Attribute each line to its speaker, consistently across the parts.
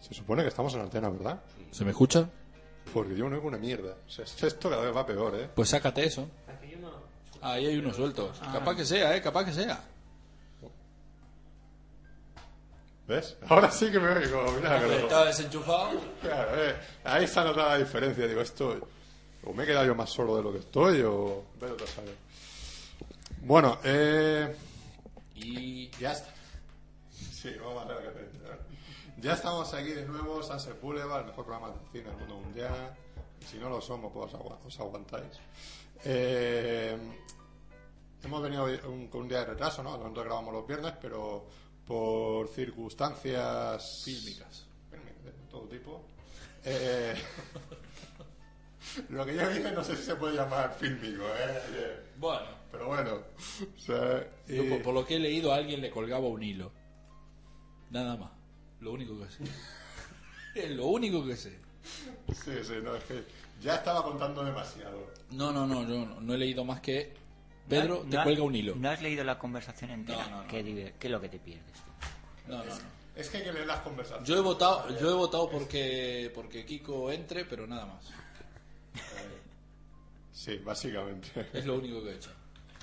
Speaker 1: Se supone que estamos en antena, ¿verdad?
Speaker 2: ¿Se me escucha?
Speaker 1: Porque yo no oigo una mierda. O sea, esto cada vez va peor, ¿eh?
Speaker 2: Pues sácate eso. Ahí hay uno suelto. Capaz que sea, ¿eh? Capaz que sea.
Speaker 1: ¿Ves? Ahora sí que me oigo. Mira, que lo-
Speaker 2: Está desenchufado.
Speaker 1: Claro, eh, Ahí está notada la diferencia. Digo, esto... O me he quedado yo más solo de lo que estoy o... Vete tú a saber. Bueno, eh...
Speaker 2: Y
Speaker 1: Ya está. Sí, vamos a hacer la referencia. Ya estamos aquí de nuevo, Sunset Boulevard, el mejor programa de cine del mundo mundial. Si no lo somos, pues os, agu- os aguantáis. Eh, hemos venido hoy un- con un día de retraso, ¿no? Nosotros grabamos los viernes, pero por circunstancias...
Speaker 2: fílmicas.
Speaker 1: fílmicas, de todo tipo. Eh, lo que yo dije no sé si se puede llamar fílmico, ¿eh?
Speaker 2: Bueno,
Speaker 1: Pero bueno. o sea, y-
Speaker 2: yo por, por lo que he leído, a alguien le colgaba un hilo. Nada más. Lo único que sé. es lo único que sé.
Speaker 1: Sí, sí, no, es que ya estaba contando demasiado.
Speaker 2: No, no, no, yo no, no he leído más que Pedro
Speaker 3: No
Speaker 2: te
Speaker 3: has-
Speaker 2: cuelga un hilo.
Speaker 3: No has leído la conversación entera.
Speaker 2: No, no, no.
Speaker 3: ¿Qué, dive- qué es lo que te pierdes? tío?
Speaker 2: No, no, no.
Speaker 1: Es que hay que leer las conversaciones.
Speaker 2: Yo he votado, yo he votado porque, porque Kiko entre, pero nada más.
Speaker 1: Sí, básicamente.
Speaker 2: Es lo único que he hecho.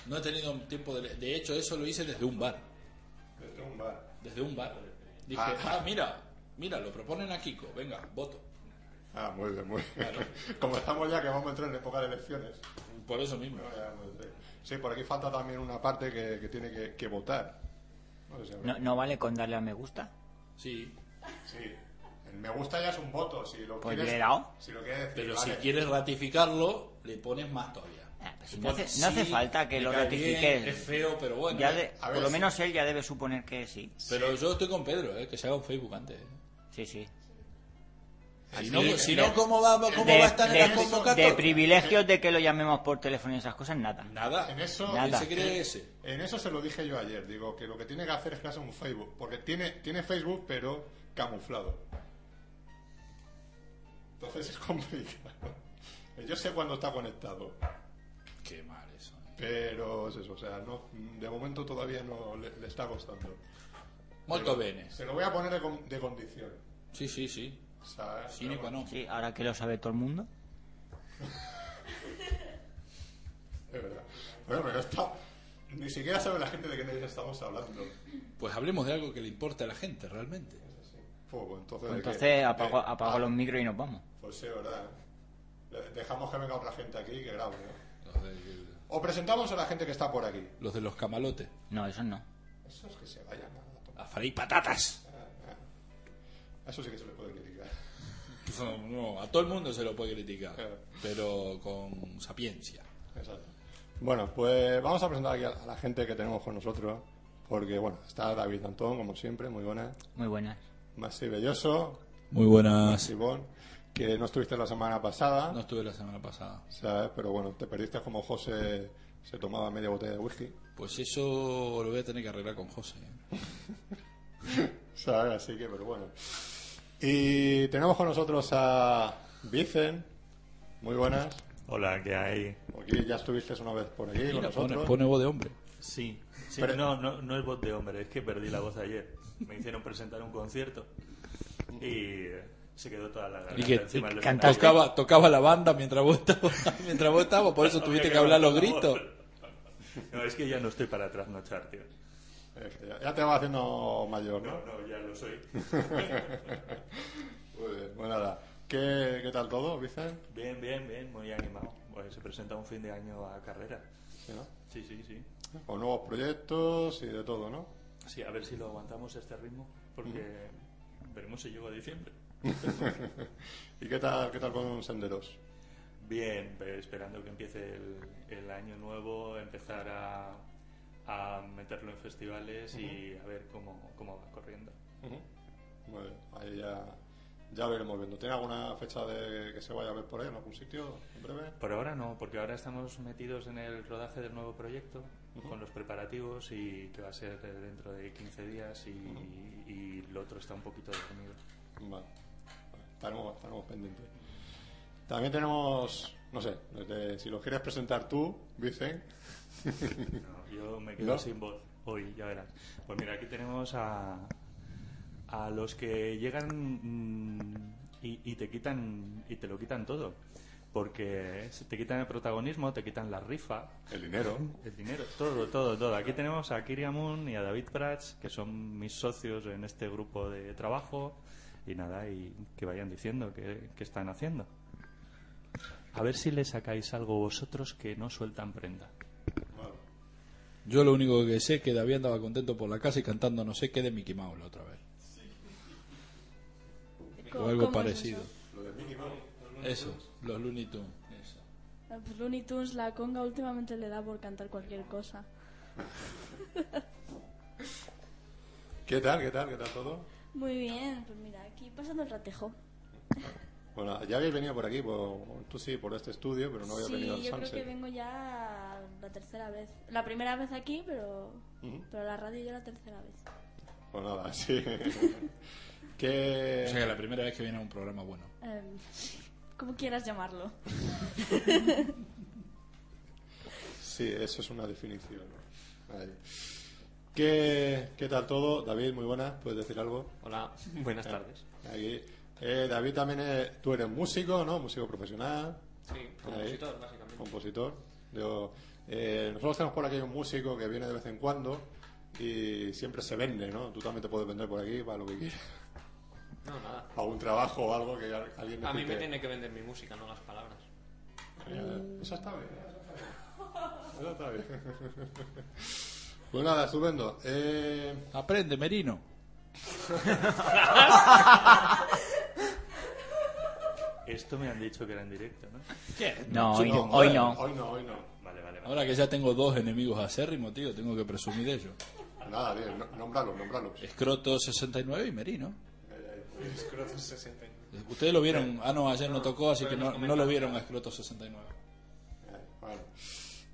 Speaker 2: No he tenido tiempo de... le- De hecho, eso lo hice desde un bar.
Speaker 1: Desde un bar.
Speaker 2: Desde un bar. Dije,
Speaker 1: Ah.
Speaker 2: ah, mira, mira, lo proponen a Kiko. Venga, voto.
Speaker 1: Ah, muy bien, muy bien. Como estamos ya que vamos a entrar en época de elecciones.
Speaker 2: Por eso mismo.
Speaker 1: ¿no? Ya, pues, sí. Sí, por aquí falta también una parte que, que tiene que, que votar. No sé si habrá-
Speaker 3: No, no vale con darle a me gusta.
Speaker 2: Sí.
Speaker 1: Sí. El me gusta ya es un voto. Si lo
Speaker 3: Pues
Speaker 1: quieres,
Speaker 3: le he dado.
Speaker 1: Si lo quieres decir,
Speaker 2: Pero si
Speaker 1: vale.
Speaker 2: quieres ratificarlo, le pones más todavía.
Speaker 3: Ah, pues si
Speaker 2: Le
Speaker 3: no
Speaker 2: pones,
Speaker 3: hace- no hace falta que
Speaker 2: me
Speaker 3: lo
Speaker 2: cae
Speaker 3: ratifiques.
Speaker 2: bien, Es feo, pero bueno.
Speaker 3: Ya
Speaker 2: eh.
Speaker 3: de-
Speaker 1: a ver
Speaker 3: por lo
Speaker 1: si-
Speaker 3: menos él ya debe suponer que sí.
Speaker 2: Pero yo estoy con Pedro, eh, que se haga un Facebook antes. eh.
Speaker 3: Sí, sí.
Speaker 2: Si
Speaker 3: Ah,
Speaker 1: Sí,
Speaker 2: no,
Speaker 1: de-
Speaker 2: si no, ¿cómo va, cómo
Speaker 3: de,
Speaker 2: va a estar en la
Speaker 3: de-
Speaker 2: convocatoria?
Speaker 3: de privilegios de que lo llamemos por teléfono y esas cosas, nada.
Speaker 2: Nada.
Speaker 1: En eso-
Speaker 2: ¿Quién
Speaker 3: Nada.
Speaker 2: se cree ese?
Speaker 1: En eso se lo dije yo ayer. Digo que lo que tiene que hacer es crearse un Facebook. Porque tiene, tiene Facebook, pero camuflado. Entonces es complicado. Yo sé cuándo está conectado.
Speaker 2: Qué mal eso. eh.
Speaker 1: Pero es eso, o sea, no, de momento todavía no le, le está costando.
Speaker 2: Molto bene.
Speaker 1: Se lo voy a poner de, con- de condición.
Speaker 2: Sí, sí, sí.
Speaker 1: O sea,
Speaker 2: Sine
Speaker 1: pero
Speaker 2: qua
Speaker 1: bueno,
Speaker 2: non.
Speaker 3: Sí, ahora que lo sabe todo el mundo.
Speaker 2: Pues
Speaker 1: Es verdad. Bueno, pero está. Ni siquiera sabe la gente de qué estamos hablando.
Speaker 2: Pues hablemos de algo que le importa a la gente realmente.
Speaker 1: Fuego, entonces.
Speaker 3: Pues
Speaker 1: ¿de qué?
Speaker 3: entonces apago,
Speaker 1: Eh,
Speaker 3: apago
Speaker 1: ah,
Speaker 3: los micros y nos vamos.
Speaker 1: Pues sí, verdad. Le- Dejamos que venga otra gente aquí y que grabe, ¿no?
Speaker 2: Los de,
Speaker 1: O presentamos a la gente que está por aquí.
Speaker 2: los, de los camalotes.
Speaker 3: No, eso no.
Speaker 1: Eso es que se vayan a la toma.
Speaker 2: A freír patatas.
Speaker 1: A Eso sí que se le puede criticar.
Speaker 2: No, no, a todo el mundo se lo puede criticar,
Speaker 1: Claro.
Speaker 2: pero con sapiencia.
Speaker 1: Exacto. Bueno, pues vamos a presentar aquí a a la gente que tenemos con nosotros. Porque, bueno, está David Antón, como siempre, muy buena.
Speaker 3: Muy buenas.
Speaker 1: Maxi Belloso,
Speaker 2: Muy buenas.
Speaker 1: Sibón, que no estuviste la semana pasada,
Speaker 2: No estuve la semana pasada.
Speaker 1: ¿sabes? Pero bueno, te perdiste como José se tomaba media botella de whisky,
Speaker 2: Pues eso lo voy a tener que arreglar con José. ¿eh?
Speaker 1: ¿sabes? Así que, pero bueno. Y tenemos con nosotros a Vicen, muy buenas.
Speaker 4: Hola, ¿qué hay?
Speaker 1: Aquí ya estuviste una vez por aquí con
Speaker 2: Mira, pone,
Speaker 1: nosotros.
Speaker 2: pone voz de hombre.
Speaker 4: Sí, sí,
Speaker 1: Pero-
Speaker 4: no, no, no es voz de hombre, es que perdí la voz ayer. Me hicieron presentar un concierto y eh, se quedó toda la
Speaker 2: Y
Speaker 4: garganta
Speaker 2: que
Speaker 4: encima del
Speaker 3: cantaste.
Speaker 4: escenario.
Speaker 2: tocaba, tocaba la banda mientras vos estabas, mientras vos estabas, por eso
Speaker 4: Había
Speaker 2: tuviste que hablar los
Speaker 4: levantar la
Speaker 2: gritos.
Speaker 4: voz. No, es que ya no estoy para trasnochar, tío.
Speaker 1: Es Eh, que ya- Ya te vas haciendo mayor, ¿no?
Speaker 4: No, no, ya lo soy.
Speaker 1: Muy bien, bueno, nada. ¿Qué, qué tal todo, Vicen?
Speaker 4: Bien, bien, bien, muy animado. Bueno, se presenta un fin de año a carrera.
Speaker 1: Sí, ¿no?
Speaker 4: Sí, sí, sí.
Speaker 1: Con nuevos proyectos y de todo, ¿no?
Speaker 4: Sí, a ver si lo aguantamos a este ritmo, porque veremos si llego a diciembre.
Speaker 1: ¿Y qué tal, qué tal con Senderos?
Speaker 4: Bien, pues, esperando que empiece el, el año nuevo, empezar a, a meterlo en festivales y a ver cómo, cómo va corriendo.
Speaker 1: Muy bien, ahí ya, ya lo iremos viendo. ¿Tiene alguna fecha de que se vaya a ver por ahí en algún sitio en breve?
Speaker 4: Por ahora no, porque ahora estamos metidos en el rodaje del nuevo proyecto, con los preparativos y que va a ser eh, dentro de 15 días y, y lo otro está un poquito detenido.
Speaker 1: Vale, estaremos, estaremos pendientes. También tenemos, no sé, desde- si lo quieres presentar tú, Vicen.
Speaker 4: No, yo me quedo
Speaker 1: ¿No?
Speaker 4: sin voz hoy, ya verás. Pues mira, aquí tenemos a, a los que llegan mm, y, y te quitan y te lo quitan todo. Porque se- te quitan el protagonismo, te quitan la rifa,
Speaker 1: El dinero.
Speaker 4: el dinero, todo, todo, todo. Aquí tenemos a Kiria Moon y a David Prats, que son mis socios en este grupo de trabajo. Y nada, y que vayan diciendo qué, qué están haciendo. A ver si le sacáis algo vosotros que no sueltan prenda.
Speaker 1: Bueno,
Speaker 2: Yo lo único que sé es que David andaba contento por la casa y cantando no sé qué de Mickey Mouse la otra vez. O
Speaker 5: ¿Cómo-
Speaker 2: algo
Speaker 5: cómo es
Speaker 2: parecido.
Speaker 5: eso?
Speaker 1: lo de Mickey Mouse.
Speaker 2: Eso, los Looney Tunes. eso.
Speaker 5: Ah, Pues Looney Tunes, la conga últimamente le da por cantar cualquier cosa.
Speaker 1: ¿Qué tal? ¿Qué tal? ¿Qué tal todo?
Speaker 5: Muy bien, pues mira, aquí pasando el ratejo.
Speaker 1: Bueno, ya habéis venido por aquí, por, tú sí, por este estudio, pero no había
Speaker 5: sí,
Speaker 1: venido al
Speaker 5: yo creo
Speaker 1: Sunset.
Speaker 5: que vengo ya la tercera vez. La primera vez aquí, pero,
Speaker 1: Ujú.
Speaker 5: pero la radio ya la tercera vez.
Speaker 1: Pues nada, sí. que... Eh.
Speaker 2: O sea que la primera vez que viene a un programa bueno.
Speaker 5: Em, como quieras llamarlo.
Speaker 1: Sí, eso es una definición. ¿no? Ahí. ¿Qué, ¿Qué tal todo? David, muy buenas, ¿puedes decir algo?
Speaker 6: Hola, buenas tardes.
Speaker 1: Ahí. Eh, David también es, tú eres músico, ¿no? Músico profesional.
Speaker 6: Sí,
Speaker 1: Ahí.
Speaker 6: compositor, básicamente.
Speaker 1: Compositor. Yo, eh, nosotros tenemos por aquí un músico que viene de vez en cuando y siempre se vende, ¿no? Tú también te puedes vender por aquí para lo que quieras.
Speaker 6: No, nada.
Speaker 1: A un trabajo o algo que al- alguien
Speaker 6: A mí me
Speaker 1: necesite.
Speaker 6: tiene que vender mi música, no las palabras.
Speaker 1: Eh, Eso está bien. Eso está bien. Pues nada, estupendo. Eh,
Speaker 2: Aprende, Merino.
Speaker 4: Esto me han dicho que era en directo, ¿no?
Speaker 2: Eh,
Speaker 3: No, hoy no.
Speaker 1: joder,
Speaker 3: Hoy no.
Speaker 1: Hoy no, hoy no.
Speaker 4: Vale, vale, vale.
Speaker 2: Ahora que ya tengo dos enemigos acérrimos, tío, tengo que presumir de ellos.
Speaker 1: Nada, bien, no- Eh, nómbralos, nómbralos.
Speaker 2: Escroto 69 y Merino.
Speaker 1: eh,
Speaker 6: Crotos 69.
Speaker 2: Ustedes lo vieron. Ah, no, ayer no tocó, así que
Speaker 6: pero nos
Speaker 2: no, no
Speaker 6: comentamos.
Speaker 2: lo vieron a Escroto 69.
Speaker 1: Eh, Bueno.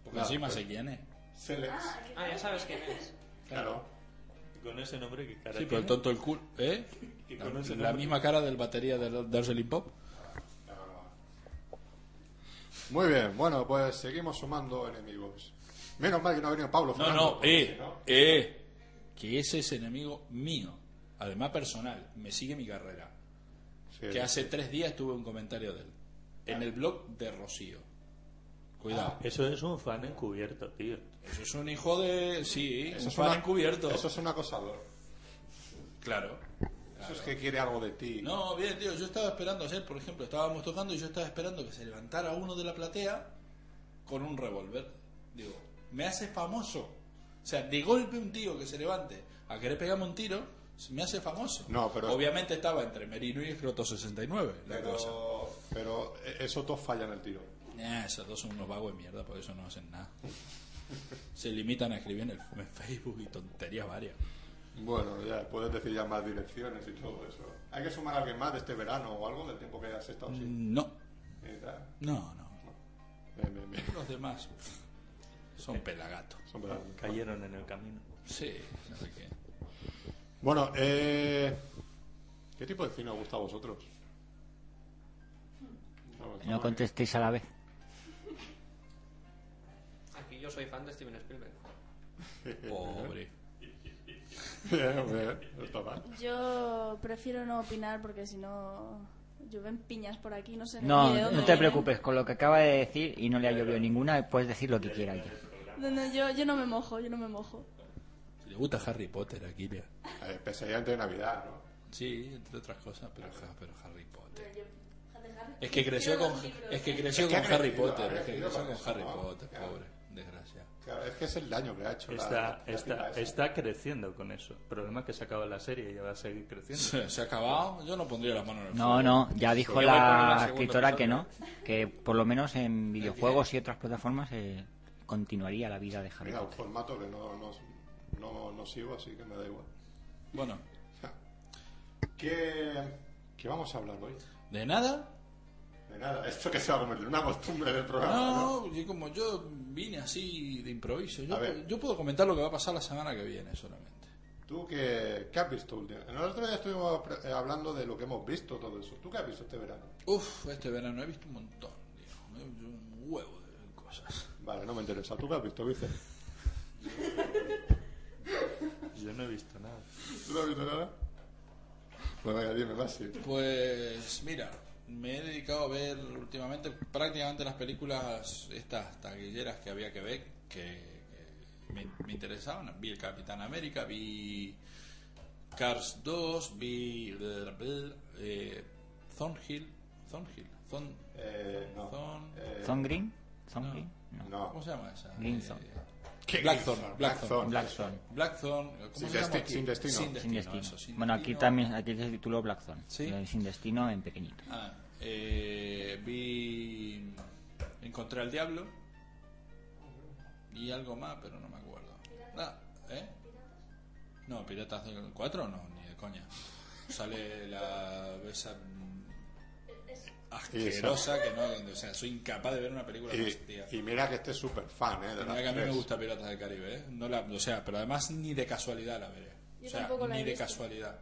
Speaker 2: Porque
Speaker 1: Nada,
Speaker 2: encima
Speaker 1: pues,
Speaker 2: sé quién es.
Speaker 1: se le-
Speaker 6: Ah, ya sabes quién es.
Speaker 1: Claro.
Speaker 4: Con ese nombre que cara
Speaker 2: Sí, pero el
Speaker 4: tiene.
Speaker 2: tonto el culo. ¿Eh?
Speaker 4: Que
Speaker 2: La,
Speaker 4: conoce
Speaker 2: la
Speaker 4: nombre.
Speaker 2: misma cara del batería de Darjeeling Pop.
Speaker 1: Muy bien, bueno, pues seguimos sumando enemigos. Menos mal que no ha venido Pablo.
Speaker 2: No,
Speaker 1: Fernando,
Speaker 2: no,
Speaker 1: porque
Speaker 2: eh,
Speaker 1: si no-
Speaker 2: eh. Que ese es enemigo mío. Además, personal. Me sigue mi carrera.
Speaker 1: Sí,
Speaker 2: Que hace tres días tuve un comentario de él. En el blog de Rocío. Cuidado.
Speaker 4: Eso es un fan encubierto, tío.
Speaker 2: Eso es un hijo de. Sí,
Speaker 1: eso
Speaker 2: un
Speaker 1: es
Speaker 2: fan
Speaker 1: una-
Speaker 2: encubierto.
Speaker 1: Eso es un acosador.
Speaker 2: Claro.
Speaker 1: Eso es que quiere algo de ti.
Speaker 2: No, bien, tío, yo estaba esperando ayer, por ejemplo, estábamos tocando y yo estaba esperando que se levantara uno de la platea con un revólver. Digo, me haces famoso. O sea, de golpe un tío que se levante a querer pegarme un tiro, me hace famoso.
Speaker 1: No, pero-
Speaker 2: Obviamente estaba entre Merino y Escroto 69, la cosa.
Speaker 1: Pero, pero esos dos fallan el tiro.
Speaker 2: Nah, esos dos son unos vagos de mierda, por eso no hacen nada. se limitan a escribir en, el, en Facebook y tonterías varias.
Speaker 1: Bueno, ya puedes decir ya más direcciones y todo eso. Hay que sumar a alguien más de este verano o algo del tiempo que has estado sin.
Speaker 2: No,
Speaker 1: Y tal.
Speaker 2: no, no.
Speaker 1: Bien, bien, bien.
Speaker 2: Los demás son pelagatos.
Speaker 1: Son veranos.
Speaker 4: Cayeron en el camino.
Speaker 2: Sí, no sé qué.
Speaker 1: Bueno, eh, ¿qué tipo de cine os gusta a vosotros?
Speaker 3: No contestéis a la vez.
Speaker 6: Aquí yo soy fan de Steven Spielberg.
Speaker 2: Pobre.
Speaker 1: Bien, bien, no está mal.
Speaker 5: Yo prefiero no opinar porque si no llueven piñas por aquí, no sé
Speaker 3: No,
Speaker 5: ni de dónde
Speaker 3: no te
Speaker 5: vienen.
Speaker 3: preocupes. Con lo que acaba de decir y no le ha llovido ninguna, puedes decir lo que quieras ya.
Speaker 5: No, no, yo, yo no me mojo, yo no me mojo.
Speaker 2: Si le gusta Harry Potter a Kiria.
Speaker 1: Eh, especialmente de Navidad, ¿no?
Speaker 2: Sí, entre otras cosas, pero, ja- pero Harry Potter.
Speaker 5: Yo- Harry-
Speaker 2: Es que creció con,
Speaker 5: quiero los libros.
Speaker 2: es que creció
Speaker 1: Es que ha
Speaker 2: con Harry
Speaker 1: crecido,
Speaker 2: Potter.
Speaker 1: ha
Speaker 2: Es que
Speaker 1: crecido
Speaker 2: creció
Speaker 1: con
Speaker 2: con
Speaker 1: eso,
Speaker 2: Harry
Speaker 1: ¿no?
Speaker 2: Potter,
Speaker 1: Claro.
Speaker 2: pobre. Desgracia.
Speaker 1: Claro, es que es el daño que ha hecho. la-
Speaker 4: Está,
Speaker 1: la tipa
Speaker 4: está,
Speaker 1: esa.
Speaker 4: está creciendo con eso. El problema es que se acaba la serie y ya va a seguir creciendo.
Speaker 2: Se, se ha acabado. Yo no pondría las manos en el
Speaker 3: No,
Speaker 2: fuego.
Speaker 3: no, ya dijo
Speaker 6: Yo voy por una
Speaker 3: la
Speaker 6: segunda
Speaker 3: escritora que no,
Speaker 6: persona.
Speaker 3: que por lo menos en videojuegos y otras plataformas eh, continuaría la vida de Harry
Speaker 1: Mira, un
Speaker 3: Potter.
Speaker 1: formato que no, no, no, no sigo, así que me da igual.
Speaker 2: Bueno,
Speaker 1: ¿Qué, ¿Qué vamos a hablar hoy?
Speaker 2: ¿de nada?
Speaker 1: De nada, esto que se va a convertir en una costumbre del programa. Ah, ¿no?
Speaker 2: No, y como yo vine así de improviso,
Speaker 1: A
Speaker 2: yo,
Speaker 1: ver.
Speaker 2: yo puedo comentar lo que va a pasar la semana que viene solamente.
Speaker 1: ¿Tú qué, qué has visto últimamente? Nosotros ya estuvimos pre- eh, hablando de lo que hemos visto, todo eso. ¿Tú qué has visto este verano?
Speaker 2: Uf, este verano he visto un montón, tío. He visto Un huevo de cosas.
Speaker 1: Vale, no me interesa. ¿Tú qué has visto, Vice?
Speaker 4: Yo no he visto nada.
Speaker 1: ¿Tú no has visto nada? Pues venga, dime más. sí.
Speaker 2: Pues mira, me he dedicado a ver últimamente prácticamente las películas estas taquilleras que había que ver que, que me, me interesaban. Vi el Capitán América, vi Cars 2, vi eh, Thornhill, Thornhill, Thorn,
Speaker 1: Eh, no.
Speaker 2: Zon-
Speaker 1: Eh,
Speaker 3: ¿Zone Green? ¿Zone Green? No.
Speaker 1: no.
Speaker 2: ¿cómo se llama esa? Eh,
Speaker 3: Greenstone.
Speaker 1: ¿Qué
Speaker 2: Blackthorn,
Speaker 1: dices?
Speaker 2: Blackthorn.
Speaker 3: Blackstone.
Speaker 2: Blackthorn, ¿cómo
Speaker 1: Sin
Speaker 2: se llama?
Speaker 1: desti-
Speaker 2: aquí?
Speaker 1: sin destino.
Speaker 2: Sin
Speaker 3: Sin
Speaker 2: destino.
Speaker 3: destino.
Speaker 2: eso, sin
Speaker 3: bueno, aquí
Speaker 2: destino.
Speaker 3: también aquí se tituló Blackstone.
Speaker 2: Sí.
Speaker 3: Lo de Sin destino en pequeñito.
Speaker 2: Ah, eh, vi. Encontré al diablo. Y algo más, pero no me acuerdo. Ah, ¿eh? No, Piratas del 4 no, ni de coña. Sale la. esa. asquerosa que no. O sea, soy incapaz de ver una película más, tía.
Speaker 1: Y, y mira que este es súper fan, ¿eh? De
Speaker 2: La
Speaker 1: las
Speaker 2: verdad que a mí me
Speaker 1: tres.
Speaker 2: gusta Piratas del Caribe, ¿eh? No la, o sea, pero además ni de casualidad la veré.
Speaker 5: Yo
Speaker 2: o sea,
Speaker 5: tampoco la he
Speaker 2: ni de
Speaker 5: visto.
Speaker 2: casualidad.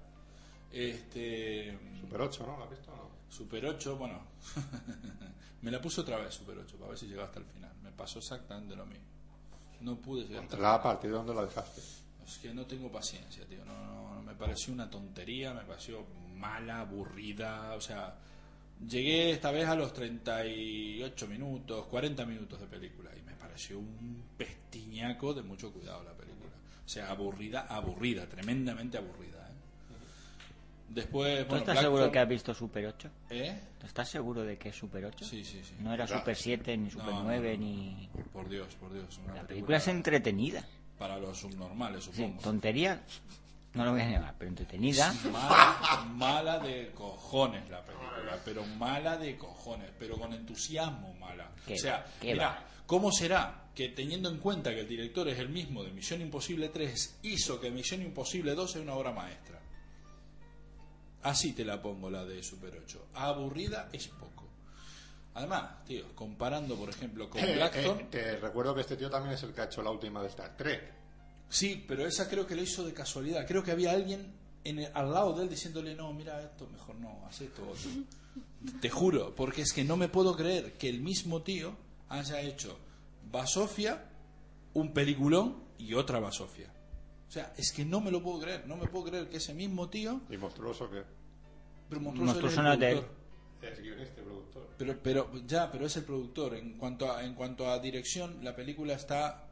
Speaker 2: Este.
Speaker 1: Super 8, ¿no? ¿La has visto o no?
Speaker 2: Super 8, bueno, me la puso otra vez Super 8 para ver si llegaba hasta el final. Me pasó exactamente lo mismo. No pude llegar hasta el
Speaker 1: La partida donde la dejaste.
Speaker 2: final. Es que no tengo paciencia, tío. No, no, no, me pareció una tontería, me pareció mala, aburrida. O sea, llegué esta vez a los 38 minutos, 40 minutos de película y me pareció un pestiñaco de mucho cuidado la película. O sea, aburrida, aburrida, tremendamente aburrida. ¿eh? Después,
Speaker 3: ¿Tú
Speaker 2: bueno,
Speaker 3: estás
Speaker 2: Black
Speaker 3: seguro
Speaker 2: Thor-
Speaker 3: que has visto Super 8?
Speaker 2: ¿Eh?
Speaker 3: ¿Tú estás seguro de que es Super 8?
Speaker 2: Sí, sí, sí.
Speaker 3: No era
Speaker 1: Claro.
Speaker 3: Super 7, ni Super
Speaker 2: No, no,
Speaker 3: 9,
Speaker 2: no, no.
Speaker 3: ni...
Speaker 2: Por Dios, por Dios. Una
Speaker 3: La película es entretenida.
Speaker 2: Para los subnormales,
Speaker 3: Sí,
Speaker 2: supongo.
Speaker 3: tontería, no lo voy a negar, pero entretenida.
Speaker 2: mala, mala de cojones la película, pero mala de cojones, pero con entusiasmo mala.
Speaker 3: ¿Qué
Speaker 2: o sea,
Speaker 3: va? ¿Qué
Speaker 2: mira,
Speaker 3: va?
Speaker 2: ¿cómo será que teniendo en cuenta que el director es el mismo de Misión Imposible 3, hizo que Misión Imposible 2 sea una obra maestra? Así te la pongo la de Super 8. Aburrida es poco. Además, tío, comparando, por ejemplo, con
Speaker 1: Eh,
Speaker 2: Blackthorn...
Speaker 1: eh, te recuerdo que este tío también es el que ha hecho la última de Star Trek.
Speaker 2: Sí, pero esa creo que lo hizo de casualidad. Creo que había alguien en el- al lado de él diciéndole, no, mira esto, mejor no, haz esto otro. Te juro, porque es que no me puedo creer que el mismo tío haya hecho Basofia, un peliculón y otra Basofia. O sea, es que no me lo puedo creer, no me puedo creer que ese mismo tío...
Speaker 1: Y monstruoso que
Speaker 2: Pero Monstruoso era el
Speaker 3: Monstruoso no es de él.
Speaker 2: productor.
Speaker 1: es guionista y productor.
Speaker 2: Pero, pero ya, pero es el productor. En cuanto a, en cuanto a dirección, la película está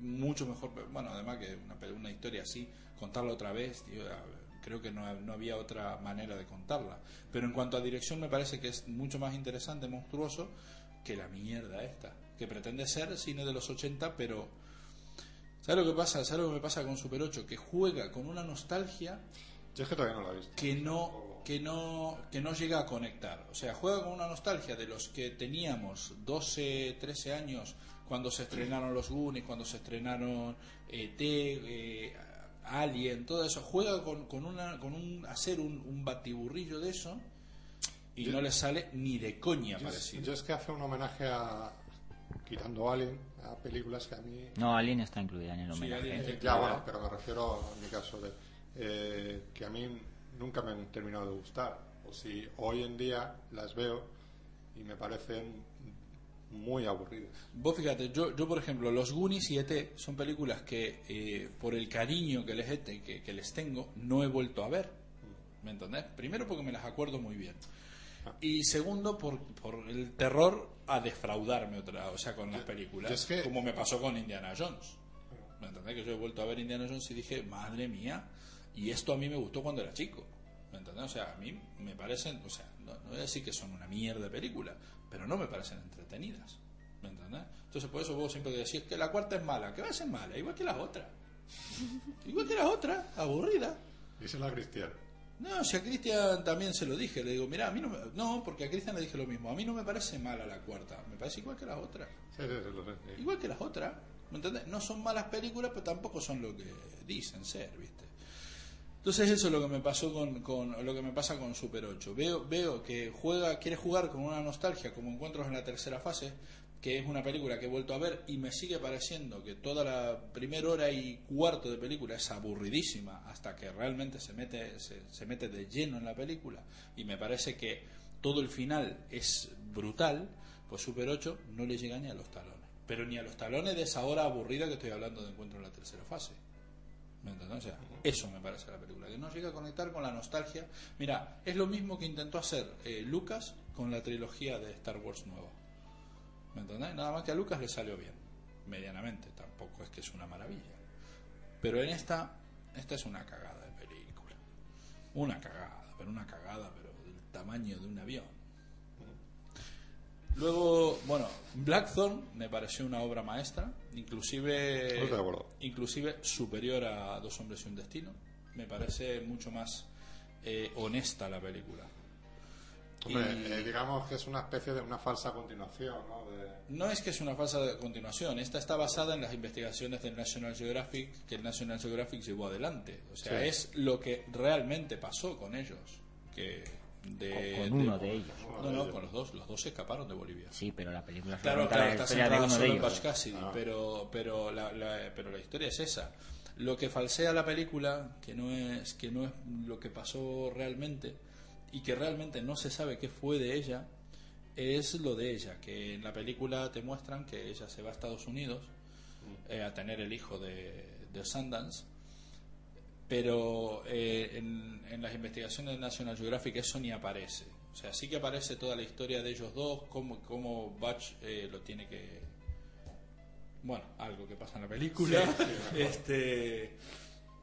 Speaker 2: mucho mejor. Bueno, además que una, pel- una historia así, contarla otra vez, tío, a- creo que no, no había otra manera de contarla. Pero en cuanto a dirección, me parece que es mucho más interesante, monstruoso, que la mierda esta. Que pretende ser cine de los 80, pero. ¿Sabes lo que pasa? ¿Sabes lo que me pasa con Super 8? Que juega con una nostalgia
Speaker 1: Yo es que todavía no la he visto.
Speaker 2: que no que no que no llega a conectar. O sea, juega con una nostalgia de los que teníamos 12, 13 años cuando se estrenaron los Goonies, cuando se estrenaron ET, eh, Alien, todo eso. Juega con, con una con un hacer un, un batiburrillo de eso y
Speaker 1: Yo-
Speaker 2: no le sale ni de coña
Speaker 1: Yo,
Speaker 2: parecido.
Speaker 1: yo es que hace un homenaje a. Quitando Alien, a películas que a mí.
Speaker 3: No, Alien está incluida en el
Speaker 2: Sí,
Speaker 3: homenaje.
Speaker 2: Alien
Speaker 3: ¿eh?
Speaker 2: está
Speaker 1: Ya,
Speaker 2: Claro.
Speaker 1: bueno, pero me refiero a mi caso de. eh, que a mí nunca me han terminado de gustar. O si hoy en día las veo y me parecen muy aburridas.
Speaker 2: Vos fíjate, yo, yo por ejemplo, Los Goonies y ET son películas que eh, por el cariño que les, ET que, que les tengo no he vuelto a ver. ¿Me entendés? Primero porque me las acuerdo muy bien.
Speaker 1: Ah.
Speaker 2: Y segundo por, por el terror a defraudarme otra, o sea, con las películas,
Speaker 1: yo es que-
Speaker 2: como me pasó con Indiana Jones. ¿Me entendés? Que yo he vuelto a ver Indiana Jones y dije, madre mía, y esto a mí me gustó cuando era chico. ¿Me entendés? O sea, a mí me parecen, o sea, no, no voy a decir que son una mierda de película, pero no me parecen entretenidas. ¿Me entendés? Entonces, por eso vos siempre que decís que la cuarta es mala, que va a ser mala, igual que las otras. igual que las otras, aburrida.
Speaker 1: Dice la Cristian.
Speaker 2: No, si a Cristian también se lo dije, le digo, mira, a mí no me... No, porque a Cristian le dije lo mismo, a mí no me parece mala la cuarta, me parece igual que las otras.
Speaker 1: Sí, sí, sí, lo sé. sí.
Speaker 2: Igual que las otras, ¿me entendés? No son malas películas, pero tampoco son lo que dicen ser, ¿viste? Entonces eso es lo que me pasó con, con- lo que me pasa con Super 8. Veo, veo que juega, quiere jugar con una nostalgia como Encuentros en la tercera fase, que es una película que he vuelto a ver y me sigue pareciendo que toda la primera hora y cuarto de película es aburridísima hasta que realmente se mete, se, se mete de lleno en la película y me parece que todo el final es brutal, pues Super 8 no le llega ni a los talones. Pero ni a los talones de esa hora aburrida que estoy hablando de Encuentro en la tercera fase. ¿Me entendés? O sea, eso me parece la película, que no llega a conectar con la nostalgia. Mira, es lo mismo que intentó hacer eh, Lucas con la trilogía de Star Wars nueva. ¿Me entendés? Nada más que a Lucas le salió bien, medianamente, tampoco es que es una maravilla. Pero en esta, esta es una cagada de película. Una cagada, pero una cagada, pero del tamaño de un avión. Luego, bueno, Blackthorn me pareció una obra maestra, inclusive,
Speaker 1: Estoy de acuerdo.
Speaker 2: inclusive superior a Dos hombres y un destino. Me parece mucho más eh, honesta la película.
Speaker 1: Hombre,
Speaker 2: Y-
Speaker 1: eh, digamos que es una especie de una falsa continuación, ¿no? De-
Speaker 2: No es que es una falsa de- continuación, esta está basada en las investigaciones del National Geographic que el National Geographic llevó adelante. O sea,
Speaker 1: Sí.
Speaker 2: es lo que realmente pasó con ellos. Que de,
Speaker 3: Con- con uno de ellos.
Speaker 2: No, no, con los dos. Los dos se escaparon de Bolivia.
Speaker 3: Sí, pero la película solo
Speaker 2: Claro,
Speaker 3: cuenta
Speaker 2: claro,
Speaker 3: la
Speaker 2: está
Speaker 3: historia de
Speaker 2: centrada
Speaker 3: uno de
Speaker 2: solo en
Speaker 3: ellos.
Speaker 2: Butch Cassidy, pero, pero, la, la- pero la historia es esa. Lo que falsea la película, que no es, que no es lo que pasó realmente, y que realmente no se sabe qué fue de ella, es lo de ella, que en la película te muestran que ella se va a Estados Unidos eh, a tener el hijo de, de Sundance, pero eh, en, en las investigaciones de National Geographic eso ni aparece. O sea, sí que aparece toda la historia de ellos dos, cómo, cómo Batch eh, lo tiene que... Bueno, algo que pasa en la película. este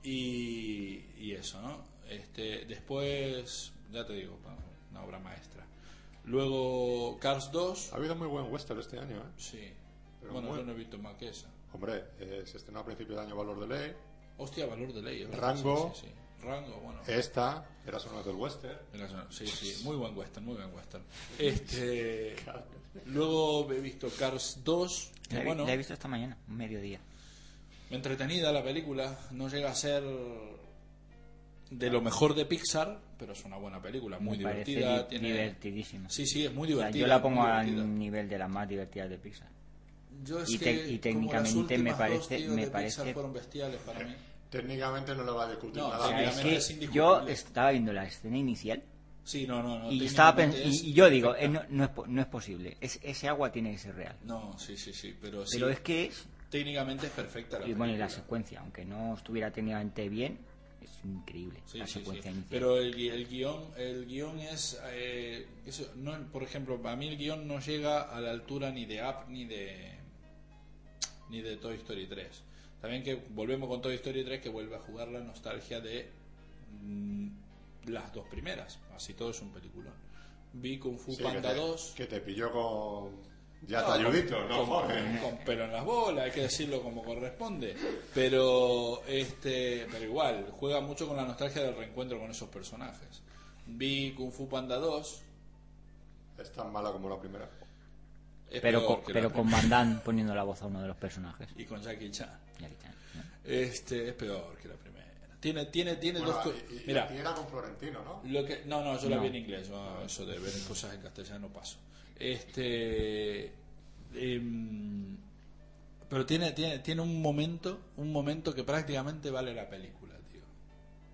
Speaker 2: y, y eso, ¿no? Este, después, ya te digo, pa- una obra maestra. Luego Cars 2.
Speaker 1: Ha habido muy buen western este año, ¿eh?
Speaker 2: Sí.
Speaker 1: Ah. Pero
Speaker 2: bueno,
Speaker 1: bueno.
Speaker 2: yo no he visto más que esa.
Speaker 1: Hombre, eh, se estrenó a principios de año Valor de Ley.
Speaker 2: Hostia, valor de ley. es verdad,
Speaker 1: Rango.
Speaker 2: Sí, sí, sí. Rango, bueno.
Speaker 1: Esta, era uno del western.
Speaker 2: Mira, son- Sí, sí, muy buen western, muy buen western. Este, luego he visto Cars 2. que
Speaker 3: La, he-
Speaker 2: bueno,
Speaker 3: la he visto esta mañana, mediodía.
Speaker 2: entretenida la película, no llega a ser de lo mejor de Pixar, pero es una buena película, muy
Speaker 3: Me parece
Speaker 2: divertida.
Speaker 3: di-
Speaker 2: tiene-
Speaker 3: divertidísima.
Speaker 2: Sí, sí, es muy
Speaker 3: O sea,
Speaker 2: divertida.
Speaker 3: yo la
Speaker 2: es muy
Speaker 3: pongo
Speaker 2: divertida.
Speaker 3: al nivel de las más divertidas de Pixar.
Speaker 2: Yo es
Speaker 3: y
Speaker 2: que
Speaker 3: tec- y
Speaker 2: como las
Speaker 3: técnicamente me
Speaker 2: últimas
Speaker 3: parece-
Speaker 2: tío,
Speaker 3: me
Speaker 2: de Pixar
Speaker 3: parece-
Speaker 2: fueron bestiales para mí.
Speaker 1: Técnicamente no lo va a discutir
Speaker 2: No,
Speaker 3: O
Speaker 1: nada.
Speaker 2: sí,
Speaker 3: sea,
Speaker 1: Mira,
Speaker 3: es
Speaker 2: Obviamente
Speaker 3: que
Speaker 2: Ah, es indiscutible.
Speaker 3: yo estaba viendo la escena inicial
Speaker 2: Sí, no, no, no.
Speaker 3: y estaba pens-
Speaker 2: técnicamente es-
Speaker 3: y, y yo digo, eh, no, no es, po- no es posible. Es- ese agua tiene que ser real.
Speaker 2: No, sí, sí, sí, pero sí.
Speaker 3: Pero es que es...
Speaker 2: Técnicamente es perfecta la
Speaker 3: Y bueno, y la
Speaker 2: película.
Speaker 3: secuencia, aunque no estuviera técnicamente bien, es increíble
Speaker 2: Sí,
Speaker 3: la
Speaker 2: sí,
Speaker 3: secuencia
Speaker 2: sí.
Speaker 3: inicial.
Speaker 2: Pero el, gui- el guión, el guión es, eh, eso, no, por ejemplo, a mí el guión no llega a la altura ni de Up ni de ni de Toy Story 3. También que volvemos con Toy Story 3 que vuelve a jugar la nostalgia de mm, las dos primeras. Así todo es un peliculón. Vi Kung Fu
Speaker 1: sí, que
Speaker 2: Panda
Speaker 1: te-
Speaker 2: 2.
Speaker 1: Que te pilló con. Ya
Speaker 2: No,
Speaker 1: te
Speaker 2: con-
Speaker 1: ayudito, ¿no?
Speaker 2: con-
Speaker 1: Joder.
Speaker 2: con pelo en las bolas, hay que decirlo como corresponde. Pero este, pero igual, juega mucho con la nostalgia del reencuentro con esos personajes. Vi Kung Fu Panda 2.
Speaker 1: Es tan mala como la primera.
Speaker 2: es
Speaker 3: Pero,
Speaker 2: peor
Speaker 3: con,
Speaker 2: que la
Speaker 3: pero con
Speaker 2: primera.
Speaker 3: Van Damme poniendo la voz a uno de los personajes.
Speaker 2: Y con Jackie Chan.
Speaker 3: Ya que está, ¿no?
Speaker 2: Este, es peor que la primera. Tiene, tiene, tiene
Speaker 1: Bueno,
Speaker 2: dos co-
Speaker 1: y, y- y
Speaker 2: Mira,
Speaker 1: era con Florentino, ¿no?
Speaker 2: Lo que, no, no, yo la
Speaker 3: No.
Speaker 2: vi en inglés. yo eso de ver cosas en castellano paso. Este. em, pero tiene, tiene, tiene un momento, un momento que prácticamente vale la película, tío.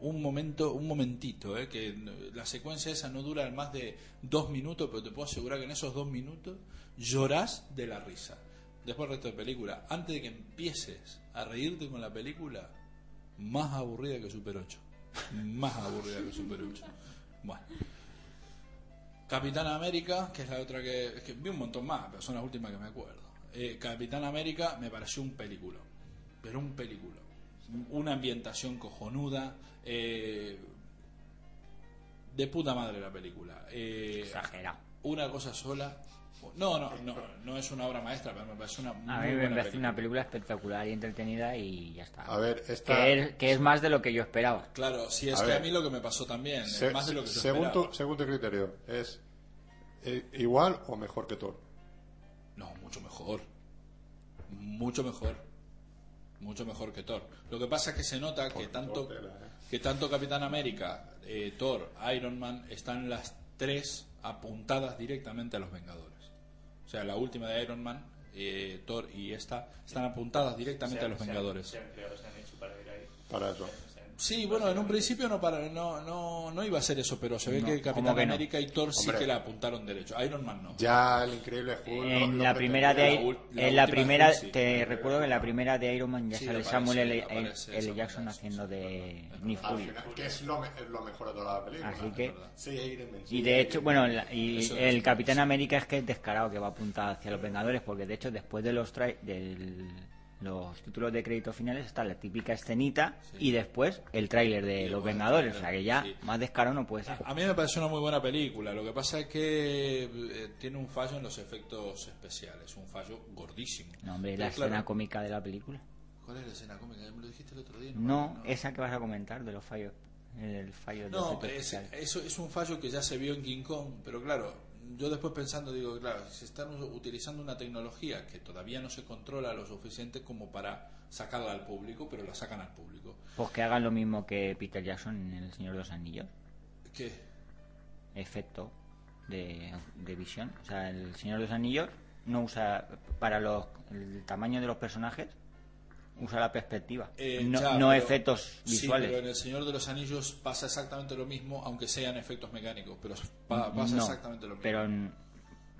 Speaker 2: Un momento, un momentito, eh, que no- la secuencia esa no dura más de dos minutos, pero te puedo asegurar que en esos dos minutos llorás de la risa. Después del resto de película, antes de que empieces a reírte con la película, más aburrida que Super 8. Más aburrida que Super 8. Bueno. Capitán América, que es la otra que, es que vi un montón más, pero son las últimas que me acuerdo. Eh, Capitán América me pareció un película, pero un película. Una ambientación cojonuda, eh, de puta madre la película. Eh,
Speaker 3: Exagerado.
Speaker 2: una cosa sola. No, no, no, no es una obra maestra, pero me parece una muy
Speaker 3: A mí me
Speaker 2: buena
Speaker 3: parece
Speaker 2: película.
Speaker 3: una película espectacular y entretenida y ya está.
Speaker 1: A ver, esta.
Speaker 3: que, es, que es más de lo que yo esperaba.
Speaker 2: Claro, sí, es
Speaker 1: A
Speaker 2: que
Speaker 1: ver.
Speaker 2: a mí lo que me pasó también, es
Speaker 1: se-
Speaker 2: más de lo que yo
Speaker 1: según,
Speaker 2: esperaba.
Speaker 1: tu, según tu criterio, ¿es eh, igual o mejor que Thor?
Speaker 2: No, mucho mejor. Mucho mejor. Mucho mejor que Thor. Lo que pasa es que se nota que tanto,
Speaker 1: Thor, tela, eh.
Speaker 2: que tanto Capitán América, eh, Thor, Iron Man están las tres apuntadas directamente a los Vengadores. O sea, la última de Iron Man, eh, Thor y esta están apuntadas directamente a los Vengadores.
Speaker 4: se han hecho para ir ahí.
Speaker 1: Para eso.
Speaker 2: Sí, bueno, en un principio no, para, no, no, no iba a ser eso, pero se ve
Speaker 3: No,
Speaker 2: que el Capitán
Speaker 3: ¿cómo que no?
Speaker 2: América y Thor sí
Speaker 1: Hombre.
Speaker 2: que la apuntaron derecho. Iron Man no.
Speaker 1: Ya el increíble Hulk. lo-
Speaker 3: En
Speaker 1: lo
Speaker 3: la primera de
Speaker 1: pretendía.
Speaker 2: la
Speaker 3: Iron-
Speaker 2: ul- la
Speaker 3: en la
Speaker 2: última
Speaker 3: primera
Speaker 2: de Hulk, sí.
Speaker 3: te recuerdo que en la primera de Iron Man ya
Speaker 2: Sí,
Speaker 3: sale
Speaker 2: aparece,
Speaker 3: Samuel L.
Speaker 2: aparece
Speaker 3: L.
Speaker 2: Samuel
Speaker 3: Jackson
Speaker 2: Jackson,
Speaker 3: haciendo
Speaker 2: sí,
Speaker 3: de
Speaker 2: es verdad.
Speaker 3: Nick
Speaker 1: Al
Speaker 3: Fury.
Speaker 1: final, que es lo, me- es lo mejor de toda la película.
Speaker 3: Así que
Speaker 1: Sí, Iron Man, sí,
Speaker 3: y de
Speaker 1: Iron
Speaker 3: hecho,
Speaker 1: Man.
Speaker 3: bueno, la- y
Speaker 2: Eso es.
Speaker 3: el Capitán América es que es descarado que va a apuntar hacia los Vengadores porque de hecho después de los tra- del- los títulos de crédito finales está la típica escenita y después el tráiler de
Speaker 2: Y
Speaker 3: los
Speaker 2: luego el
Speaker 3: Vengadores, o
Speaker 2: tráiler,
Speaker 3: sea que ya
Speaker 2: sí.
Speaker 3: más descarado no puede ser.
Speaker 2: A mí me parece una muy buena película. Lo que pasa es que eh, tiene un fallo en los efectos especiales, un fallo gordísimo.
Speaker 3: No, hombre,
Speaker 2: Pero
Speaker 3: la
Speaker 2: claro,
Speaker 3: escena cómica de la película.
Speaker 2: ¿Cuál es la escena cómica? Me lo dijiste el otro día.
Speaker 3: No,
Speaker 2: es
Speaker 3: esa que vas a comentar de los fallos, el fallo de
Speaker 2: No,
Speaker 3: efectos
Speaker 2: es,
Speaker 3: especiales.
Speaker 2: eso es un fallo que ya se vio en King Kong, pero claro, yo después pensando digo, claro, se están u- utilizando una tecnología que todavía no se controla lo suficiente como para sacarla al público, pero la sacan al público.
Speaker 3: Pues que hagan lo mismo que Peter Jackson en El Señor de los Anillos.
Speaker 2: ¿Qué?
Speaker 3: Efecto de, de visión. O sea, El Señor de los Anillos no usa, para los, el tamaño de los personajes, usa la perspectiva.
Speaker 2: Eh,
Speaker 3: no
Speaker 2: ya,
Speaker 3: no
Speaker 2: pero-
Speaker 3: efectos
Speaker 2: sí,
Speaker 3: visuales.
Speaker 2: pero en El Señor de los Anillos pasa exactamente lo mismo, aunque sean efectos mecánicos, pero pa- pasa
Speaker 3: No,
Speaker 2: exactamente lo mismo.
Speaker 3: Pero n-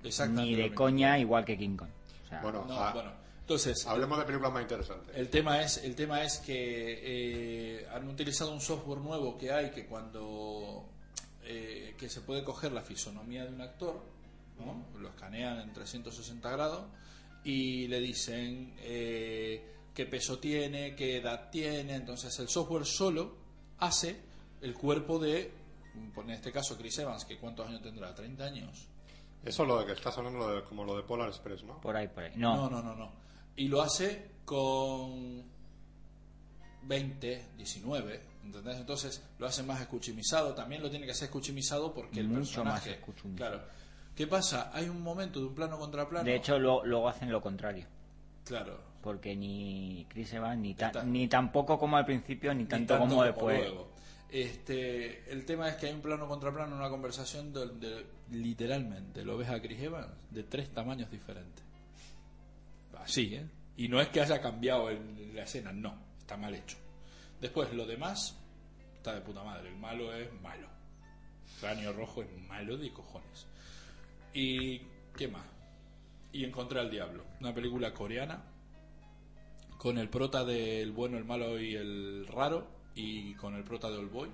Speaker 2: Exactamente
Speaker 3: ni
Speaker 2: lo
Speaker 3: de
Speaker 2: mismo.
Speaker 3: coña igual que King Kong. O sea,
Speaker 1: Bueno,
Speaker 2: No,
Speaker 1: ah,
Speaker 2: bueno, entonces,
Speaker 1: hablemos de películas más interesantes.
Speaker 2: El tema es, el tema es que eh, han utilizado un software nuevo que hay que cuando eh, que se puede coger la fisonomía de un actor, ¿no? lo escanean en 360 grados y le dicen eh, qué peso tiene, qué edad tiene, entonces el software solo hace el cuerpo de, por- en este caso Chris Evans, que cuántos años tendrá, 30 años.
Speaker 1: Eso es lo de que estás hablando, lo de- como lo de Polar Express, ¿no?
Speaker 3: por ahí, por ahí.
Speaker 2: No, no, no, no. Y lo hace con 20, 19, ¿entendés? Entonces lo hace más escuchimizado, también lo tiene que hacer escuchimizado porque el
Speaker 3: Mucho más
Speaker 2: personaje...
Speaker 3: escuchimizado.
Speaker 2: Claro. ¿Qué pasa? Hay un momento de un plano contra plano.
Speaker 3: De hecho, lo- luego hacen lo contrario.
Speaker 2: claro.
Speaker 3: Porque ni Chris Evans, ni, tan-
Speaker 2: Está-
Speaker 3: ni tampoco como al principio, ni
Speaker 2: ni
Speaker 3: tanto, como después.
Speaker 2: luego. Este, el tema es que hay un plano contra plano, una conversación donde literalmente lo ves a Chris Evans de tres tamaños diferentes. Así, ¿eh? Y no es que haya cambiado en la escena, no, está mal hecho. Después, lo demás está de puta madre. El malo es malo. Cráneo rojo es malo de cojones. ¿Y qué más? Y Encontré al Diablo, una película coreana con el prota del bueno, el malo y el raro y con el prota de Old Boy.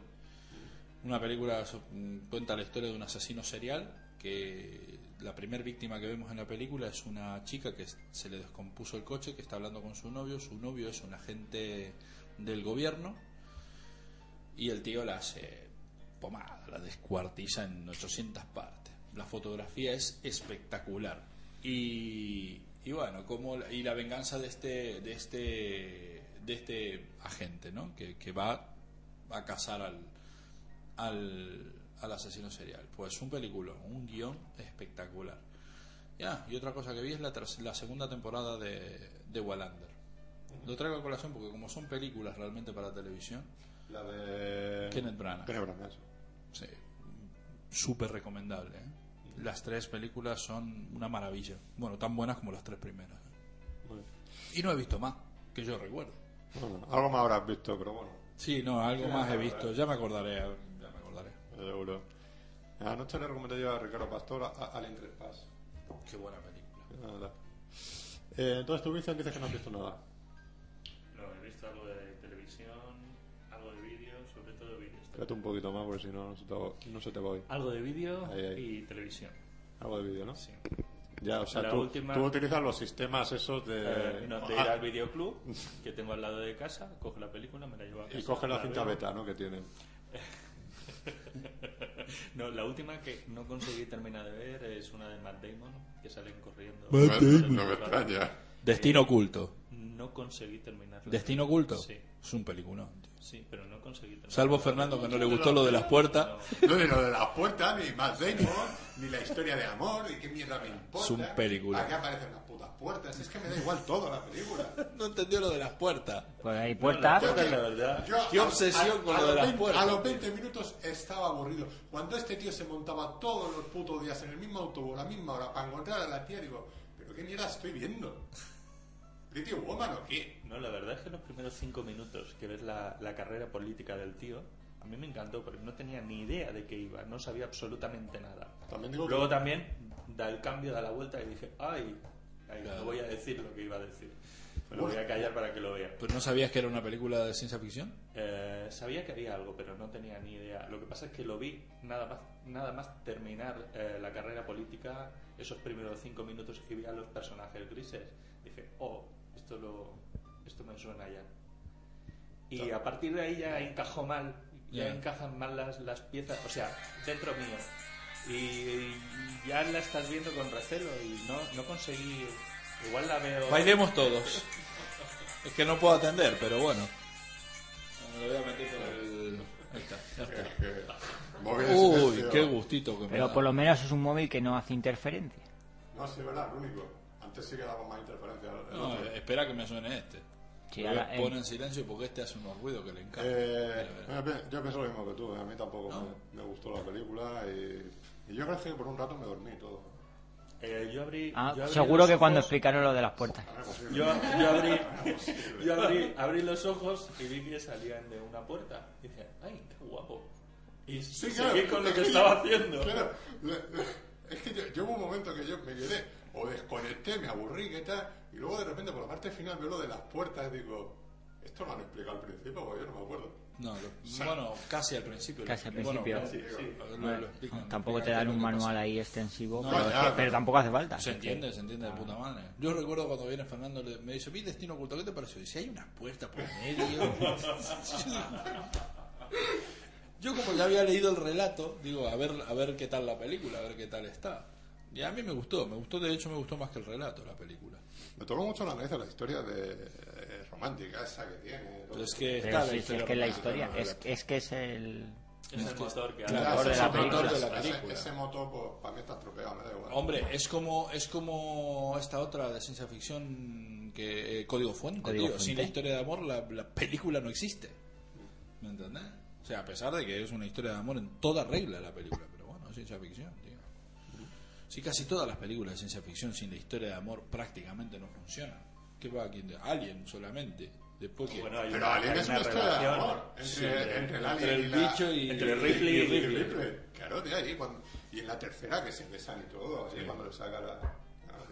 Speaker 2: Una película so- mm, cuenta la historia de un asesino serial que la primer víctima que vemos en la película es una chica que s- se le descompuso el coche, que está hablando con su novio, su novio es un agente del gobierno y el tío la hace pomada, la descuartiza en 800 partes. La fotografía es espectacular. Y, y bueno, como la, y la venganza de este de este de este agente, ¿no? Que, que va a cazar al, al al asesino serial. Pues un película, un guión espectacular. Ya, y otra cosa que vi es la, tras- la segunda temporada de, de Wallander. Lo traigo a colación porque como son películas realmente para televisión,
Speaker 1: La de...
Speaker 2: Kenneth Branagh.
Speaker 1: Kenneth Branagh, eso.
Speaker 2: Sí, súper recomendable. ¿eh?
Speaker 1: Mm.
Speaker 2: Las tres películas son una maravilla. Bueno, tan buenas como las tres primeras.
Speaker 1: Muy bien.
Speaker 2: Y no he visto más, que yo recuerdo.
Speaker 1: Bueno, algo más habrás visto, pero bueno,
Speaker 2: Sí, no, algo
Speaker 1: Sí,
Speaker 2: más
Speaker 1: ya
Speaker 2: he
Speaker 1: me
Speaker 2: visto.
Speaker 1: acordaré.
Speaker 2: Ya me acordaré. Ya me acordaré.
Speaker 1: eh, seguro. Eh, Anoche le recomendé yo a Ricardo Pastor a, a- al Entrepaz.
Speaker 2: Qué buena película.
Speaker 1: Nada. Eh, entonces tú, Vicente, dices que no has visto nada.
Speaker 4: No, he visto algo de televisión, algo de vídeo, sobre todo vídeos.
Speaker 1: Espérate un poquito más porque si no, no se te va- no se te va a oír.
Speaker 4: Algo de vídeo
Speaker 1: Ahí, ahí.
Speaker 4: y televisión.
Speaker 1: Algo de vídeo, ¿no?
Speaker 4: Sí.
Speaker 1: Ya, o sea,
Speaker 4: La
Speaker 1: tú,
Speaker 4: última-
Speaker 1: tú utilizas los sistemas esos de...
Speaker 4: Eh, no, de ir
Speaker 1: Ah,
Speaker 4: al videoclub que tengo al lado de casa, coge la película, me la llevo a casa.
Speaker 1: y coges la cinta
Speaker 4: veo.
Speaker 1: beta, ¿no? Que tienen.
Speaker 4: No, la última que no conseguí terminar de ver es una de Matt Damon, que salen corriendo.
Speaker 2: Matt Damon.
Speaker 1: No me extraña. Eh,
Speaker 2: Destino oculto.
Speaker 4: No conseguí terminar.
Speaker 2: Destino oculto.
Speaker 4: Sí,
Speaker 2: Es un peliculón. tío.
Speaker 4: sí, pero no conseguí terminar.
Speaker 2: Salvo Fernando que no le gustó lo de las puertas.
Speaker 1: No, ni lo de las puertas, ni más Damon, ni la historia de amor, y qué mierda me importa.
Speaker 2: Es un película.
Speaker 1: Aquí aparecen las putas puertas, es que me da igual todo la película.
Speaker 2: No entendió lo de las puertas.
Speaker 3: Por ahí puertas.
Speaker 1: Yo que-
Speaker 4: la verdad.
Speaker 1: yo
Speaker 2: Qué
Speaker 1: a-
Speaker 2: obsesión con lo
Speaker 1: los
Speaker 2: de las
Speaker 1: 20
Speaker 2: puertas,
Speaker 1: A los 20 minutos estaba aburrido. Cuando este tío se montaba todos los putos días en el mismo autobús, a la misma hora, para encontrar a la tía, digo, ¿pero qué mierda estoy viendo? Digo, ¿Pretty Woman o qué?
Speaker 4: No, la verdad es que los primeros cinco minutos que ves la, la carrera política del tío, a mí me encantó porque no tenía ni idea de qué iba, no sabía absolutamente nada.
Speaker 1: También digo que-
Speaker 4: Luego también da el cambio, da la vuelta y dije, ay, ay,
Speaker 2: Claro.
Speaker 4: no voy a decir lo que iba a decir. Me lo voy a callar para que lo vea.
Speaker 2: ¿Pero no sabías que era una película de ciencia ficción?
Speaker 4: Eh, sabía que había algo, pero no tenía ni idea. Lo que pasa es que lo vi nada más, nada más terminar eh, la carrera política, esos primeros cinco minutos y vi a los personajes grises. Dije, oh, esto, lo, esto me suena ya. Y a partir de ahí ya encajó mal, ya
Speaker 2: Ya.
Speaker 4: encajan mal las, las piezas, o sea, dentro mío. Y ya la estás viendo con recelo y no, no conseguí... Igual la veo...
Speaker 2: Bailemos todos. Es que no puedo atender, pero bueno. Me lo voy a meter por el. Ahí está, ya está.
Speaker 1: Móvil de
Speaker 2: Uy,
Speaker 1: silencio.
Speaker 2: qué gustito que me
Speaker 3: Pero
Speaker 2: da.
Speaker 3: por lo menos es un móvil que no hace interferencia.
Speaker 1: No, sí, es verdad, el único. Antes sí que daba más interferencia. el
Speaker 2: No,
Speaker 1: otro.
Speaker 2: espera que me suene este.
Speaker 3: Sí,
Speaker 2: Lo voy
Speaker 3: ahora,
Speaker 2: a
Speaker 3: eh,
Speaker 2: poner en silencio porque este hace unos ruidos que le encanta.
Speaker 1: Eh,
Speaker 2: Mira,
Speaker 1: yo pi- yo pienso lo mismo que tú, a mí tampoco
Speaker 2: No.
Speaker 1: me, me gustó la película y, y yo creo que por un rato me dormí y todo.
Speaker 4: Eh, yo abrí...
Speaker 3: ah,
Speaker 4: yo abrí
Speaker 3: seguro
Speaker 4: los
Speaker 3: que cuando
Speaker 4: ojos-
Speaker 3: explicaron lo de las puertas.
Speaker 1: Era imposible.
Speaker 4: Yo, yo abrí,
Speaker 1: Imposible.
Speaker 4: yo abrí, abrí los ojos y vi que salían de una puerta. Dije, ay, qué guapo. Y
Speaker 1: Sí, claro.
Speaker 4: seguí con lo
Speaker 1: Es
Speaker 4: que
Speaker 1: yo-
Speaker 4: estaba haciendo.
Speaker 1: Claro, le- le- es que yo, yo hubo un momento que yo me quedé o desconecté, me aburrí, que tal, y luego de repente por la parte final veo lo de las puertas y digo, esto lo han explicado al principio, porque yo no me acuerdo.
Speaker 2: No, lo- bueno, casi al principio.
Speaker 3: Casi al
Speaker 2: Bueno,
Speaker 3: principio.
Speaker 2: casi,
Speaker 4: Sí.
Speaker 2: lo- lo
Speaker 3: Bueno,
Speaker 2: explican,
Speaker 3: tampoco te
Speaker 2: explican
Speaker 3: dan
Speaker 2: qué es
Speaker 3: un
Speaker 2: lo que
Speaker 3: manual
Speaker 2: pasa.
Speaker 3: ahí extensivo,
Speaker 2: No,
Speaker 3: pero,
Speaker 1: ya,
Speaker 3: es que-
Speaker 1: pero-
Speaker 3: pero tampoco hace
Speaker 2: Se
Speaker 3: falta. es que-
Speaker 2: entiende, se entiende de puta madre. Yo recuerdo cuando viene Fernando, le- me dice, vi Destino Oculto, ¿qué te pareció? Dice, hay una puerta por medio. Yo como ya había leído el relato, digo, a ver, a ver qué tal la película, a ver qué tal está. Y a mí me gustó, me gustó, de hecho me gustó más que el relato la película.
Speaker 1: Me tocó mucho la nariz de la historia de, eh, romántica esa que tiene.
Speaker 2: Pero es que
Speaker 3: pero
Speaker 2: está
Speaker 3: sí,
Speaker 2: la
Speaker 3: sí,
Speaker 2: historia.
Speaker 3: es que es
Speaker 2: romántica,
Speaker 3: la historia,
Speaker 2: no el
Speaker 3: es,
Speaker 2: relato.
Speaker 3: es que es el...
Speaker 4: Es el motor que
Speaker 2: Claro.
Speaker 4: hace.
Speaker 2: motor de la
Speaker 1: ese motor
Speaker 2: película.
Speaker 1: de la- ese-
Speaker 2: película.
Speaker 1: Ese motor, pues, para mí está estropeado, me da igual.
Speaker 2: Hombre, es como, es como esta otra de ciencia ficción que eh, Código Fuente,
Speaker 3: Código
Speaker 2: tío. Sin
Speaker 3: Fuente.
Speaker 2: la historia de amor la, la película no existe. ¿Me entendés? O sea, a pesar de que es una historia de amor en toda regla la película, pero bueno, es ciencia ficción, tío. Sí, casi todas las películas de ciencia ficción sin la historia de amor prácticamente no funcionan. ¿Qué va aquí? Alien solamente. Después que
Speaker 4: Bueno, hay
Speaker 1: Pero
Speaker 4: una-
Speaker 1: Alien
Speaker 4: hay
Speaker 1: es
Speaker 4: una
Speaker 1: una historia de
Speaker 4: relación.
Speaker 1: amor entre,
Speaker 2: Sí,
Speaker 1: entre el alien
Speaker 2: entre el
Speaker 1: y la-
Speaker 2: bicho y-
Speaker 4: entre Ripley y
Speaker 1: y
Speaker 4: Ripley.
Speaker 1: Claro, de ahí. cuando- y en la tercera que se besan y todo, así cuando le saca la.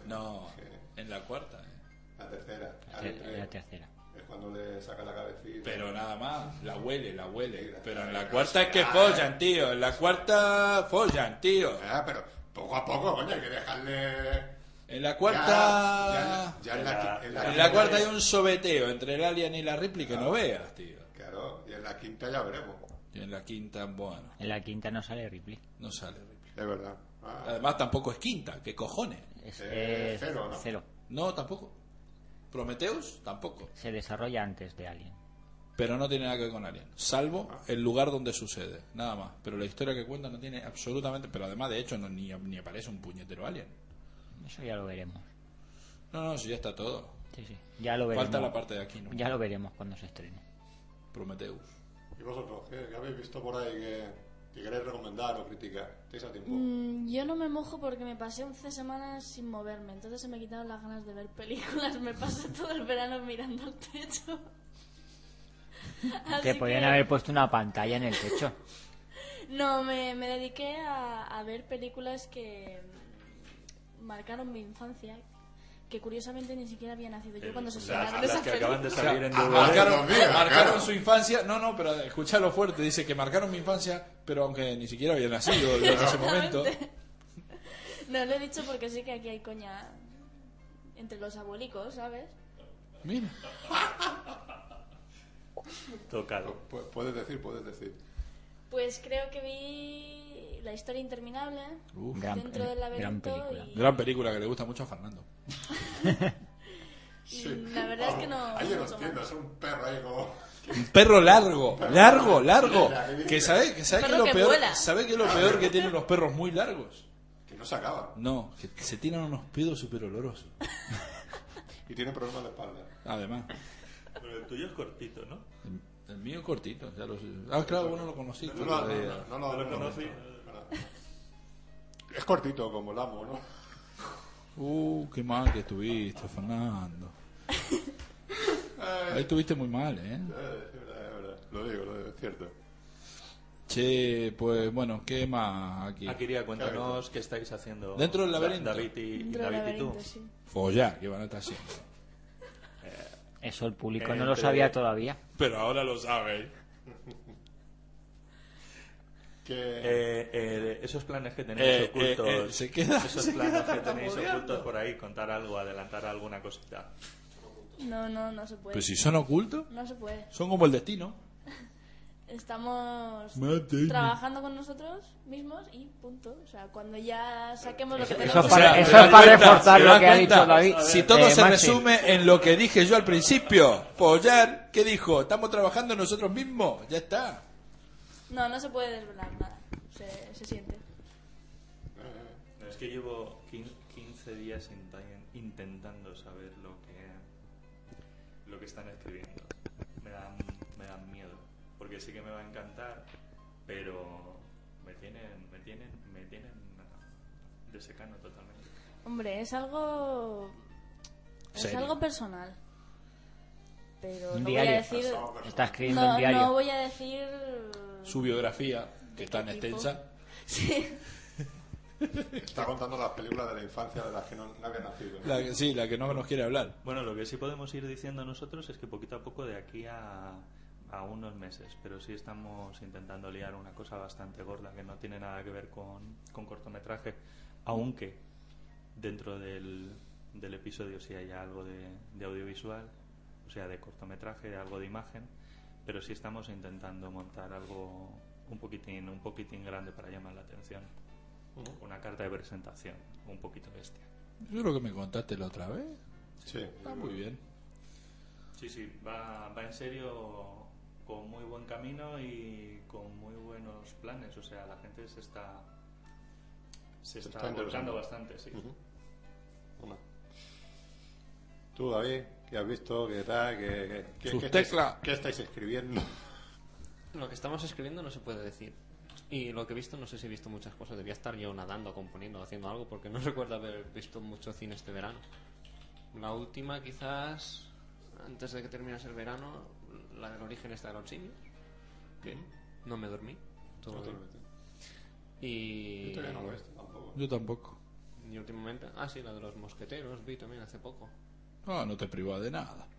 Speaker 2: No,
Speaker 1: Sí,
Speaker 2: en la cuarta. eh.
Speaker 1: La tercera.
Speaker 3: la
Speaker 1: Alien
Speaker 3: ter-
Speaker 1: tres,
Speaker 3: la tercera.
Speaker 1: Es cuando le saca la cabecita.
Speaker 2: Pero nada más, la huele, la
Speaker 1: Sí,
Speaker 2: huele.
Speaker 1: la-
Speaker 2: Pero en
Speaker 1: la-
Speaker 2: la cuarta es que follan, tío. En la cuarta follan, tío.
Speaker 1: Ah, pero poco a poco, coño, hay que dejarle.
Speaker 2: En la
Speaker 1: Ya,
Speaker 2: cuarta.
Speaker 1: ya, ya en la, en la
Speaker 2: en la
Speaker 1: quinta-
Speaker 2: cuarta hay un sobeteo entre el alien y la Ripley que
Speaker 1: Ah.
Speaker 2: no veas, tío.
Speaker 1: Claro, y en la quinta ya veremos.
Speaker 2: Y en la quinta, bueno,
Speaker 3: En la quinta no sale Ripley.
Speaker 2: no sale Ripley.
Speaker 1: Es verdad. Ah,
Speaker 2: Además, tampoco es quinta, ¿qué cojones?
Speaker 3: Es,
Speaker 1: Eh,
Speaker 3: es
Speaker 1: cero, ¿no?
Speaker 2: No, tampoco. Prometeus, tampoco.
Speaker 3: Se desarrolla antes de Alien.
Speaker 2: Pero no tiene nada que ver con Alien. Salvo el lugar donde sucede, nada más. Pero la historia que cuenta no tiene absolutamente. Pero además, de hecho, no, ni, ni aparece un puñetero Alien.
Speaker 3: Eso ya lo veremos.
Speaker 2: No, no, si ya está todo.
Speaker 3: Sí, sí. Ya lo veremos.
Speaker 2: Falta la parte de aquí, ¿no?
Speaker 3: Ya lo veremos cuando se estrene.
Speaker 2: Prometeus.
Speaker 1: ¿Y vosotros qué, qué habéis visto por ahí que, que queréis recomendar o criticar? ¿Estáis a tiempo?
Speaker 5: Mm, yo no me mojo porque me pasé 11 semanas sin moverme, entonces se me quitaron las ganas de ver películas. Me pasé todo el verano mirando al techo. Así
Speaker 3: Te podían
Speaker 5: que-
Speaker 3: haber puesto una pantalla en el techo.
Speaker 5: No, me, me dediqué a, a ver películas que mm, marcaron mi infancia, que curiosamente ni siquiera había nacido yo cuando se
Speaker 4: Las,
Speaker 5: estrenaron
Speaker 4: las
Speaker 5: esas
Speaker 4: que acaban de
Speaker 5: películas.
Speaker 4: salir en DVD.
Speaker 2: ah, marcaron,
Speaker 1: Dios mío,
Speaker 2: marcaron
Speaker 1: ah, claro.
Speaker 2: su infancia. No, no, pero escúchalo fuerte. Dice que marcaron mi infancia, pero aunque ni siquiera había nacido yo en ese momento.
Speaker 5: No, lo he dicho porque sí que aquí hay coña entre los abuelicos, ¿sabes?
Speaker 2: Mira,
Speaker 4: Tocado.
Speaker 1: Pu- puedes decir, puedes decir.
Speaker 5: Pues creo que vi La historia interminable
Speaker 2: Uf.
Speaker 3: Gran-
Speaker 5: dentro del
Speaker 3: gran
Speaker 5: laberinto
Speaker 3: película.
Speaker 5: y,
Speaker 2: gran película que le gusta mucho a Fernando.
Speaker 5: y la verdad es que no
Speaker 1: Ah, Ahí yo lo
Speaker 5: mucho
Speaker 1: entiendo,
Speaker 5: más.
Speaker 1: es un perro ahí como.
Speaker 2: Un perro largo, largo, largo.
Speaker 1: Mira,
Speaker 2: Que sabe, que sabe
Speaker 5: Un
Speaker 2: que
Speaker 5: perro
Speaker 2: lo
Speaker 5: que
Speaker 2: peor,
Speaker 5: vuela.
Speaker 2: sabe que lo peor que tienen los perros muy largos.
Speaker 1: que no se acaba.
Speaker 2: No, que se tiran unos pedos súper olorosos.
Speaker 1: Y tiene problemas de espalda.
Speaker 2: Además,
Speaker 4: Pero el tuyo es cortito, ¿no?
Speaker 2: el mío cortito, ya lo sé. Ah, claro, vos no lo conociste.
Speaker 1: No, no, no, no, no,
Speaker 4: No
Speaker 1: no,
Speaker 4: lo
Speaker 1: no,
Speaker 4: conocí.
Speaker 1: no. Es cortito como el amo, ¿no?
Speaker 2: Uh, qué mal que estuviste, Fernando. Ahí estuviste muy mal,
Speaker 1: Eh,
Speaker 2: ¿eh?
Speaker 1: es verdad, es verdad. Lo digo, lo digo, es cierto.
Speaker 2: Che, pues bueno, ¿qué más aquí?
Speaker 4: Akiria, cuéntanos qué estáis haciendo.
Speaker 2: Dentro del
Speaker 4: Da-
Speaker 2: laberinto.
Speaker 4: David y, y
Speaker 5: Dentro del
Speaker 4: David y tú.
Speaker 5: laberinto, sí.
Speaker 2: Follar, que van a estar haciendo.
Speaker 3: Eso el público
Speaker 4: Eh,
Speaker 3: no lo
Speaker 4: pero-
Speaker 3: sabía todavía.
Speaker 2: Pero ahora lo sabéis.
Speaker 1: Que
Speaker 4: Eh, eh, esos planes que tenéis
Speaker 2: Eh,
Speaker 4: ocultos.
Speaker 2: eh, eh, se queda-
Speaker 4: esos
Speaker 2: se
Speaker 4: planes
Speaker 2: queda
Speaker 4: que tenéis
Speaker 2: tartamudeando.
Speaker 4: ocultos por ahí, contar algo, adelantar alguna cosita.
Speaker 5: No, no, no se
Speaker 2: Pero
Speaker 5: puede.
Speaker 2: Pues si son ocultos,
Speaker 5: No se puede.
Speaker 2: son como el destino.
Speaker 5: Estamos
Speaker 2: Mate.
Speaker 5: trabajando con nosotros mismos y punto. O sea, cuando ya saquemos lo que
Speaker 3: Eso
Speaker 5: tenemos...
Speaker 3: es
Speaker 2: O sea,
Speaker 3: para, eso
Speaker 2: ¿te
Speaker 3: es
Speaker 2: das
Speaker 3: para
Speaker 2: cuenta?
Speaker 3: reforzar
Speaker 2: ¿Te
Speaker 3: lo
Speaker 2: das
Speaker 3: que ha
Speaker 2: cuenta?
Speaker 3: dicho David.
Speaker 2: Si todo
Speaker 3: eh,
Speaker 2: se
Speaker 3: Maxi.
Speaker 2: resume en lo que dije yo al principio, follar, ¿qué dijo? Estamos trabajando nosotros mismos, ya está.
Speaker 5: No, no se puede desvelar nada. Se, se siente.
Speaker 4: No, es que llevo quin- 15 días inta- intentando saber lo que, lo que están escribiendo. Me dan, me dan miedo, porque sí que me va a encantar, pero me tienen, me tienen, me tienen de secano totalmente.
Speaker 5: Hombre, es algo... Es
Speaker 2: Serio.
Speaker 5: algo personal. Pero
Speaker 3: Un
Speaker 5: no
Speaker 3: diario.
Speaker 5: voy a decir...
Speaker 3: Está escribiendo
Speaker 5: No,
Speaker 3: en diario.
Speaker 5: no voy a decir...
Speaker 2: Su biografía, que es tan
Speaker 5: ¿De qué tipo?
Speaker 2: extensa.
Speaker 5: Sí.
Speaker 1: está contando las películas de la infancia de las que no, no había nacido.
Speaker 2: La que, sí, la que no nos quiere hablar.
Speaker 4: Bueno, lo que sí podemos ir diciendo nosotros es que poquito a poco de aquí a, a unos meses, pero sí estamos intentando liar una cosa bastante gorda que no tiene nada que ver con, con cortometraje, aunque dentro del, del episodio sí hay algo de, de audiovisual, o sea, de cortometraje, algo de imagen, pero sí estamos intentando montar algo un poquitín, un poquitín grande para llamar la atención. Una carta de presentación, un poquito bestia.
Speaker 2: Yo creo que me contaste la otra vez.
Speaker 1: Sí.
Speaker 2: Está muy bien.
Speaker 4: Sí, sí, va, va en serio con muy buen camino y con muy buenos planes. O sea, la gente se está, se
Speaker 1: Se
Speaker 4: está,
Speaker 1: está interesando.
Speaker 4: volcando bastante, sí.
Speaker 1: Ujú. Toma. Tú, David, ¿qué has visto? ¿Qué tal? ¿Qué, qué,
Speaker 2: Sus
Speaker 1: qué
Speaker 2: teclas.
Speaker 1: Estáis, ¿Qué estáis escribiendo?
Speaker 6: Lo que estamos escribiendo no se puede decir. Y lo que he visto, no sé si he visto muchas cosas. Debía estar yo nadando, componiendo, haciendo algo, porque no recuerdo haber visto mucho cine este verano. La última, quizás, antes de que terminase el verano, la del origen está de los simios. Que no me dormí. todo
Speaker 1: No te lo
Speaker 6: bien.
Speaker 1: metes.
Speaker 6: Y.
Speaker 1: Yo todavía no lo he visto tampoco.
Speaker 2: Yo tampoco.
Speaker 6: Y últimamente, ah, sí, la de los mosqueteros, vi también hace poco.
Speaker 2: Ah, No, no te privas de nada.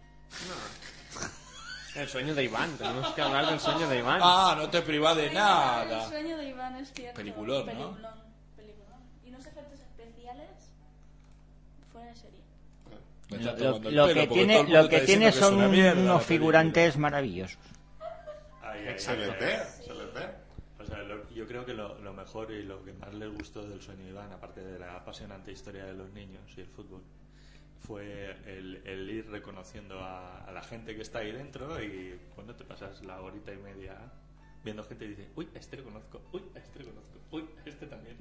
Speaker 6: El sueño de Iván, tenemos que hablar del sueño de Iván.
Speaker 2: Ah, no te privas de
Speaker 5: El
Speaker 2: nada.
Speaker 5: sueño de Iván es cierto.
Speaker 2: Peliculón, ¿no?
Speaker 5: Peliculón, peliculón. Y unos efectos especiales fuera de serie.
Speaker 2: Me
Speaker 3: Lo,
Speaker 2: está
Speaker 3: lo-
Speaker 2: tomando el
Speaker 3: lo
Speaker 2: pelo porque
Speaker 3: que
Speaker 2: todo
Speaker 3: tiene,
Speaker 2: el mundo
Speaker 3: lo que
Speaker 2: está
Speaker 3: tiene
Speaker 2: diciendo es
Speaker 3: son
Speaker 2: una mierda la
Speaker 3: unos
Speaker 2: película.
Speaker 3: figurantes maravillosos.
Speaker 4: Ahí, ahí,
Speaker 1: Se
Speaker 4: ahí,
Speaker 1: les
Speaker 4: ahí.
Speaker 1: ve, se les ve.
Speaker 4: O sea, lo- yo creo que lo, lo mejor y lo que más les gustó del sueño de Iván, aparte de la apasionante historia de los niños y el fútbol, fue el, el ir reconociendo a, a la gente que está ahí dentro y cuando te pasas la horita y media viendo gente y dices, uy, a este lo conozco, uy, a este lo conozco, uy, a este también.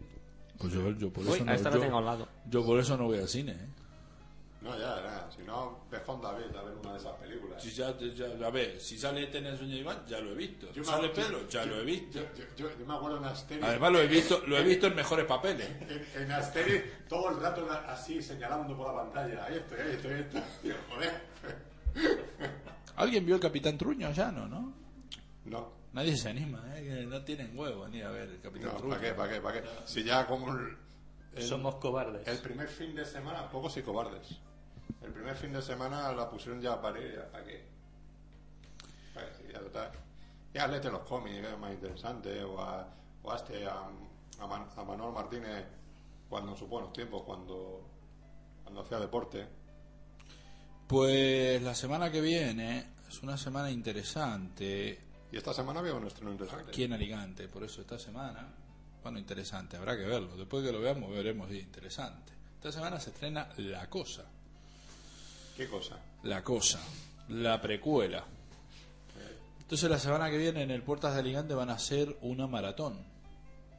Speaker 2: Pues yo, yo por eso
Speaker 6: Uy,
Speaker 2: no,
Speaker 6: a esta la
Speaker 2: yo-
Speaker 6: tengo al lado.
Speaker 2: yo por eso no voy al cine, ¿eh?
Speaker 1: No, ya, nada. Si no, ve con David a ver una de esas películas.
Speaker 2: Si ya, ya, a ver, si sale este en el sueño de Iván, ya lo he visto.
Speaker 1: Yo me
Speaker 2: sale
Speaker 1: acuerdo-
Speaker 2: pelo, ya
Speaker 1: yo-
Speaker 2: lo he visto.
Speaker 1: Yo, yo- yo- yo me acuerdo en Asterix.
Speaker 2: Además lo he visto, lo he visto en mejores papeles.
Speaker 1: En, en Asterix, todo el rato na- así señalando por la pantalla. Ahí estoy, ahí estoy, ahí estoy. Tío, joder.
Speaker 2: ¿Alguien vio el Capitán Truño ya no, no?
Speaker 1: No.
Speaker 2: Nadie se anima, ¿eh? Que no tienen huevo ni a ver el Capitán
Speaker 1: No,
Speaker 2: Truño.
Speaker 1: ¿para qué? ¿Para qué? ¿Para qué? Si ya como el, el-
Speaker 4: Somos cobardes.
Speaker 1: el primer fin de semana, pocos y cobardes. El primer fin de semana la pusieron ya a parir, ya, ¿para qué? ¿Para qué? Sí, ya total. Ya léete los cómics, que es más interesante, o a, o a este, a, a Man- a Manuel Martínez, cuando en sus buenos tiempos, cuando, cuando hacía deporte.
Speaker 2: Pues la semana que viene es una semana interesante
Speaker 1: Y esta semana había un estreno interesante.
Speaker 2: aquí en Alicante, por eso esta semana, bueno, interesante, habrá que verlo. Después que lo veamos, veremos si es interesante. Esta semana se estrena La Cosa.
Speaker 1: ¿Qué cosa?
Speaker 2: La Cosa, la precuela. Entonces la semana que viene en el Puertas de Alicante van a hacer una maratón.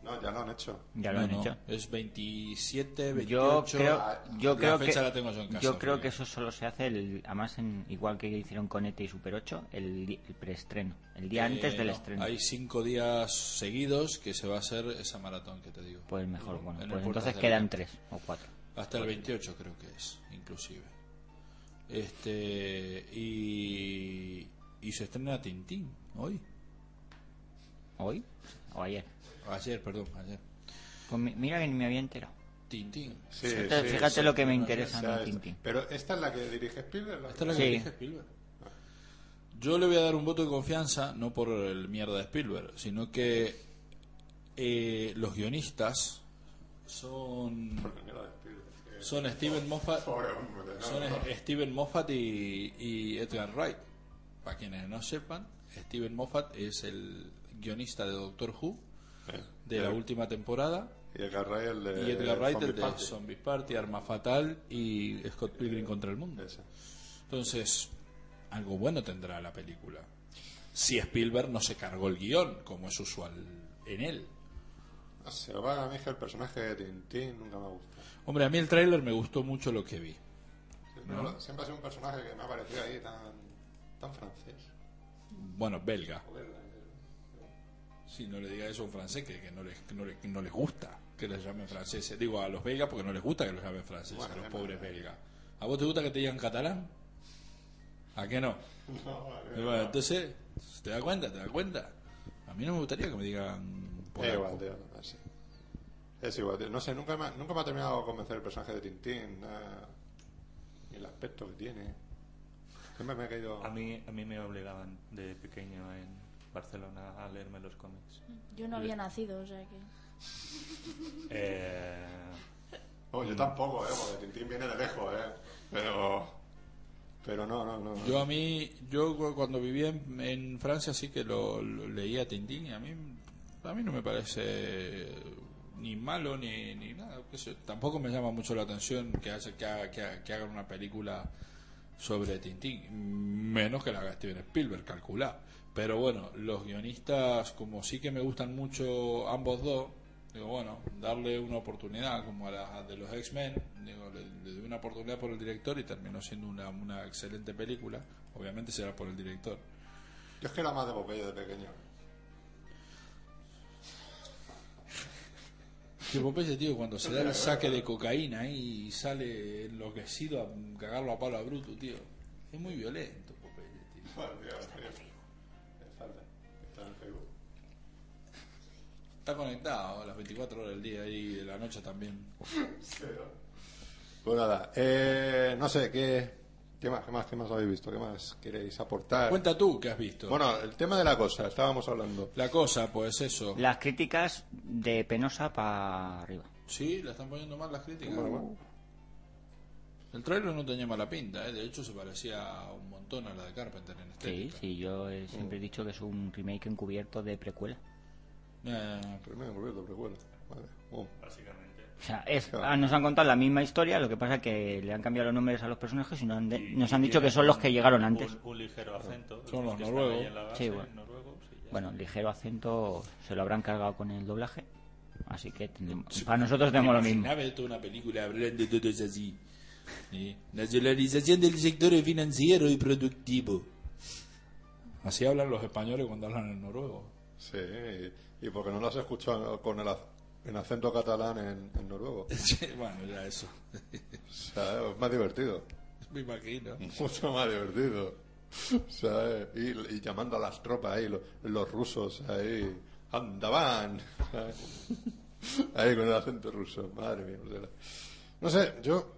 Speaker 1: No, ya lo han hecho.
Speaker 3: Ya lo
Speaker 2: No,
Speaker 3: han
Speaker 2: no,
Speaker 3: hecho.
Speaker 2: Es 27, 28.
Speaker 3: Yo creo, yo
Speaker 2: ah, la
Speaker 3: creo
Speaker 2: fecha
Speaker 3: que
Speaker 2: la tengo yo en casa,
Speaker 3: yo creo
Speaker 2: porque-
Speaker 3: que eso solo se hace el, además en, igual que hicieron con ET y Super 8 el, di- el preestreno, el día antes
Speaker 2: Eh,
Speaker 3: del
Speaker 2: no,
Speaker 3: estreno.
Speaker 2: Hay cinco días seguidos que se va a hacer esa maratón que te digo.
Speaker 3: Pues mejor, bueno,
Speaker 2: En el
Speaker 3: pues
Speaker 2: Puertas
Speaker 3: entonces
Speaker 2: de
Speaker 3: quedan
Speaker 2: Alicante.
Speaker 3: tres o cuatro.
Speaker 2: Hasta el 28 creo que es, inclusive. Este, y, y se estrena Tintín hoy.
Speaker 3: ¿Hoy? ¿O ayer?
Speaker 2: Ayer, perdón, ayer.
Speaker 3: Pues mi- mira que ni me había enterado.
Speaker 2: Tintín.
Speaker 1: Sí,
Speaker 3: Fíjate,
Speaker 1: sí,
Speaker 3: fíjate
Speaker 1: sí.
Speaker 3: lo que me
Speaker 2: sí,
Speaker 3: interesa
Speaker 1: O
Speaker 3: a
Speaker 1: sea,
Speaker 3: mí,
Speaker 1: esta-
Speaker 3: Tintín.
Speaker 1: pero esta es la que dirige Spielberg. la-
Speaker 2: Esta es la que
Speaker 3: Sí.
Speaker 2: dirige Spielberg. Yo le voy a dar un voto de confianza, no por el mierda de Spielberg, sino que eh, los guionistas son,
Speaker 1: Por la mierda de Spielberg. Eh,
Speaker 2: son Steven Moffat.
Speaker 1: Pobre hombre, no,
Speaker 2: Son
Speaker 1: no.
Speaker 2: es- Steven Moffat y, y Edgar Wright. Para quienes no sepan, Steven Moffat es el guionista de Doctor Who
Speaker 1: Eh,
Speaker 2: de la
Speaker 1: eh,
Speaker 2: última temporada
Speaker 1: Y Edgar Wright el de.
Speaker 2: y Edgar Wright el
Speaker 1: Zombie
Speaker 2: de
Speaker 1: Party.
Speaker 2: Zombie Party, Arma Fatal y Scott Pilgrim contra el mundo.
Speaker 1: Ese.
Speaker 2: Entonces, algo bueno tendrá la película. Si Spielberg no se cargó el guión, como es usual en él.
Speaker 1: No sé, lo va a mí es que el personaje de Tintín nunca me ha gustado.
Speaker 2: Hombre, a mí el tráiler me gustó mucho lo que vi.
Speaker 1: Sí, no, no, Siempre ha sido un personaje que me ha parecido ahí tan, tan francés.
Speaker 2: Bueno, belga.
Speaker 1: Joder, eh,
Speaker 2: Si no le diga eso a un francés que, que no, les, que no, les, que no les gusta que les llamen franceses. Digo a los belgas porque no les gusta que los llamen franceses,
Speaker 1: Bueno,
Speaker 2: a los
Speaker 1: no,
Speaker 2: pobres
Speaker 1: no.
Speaker 2: belgas. ¿A vos te gusta que te digan catalán? ¿A qué no?
Speaker 1: no, eh,
Speaker 2: Eh, bueno, entonces, ¿te das cuenta? ¿Te das cuenta? A mí no me gustaría que me digan
Speaker 1: Es
Speaker 2: polaco.
Speaker 1: igual, tío. no sé. Es igual, tío. No sé, nunca me, ha- nunca me ha terminado de convencer el personaje de Tintín. nada. Ni el aspecto que tiene. Siempre me ha caído.
Speaker 4: A mí, a mí me obligaban de pequeño en Barcelona a leerme los cómics.
Speaker 5: Yo no había nacido, o sea que.
Speaker 4: Eh,
Speaker 1: Oh, yo tampoco, eh, porque Tintín viene de lejos, eh. Pero. Pero no, no, no. no.
Speaker 2: Yo a mí, yo cu- cuando vivía en, en Francia sí que lo, lo leía Tintín y a mí, a mí no me parece ni malo ni, ni nada. qué sé yo. Tampoco me llama mucho la atención que, hace, que, haga- que, haga- que hagan una película sobre Tintín, menos que la haga Steven Spielberg, calculá. Pero bueno, los guionistas, como sí que me gustan mucho ambos dos, digo, bueno, darle una oportunidad, como a la de los X-Men, digo, le, le doy una oportunidad por el director y terminó siendo una, una excelente película. Obviamente será por el director.
Speaker 1: Yo es que era más de Popeye de pequeño.
Speaker 2: Que Popeye, tío, cuando se da el saque de cocaína ahí y sale enloquecido a cagarlo a palo a Bruto, tío. Es muy violento, Popeye, tío.
Speaker 1: Joder, tío, en serio. Me falta. Está en Facebook.
Speaker 2: Está conectado a las 24 horas del día y de la noche también.
Speaker 1: Pues nada, eh, no sé, ¿qué, qué más, qué más, qué más habéis visto? ¿Qué más queréis aportar?
Speaker 2: Cuenta tú qué has visto.
Speaker 1: Bueno, el tema de la cosa, estábamos hablando.
Speaker 2: La cosa, pues eso.
Speaker 3: Las críticas de Penosa para arriba.
Speaker 2: Sí, la están poniendo mal las críticas.
Speaker 1: Bueno, bueno.
Speaker 2: El trailer no tenía mala pinta, ¿eh? de hecho se parecía un montón a la de Carpenter en
Speaker 3: Sí,
Speaker 2: estética.
Speaker 3: sí, yo he siempre he dicho que es un remake encubierto de precuela.
Speaker 2: Eh,
Speaker 1: Pero me he ocurrido, pero bueno, vale. Uh,
Speaker 4: básicamente.
Speaker 3: O sea, es-
Speaker 1: Claro.
Speaker 3: ah, nos han contado la misma historia, lo que pasa que le han cambiado los nombres a los personajes y no han de-
Speaker 4: Y-
Speaker 3: Eh, nos han
Speaker 4: y
Speaker 3: dicho que
Speaker 4: tienen
Speaker 3: son los que
Speaker 4: un-
Speaker 3: llegaron antes.
Speaker 4: Un, un ligero acento.
Speaker 2: Son los
Speaker 4: que están
Speaker 2: noruegos.
Speaker 4: ahí en la base,
Speaker 3: Sí, bueno.
Speaker 4: noruegos, y ya.
Speaker 3: Bueno, ligero acento se lo habrán cargado con el doblaje, así que tendremos- para nosotros tenemos lo mismo.
Speaker 2: Imaginaba pues, esto una película hablando de todo así. Sí. Nacionalización del sector financiero y productivo. Así hablan los españoles cuando hablan en noruego.
Speaker 1: sí, y, y porque no lo has escuchado con el, ac- en acento catalán en, en noruego.
Speaker 2: Sí, bueno, ya eso.
Speaker 1: O sea, es más divertido.
Speaker 2: Me imagino.
Speaker 1: Mucho más divertido. ¿Sabes? Y, y llamando a las tropas ahí, lo- los rusos ahí, andaban. ¿sabes? Ahí con el acento ruso, madre mía. o sea, No sé, yo.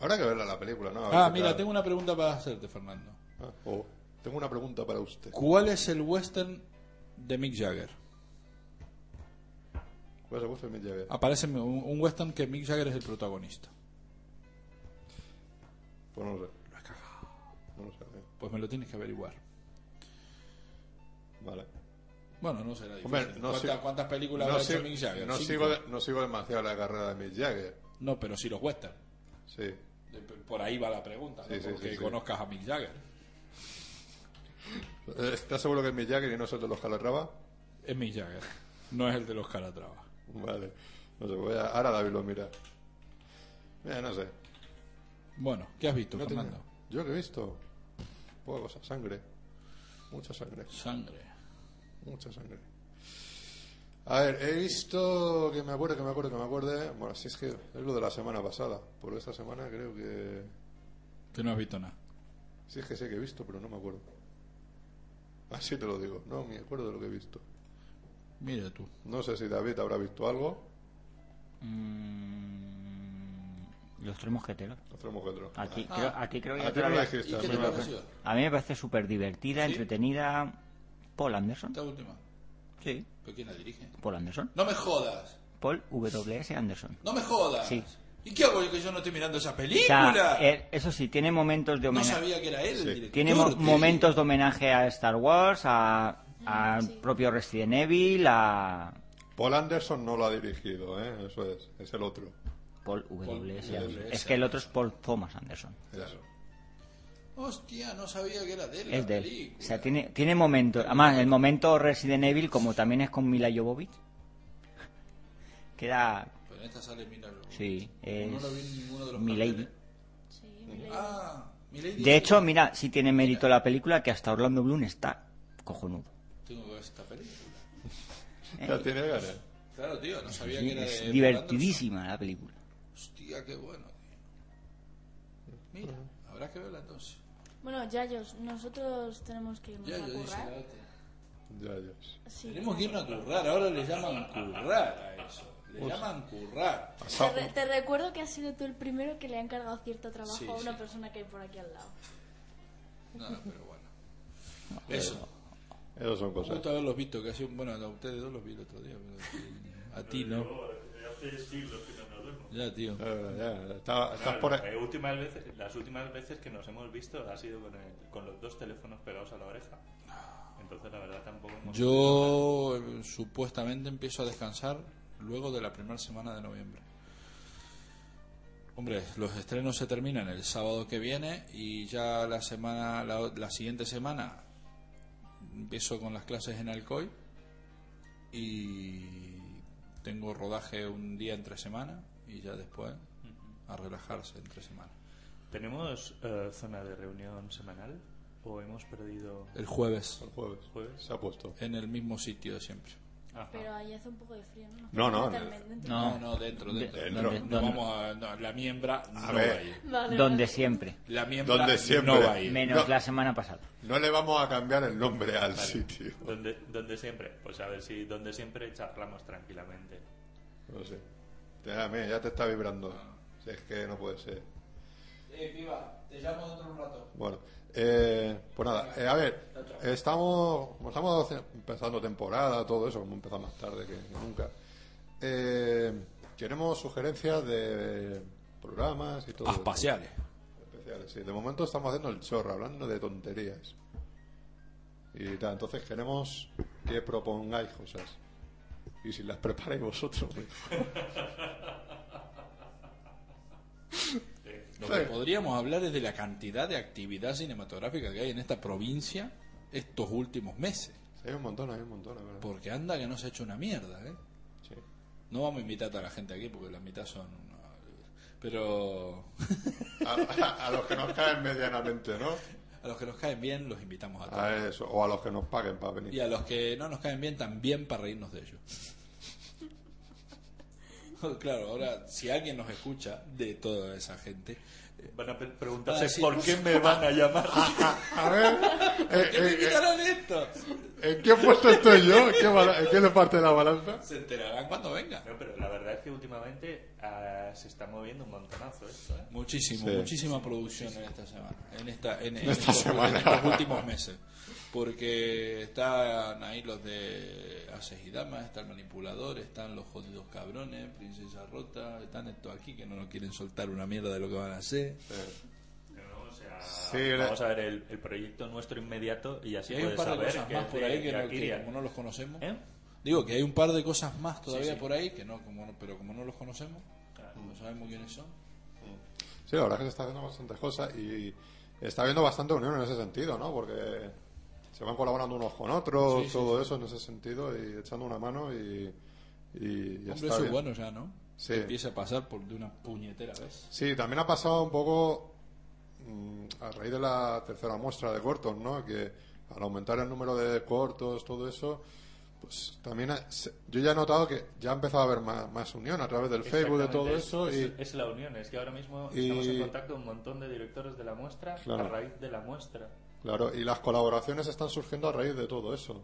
Speaker 1: Habrá que verla la película, ¿no? A ver
Speaker 2: Ah,
Speaker 1: qué
Speaker 2: mira,
Speaker 1: tal.
Speaker 2: tengo una pregunta para hacerte, Fernando.
Speaker 1: Ah, oh, tengo una pregunta para usted.
Speaker 2: ¿Cuál es el western de Mick Jagger?
Speaker 1: ¿Cuál es el gusto de Mick Jagger?
Speaker 2: Aparece un, un western que Mick Jagger es el protagonista.
Speaker 1: Pues no lo sé. No lo sé. eh.
Speaker 2: Pues me lo tienes que averiguar.
Speaker 1: Vale.
Speaker 2: Bueno, no será difícil.
Speaker 1: Hombre, no
Speaker 2: ¿Cuántas,
Speaker 1: sig-
Speaker 2: cuántas películas
Speaker 1: no
Speaker 2: habrá hecho
Speaker 1: sig-
Speaker 2: Mick Jagger?
Speaker 1: no
Speaker 2: Cinco.
Speaker 1: sigo, de- no sigo demasiado la carrera de Mick Jagger.
Speaker 2: No, pero sí los western.
Speaker 1: Sí.
Speaker 2: De- Por ahí va la pregunta,
Speaker 1: Sí,
Speaker 2: ¿no?
Speaker 1: sí,
Speaker 2: porque
Speaker 1: sí, sí.
Speaker 2: conozcas a Mick Jagger.
Speaker 1: Eh, ¿Estás seguro que es Mick Jagger y no es el de los Calatrava?
Speaker 2: Es Mick Jagger, no es el de los Calatrava.
Speaker 1: Vale. No sé, voy a- ahora David lo mira. Mira, no sé.
Speaker 2: Bueno, ¿qué has visto,
Speaker 1: No tenía-
Speaker 2: Fernando?
Speaker 1: Yo que he visto. Poca cosa, sangre. Mucha sangre.
Speaker 2: Sangre.
Speaker 1: Mucha sangre. A ver, he visto que me acuerdo, que me acuerdo, que me acuerde. Bueno, si es que es lo de la semana pasada. Por esta semana creo que.
Speaker 2: Que no has visto nada.
Speaker 1: Sí, es que sé que he visto, pero no me acuerdo. Así te lo digo, no me acuerdo de lo que he visto.
Speaker 2: Mira tú.
Speaker 1: No sé si David habrá visto algo.
Speaker 3: Mm, los tres mosqueteros.
Speaker 1: Otro mosquetero.
Speaker 3: A ti,
Speaker 2: Ah.
Speaker 3: creo, a ti creo que
Speaker 1: A
Speaker 3: ya
Speaker 1: ti
Speaker 3: te lo
Speaker 1: no
Speaker 3: había-
Speaker 1: dijiste,
Speaker 2: ¿Y qué
Speaker 1: me
Speaker 2: te
Speaker 1: parece.
Speaker 2: pareció?
Speaker 3: A mí me parece súper divertida,
Speaker 2: ¿Sí?
Speaker 3: entretenida. Paul Anderson.
Speaker 2: Esta última.
Speaker 3: Sí.
Speaker 2: ¿Pero quién la dirige?
Speaker 3: Paul Anderson.
Speaker 2: No me jodas.
Speaker 3: Paul W.S. Anderson.
Speaker 2: No me jodas.
Speaker 3: Sí.
Speaker 2: ¿Y qué hago yo que yo no estoy mirando esa
Speaker 3: O sea,
Speaker 2: película?
Speaker 3: eh, eso sí, tiene momentos de
Speaker 2: no
Speaker 3: homenaje.
Speaker 2: sabía que era él el
Speaker 1: Sí.
Speaker 2: director.
Speaker 3: tiene mo-
Speaker 2: tío.
Speaker 3: momentos de homenaje a Star Wars, a, al
Speaker 5: sí.
Speaker 3: propio Resident Evil, a
Speaker 1: Paul Anderson no lo ha dirigido, ¿eh? Eso es, es el otro.
Speaker 3: Paul W.S.
Speaker 2: Paul
Speaker 3: Anderson.
Speaker 2: W.S.
Speaker 3: Es que el otro es Paul Thomas Anderson.
Speaker 1: Eso.
Speaker 2: Hostia, no sabía que era de él. la
Speaker 3: Es de él.
Speaker 2: película.
Speaker 3: O sea, tiene, tiene momentos. Además, el momento Resident Evil, como también es con Mila Jovovich, queda.
Speaker 2: Pero en esta sale Mila Jovovich.
Speaker 3: Sí,
Speaker 2: No
Speaker 3: es.
Speaker 2: lo vi en ninguno de los
Speaker 3: Milady.
Speaker 2: carteles.
Speaker 5: Sí, me leí.
Speaker 2: Ah, Milady.
Speaker 3: De hecho, mira, sí tiene mérito la película que hasta Orlando Bloom está cojonudo.
Speaker 2: Tengo que ver esta película.
Speaker 4: Eh.
Speaker 1: Ya tiene ganas.
Speaker 2: Claro, tío, no sabía
Speaker 3: Sí,
Speaker 2: que era de
Speaker 3: es
Speaker 2: Paul
Speaker 3: divertidísima la película.
Speaker 2: Anderson. Hostia, qué bueno, tío. Mira, habrá que verla entonces.
Speaker 5: Bueno, Yayos, nosotros tenemos que irnos
Speaker 2: Ya,
Speaker 5: a
Speaker 2: yo dije la
Speaker 5: currar.
Speaker 2: otra.
Speaker 1: Ya, Dios.
Speaker 5: Sí.
Speaker 2: Tenemos que irnos a currar, ahora le llaman currar a eso. Le llaman currar.
Speaker 5: Te, re- te recuerdo que has sido tú el primero que le ha encargado cierto trabajo
Speaker 2: Sí,
Speaker 5: a una
Speaker 2: sí.
Speaker 5: persona que hay por aquí al lado.
Speaker 2: No, pero bueno. Eso.
Speaker 1: Esas son
Speaker 2: Me
Speaker 1: cosas.
Speaker 2: gusta haberlos visto, que ha sido- bueno, a ustedes dos los vi el otro día, pero eh, a ti no.
Speaker 4: Hace siglos que no nos vemos.
Speaker 2: Ya, tío.
Speaker 1: Eh, ya, está- estás por ahí.
Speaker 4: Eh, últimas veces- las últimas veces que nos hemos visto ha sido con, el- con los dos teléfonos pegados a la oreja. Entonces, la verdad, tampoco hemos...
Speaker 2: Yo eh, supuestamente empiezo a descansar luego de la primera semana de noviembre. Hombre, los estrenos se terminan el sábado que viene y ya la semana, la, o- la siguiente semana empiezo con las clases en Alcoy y tengo rodaje un día entre semana y ya después a relajarse entre semana.
Speaker 4: ¿Tenemos eh, zona de reunión semanal? ¿O hemos perdido...?
Speaker 2: El jueves
Speaker 1: El jueves.
Speaker 4: Jueves.
Speaker 1: Se ha puesto.
Speaker 2: en el mismo sitio de siempre.
Speaker 4: Ajá.
Speaker 5: Pero ahí hace un poco de frío, ¿no?
Speaker 1: No, no,
Speaker 5: Totalmente dentro.
Speaker 2: No,
Speaker 3: No.
Speaker 2: no, dentro, dentro.
Speaker 1: De-
Speaker 2: No,
Speaker 1: dentro.
Speaker 2: no vamos a no, la miembra
Speaker 1: A
Speaker 2: no
Speaker 1: ver.
Speaker 2: va a ir.
Speaker 5: Vale,
Speaker 3: Donde
Speaker 5: vale.
Speaker 3: siempre.
Speaker 2: La miembra
Speaker 1: Donde siempre.
Speaker 2: no va a ir.
Speaker 3: Menos
Speaker 1: No.
Speaker 3: la semana pasada.
Speaker 1: No le vamos a cambiar el nombre al sitio.
Speaker 4: ¿Dónde, dónde siempre? Pues a ver si donde siempre charlamos tranquilamente.
Speaker 1: No sé. Ya, mira, ya te está vibrando. Si es que no puede ser.
Speaker 2: Eh, piba, te llamo dentro de un rato.
Speaker 1: Bueno, eh, pues nada, eh, a ver, estamos, como estamos ce- empezando temporada, todo eso, como empezamos más tarde que nunca. Eh, queremos sugerencias de programas y todo. eso.
Speaker 2: Espaciales.
Speaker 1: Especiales, sí. De momento estamos haciendo el chorro, hablando de tonterías. Y tal, entonces queremos que propongáis cosas. Y si las preparáis vosotros, pues. mejor.
Speaker 2: Lo que podríamos hablar es de la cantidad de actividad cinematográfica que hay en esta provincia estos últimos meses.
Speaker 1: hay un montón, hay un montón, la verdad.
Speaker 2: Porque anda que no se ha hecho una mierda, ¿eh?
Speaker 1: Sí.
Speaker 2: No vamos a invitar a toda la gente aquí porque la mitad son... Pero
Speaker 1: A, a- a los que nos caen medianamente, ¿no?
Speaker 2: a los que nos caen bien los invitamos a todos.
Speaker 1: A eso, o a los que nos paguen para venir.
Speaker 2: Y a los que no nos caen bien también para reírnos de ellos. claro, ahora si alguien nos escucha de toda esa gente,
Speaker 1: Eh,
Speaker 4: Van a pre- preguntarse
Speaker 2: Ah, sí.
Speaker 4: por qué me van a llamar.
Speaker 1: A ver, eh,
Speaker 2: ¿qué me
Speaker 1: eh, eh,
Speaker 2: invitarán esto?
Speaker 1: ¿en qué puesto estoy yo? ¿En qué, bala- en qué le parte de la balanza?
Speaker 2: Se enterarán cuando venga.
Speaker 4: No, pero la verdad es que últimamente ah, se está moviendo un montonazo esto, ¿eh?
Speaker 2: Muchísimo,
Speaker 1: Sí.
Speaker 2: muchísima producción en esta semana, en esta, en, en
Speaker 1: Esta
Speaker 2: estos,
Speaker 1: semana.
Speaker 2: en estos últimos meses, porque están ahí los de Ases y Damas, está el manipulador, están los jodidos cabrones, Princesa Rota, están estos aquí que no nos quieren soltar una mierda de lo que van a hacer.
Speaker 4: No, o sea,
Speaker 1: Sí,
Speaker 4: vamos
Speaker 1: la-
Speaker 4: a ver el, el proyecto nuestro inmediato y así
Speaker 2: Y hay un
Speaker 4: puedes
Speaker 2: par de
Speaker 4: saber
Speaker 2: cosas
Speaker 4: que
Speaker 2: más
Speaker 4: es
Speaker 2: por
Speaker 4: de
Speaker 2: ahí que, no,
Speaker 4: Yakiria.
Speaker 2: que como no los conocemos.
Speaker 4: ¿Eh?
Speaker 2: Digo que hay un par de cosas más todavía
Speaker 4: sí.
Speaker 2: por ahí que no, como no- pero como no los conocemos, no sabemos quiénes son.
Speaker 1: Sí, la verdad es que se está haciendo bastantes cosas y está habiendo bastante unión en ese sentido, ¿no? Porque se van colaborando unos con otros,
Speaker 2: Sí, sí,
Speaker 1: todo eso en ese sentido y echando una mano y, y ya
Speaker 2: Hombre,
Speaker 1: está
Speaker 2: eso es
Speaker 1: bien.
Speaker 2: bueno ya, ¿no?
Speaker 1: Sí.
Speaker 2: Que Empieza a pasar por de una puñetera vez.
Speaker 1: Sí, también ha pasado un poco mm, a raíz de la tercera muestra de cortos, ¿no? Que al aumentar el número de cortos, todo eso, pues también ha- se- yo ya he notado que ya ha empezado a haber más, más unión a través del Facebook, de todo eso.
Speaker 4: Es,
Speaker 1: Y,
Speaker 4: es la unión, es que ahora mismo
Speaker 1: y-
Speaker 4: estamos en contacto con un montón de directores de la muestra
Speaker 1: Claro.
Speaker 4: a raíz de la muestra.
Speaker 1: Claro, y las colaboraciones están surgiendo a raíz de todo eso.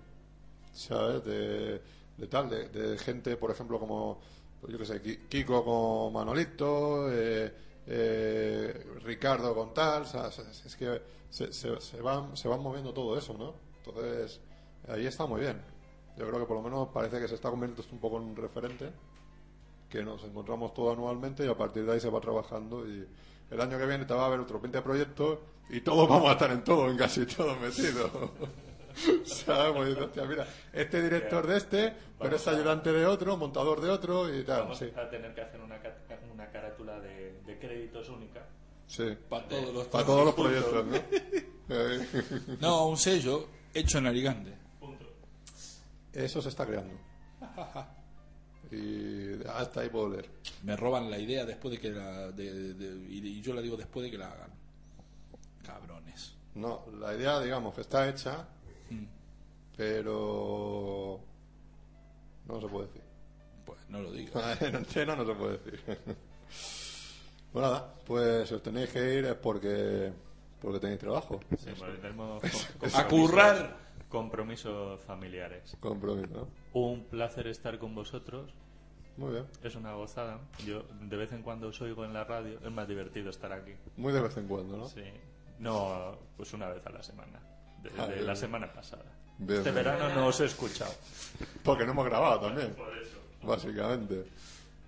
Speaker 1: ¿Sabes? De, de tal, de, de gente, por ejemplo, como, pues yo qué sé, Ki- Kiko con Manolito, eh, eh, Ricardo con tal, o sea, es es que se, se, se van, se van moviendo todo eso, ¿no? Entonces, ahí está muy bien. Yo creo que por lo menos parece que se está convirtiendo esto un poco en un referente, que nos encontramos todo anualmente y a partir de ahí se va trabajando y el año que viene te va a haber otro 20 proyectos y todos vamos a estar en todo, en casi todo metidos. ¿Sabes? Pues dices, hostia, mira, este director de este, pero es ayudante de otro, montador de otro y tal.
Speaker 4: Vamos
Speaker 1: Sí,
Speaker 4: a tener que hacer una, cat- una carátula de, de créditos única.
Speaker 1: sí.
Speaker 2: Para todos los,
Speaker 1: Para todos los
Speaker 2: trabajos.
Speaker 1: proyectos, ¿no? Eh,
Speaker 2: No, un sello hecho en Alicante.
Speaker 1: Eso se está creando. Y hasta ahí puedo leer.
Speaker 2: Me roban la idea después de que la. de- de- de- y, y yo la digo después de que la hagan. Cabrones.
Speaker 1: No, la idea, digamos, que está hecha, pero no se puede decir.
Speaker 2: Pues no lo digas.
Speaker 1: En antena no se puede decir. Pues nada, pues si os tenéis que ir es porque, porque tenéis trabajo.
Speaker 4: Sí, bueno, tenemos com- compromiso-
Speaker 2: ¡A currar!
Speaker 4: Compromisos familiares.
Speaker 1: Compromiso, ¿no?
Speaker 4: Un placer estar con vosotros.
Speaker 1: Muy bien.
Speaker 4: Es una gozada. Yo de vez en cuando os oigo en la radio. Es más divertido estar aquí.
Speaker 1: Muy de vez en cuando, ¿no?
Speaker 4: Sí. No, pues una vez a la semana. Desde
Speaker 1: Ah, bien,
Speaker 4: la
Speaker 1: bien.
Speaker 4: semana pasada.
Speaker 1: Bien,
Speaker 4: este
Speaker 1: bien.
Speaker 4: verano no os he escuchado.
Speaker 1: Porque no hemos grabado también,
Speaker 4: Por eso.
Speaker 1: básicamente.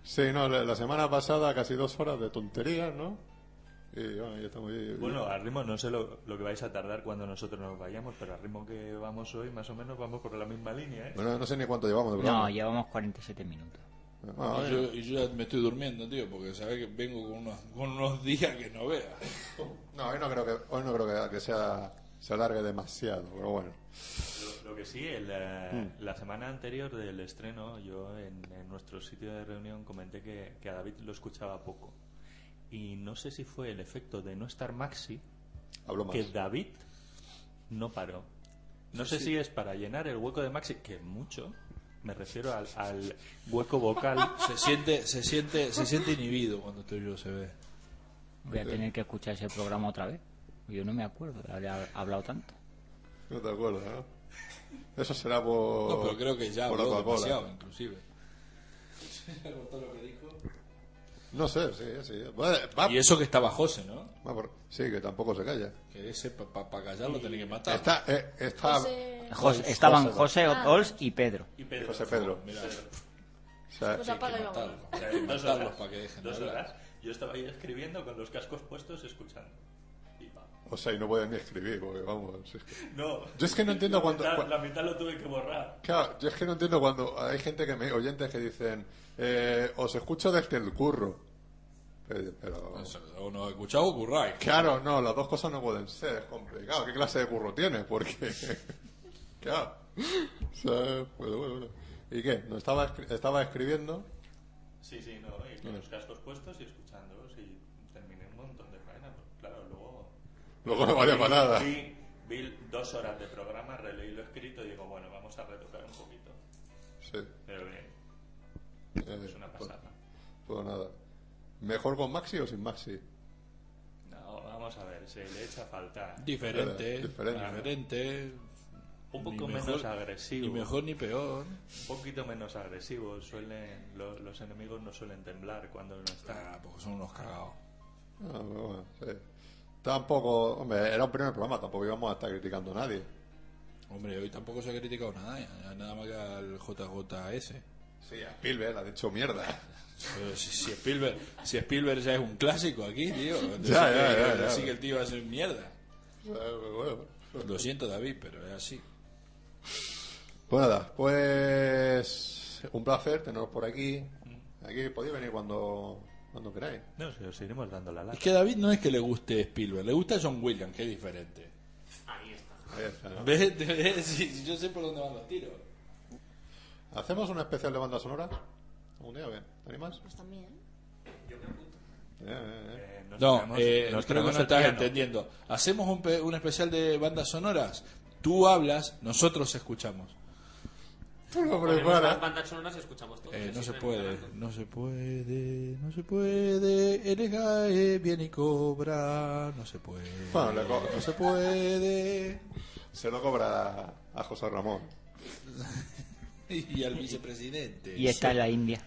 Speaker 1: Sí, no, la la semana pasada casi dos horas de tonterías, ¿no? Y bueno, ya estamos ahí.
Speaker 4: Bueno, al ritmo no sé lo, lo que vais a tardar cuando nosotros nos vayamos, pero al ritmo que vamos hoy, más o menos vamos por la misma línea, ¿eh?
Speaker 1: Bueno, no sé ni cuánto llevamos de
Speaker 3: No,
Speaker 1: programa.
Speaker 3: llevamos 47 minutos.
Speaker 1: Ah,
Speaker 2: Y yo, y yo ya me estoy durmiendo, tío, porque sabes que vengo con unos, con unos días que no veas.
Speaker 1: No, hoy no creo que, hoy no creo que, que sea, se alargue demasiado, pero bueno.
Speaker 4: Lo, lo que sí, el, eh,
Speaker 2: Mm.
Speaker 4: la semana anterior del estreno, yo en, en nuestro sitio de reunión comenté que, que a David lo escuchaba poco. Y no sé si fue el efecto de no estar Maxi,
Speaker 1: Hablo más.
Speaker 4: que David no paró. No sé si es para llenar el hueco de Maxi, que mucho, me refiero al, al hueco vocal.
Speaker 2: Se siente, se siente, se siente inhibido cuando estoy yo, se ve.
Speaker 3: Voy a tener que escuchar ese programa otra vez. Yo no me acuerdo de haber hablado tanto.
Speaker 1: No te acuerdas, ¿no? Eso será por.
Speaker 2: No, pero creo que ya
Speaker 1: por
Speaker 2: habló
Speaker 1: Coca-Cola.
Speaker 2: demasiado, inclusive. Con todo lo que dijo.
Speaker 1: No sé, sí, sí. Va, va-
Speaker 2: Y eso que estaba José, ¿no?
Speaker 1: va por- Sí, que tampoco se calla.
Speaker 2: Que ese para callarlo tenía que matar.
Speaker 1: Está. eh, está
Speaker 5: pues, José,
Speaker 3: Jos- estaban
Speaker 1: José,
Speaker 3: José
Speaker 5: Ah.
Speaker 3: Ols y Pedro.
Speaker 4: Y Pedro,
Speaker 1: José Pedro.
Speaker 2: Mira,
Speaker 1: O sea,
Speaker 5: pues apaga y vámonos.
Speaker 2: matarlo.
Speaker 4: o sea, en dos
Speaker 2: Matarlos
Speaker 4: horas,
Speaker 2: para que dejen de
Speaker 4: dos
Speaker 2: hablar.
Speaker 4: horas, yo estaba ahí escribiendo con los cascos puestos, escuchando. Y va.
Speaker 1: o sea, y no pueden ni escribir, porque vamos. es que-
Speaker 4: No.
Speaker 1: Yo es que no entiendo cuando.
Speaker 4: La,
Speaker 1: cua-
Speaker 4: la mitad lo tuve que borrar.
Speaker 1: Claro, yo es que no entiendo cuando hay gente que me. oyentes que dicen. eh, os escucho desde el curro. Eh, Pero.
Speaker 2: O nos escuchamos curráis.
Speaker 1: Claro, no, las dos cosas no pueden ser, es complicado. ¿Qué clase de curro tienes? Porque. claro. O sea, bueno, bueno, bueno. ¿Y qué? ¿No estaba, escri- estaba escribiendo?
Speaker 4: Sí, sí, no, y con los cascos puestos y escuchándolos y terminé un montón de faena. pues, Claro, luego...
Speaker 1: Luego no valía para nada.
Speaker 4: Vi, vi dos horas de programa, releí lo escrito y digo, bueno, vamos a retocar un poquito.
Speaker 1: Sí.
Speaker 4: Pero bien,
Speaker 1: eh,
Speaker 4: es una
Speaker 1: pues,
Speaker 4: pasada.
Speaker 1: pues nada. ¿Mejor con Maxi o sin Maxi?
Speaker 4: No, vamos a ver, se le echa falta.
Speaker 2: Diferente,
Speaker 1: Claro, diferente.
Speaker 2: diferente.
Speaker 4: Un
Speaker 2: Ni
Speaker 4: poco
Speaker 2: mejor-
Speaker 4: menos
Speaker 2: Ni
Speaker 4: agresivo.
Speaker 2: mejor ni peor.
Speaker 4: Un poquito menos agresivo. Suelen, lo- los enemigos no suelen temblar cuando no están.
Speaker 2: Ah, porque son unos cagados.
Speaker 1: Ah, bueno, bueno, sí. Tampoco. Hombre, era un primer programa, tampoco íbamos a estar criticando a nadie.
Speaker 2: Hombre, hoy tampoco se ha criticado nada, ya, nada más que al JJS.
Speaker 1: Sí, a Spielberg ha dicho mierda.
Speaker 2: Pero si, si Spielberg, si Spielberg ya es un clásico aquí, tío. Decir
Speaker 1: ya,
Speaker 2: que-
Speaker 1: ya, ya.
Speaker 2: decir que el tío va a ser mierda.
Speaker 1: Eh, bueno.
Speaker 2: Lo siento, David, pero es así.
Speaker 1: Pues nada, pues un placer teneros por aquí. Aquí podéis venir cuando, cuando queráis.
Speaker 4: No, si os iremos dando la
Speaker 2: Es
Speaker 4: lata.
Speaker 2: que a David no es que le guste Spielberg, le gusta John Williams, que es diferente.
Speaker 1: Ahí está, ¿no?
Speaker 2: ¿Ves? ¿Ves? Sí, yo sé por dónde van los tiros.
Speaker 1: ¿Hacemos una especial de banda sonora? ¿Algún día? Bien. ¿Te animas?
Speaker 5: Pues también.
Speaker 1: Eh, eh, eh.
Speaker 4: Eh, nos
Speaker 2: No,
Speaker 4: traemos-
Speaker 2: eh,
Speaker 4: nos
Speaker 2: creo que
Speaker 4: traemos
Speaker 2: no
Speaker 4: el
Speaker 2: estás
Speaker 4: piano.
Speaker 2: entendiendo. Hacemos un, pe- un especial de bandas sonoras. Tú hablas, nosotros escuchamos.
Speaker 1: Tú lo
Speaker 6: Ponemos
Speaker 1: preparas.
Speaker 6: las bandas sonoras y escuchamos todo.
Speaker 2: Eh,
Speaker 6: Eso
Speaker 2: no se
Speaker 6: me
Speaker 2: puede,
Speaker 6: encanta.
Speaker 2: no se puede, no se puede. El EGAE viene y cobra. No se puede.
Speaker 1: Bueno, le co-
Speaker 2: no se puede.
Speaker 1: Se lo cobra a José Ramón.
Speaker 2: Y al vicepresidente.
Speaker 3: Y está en la India.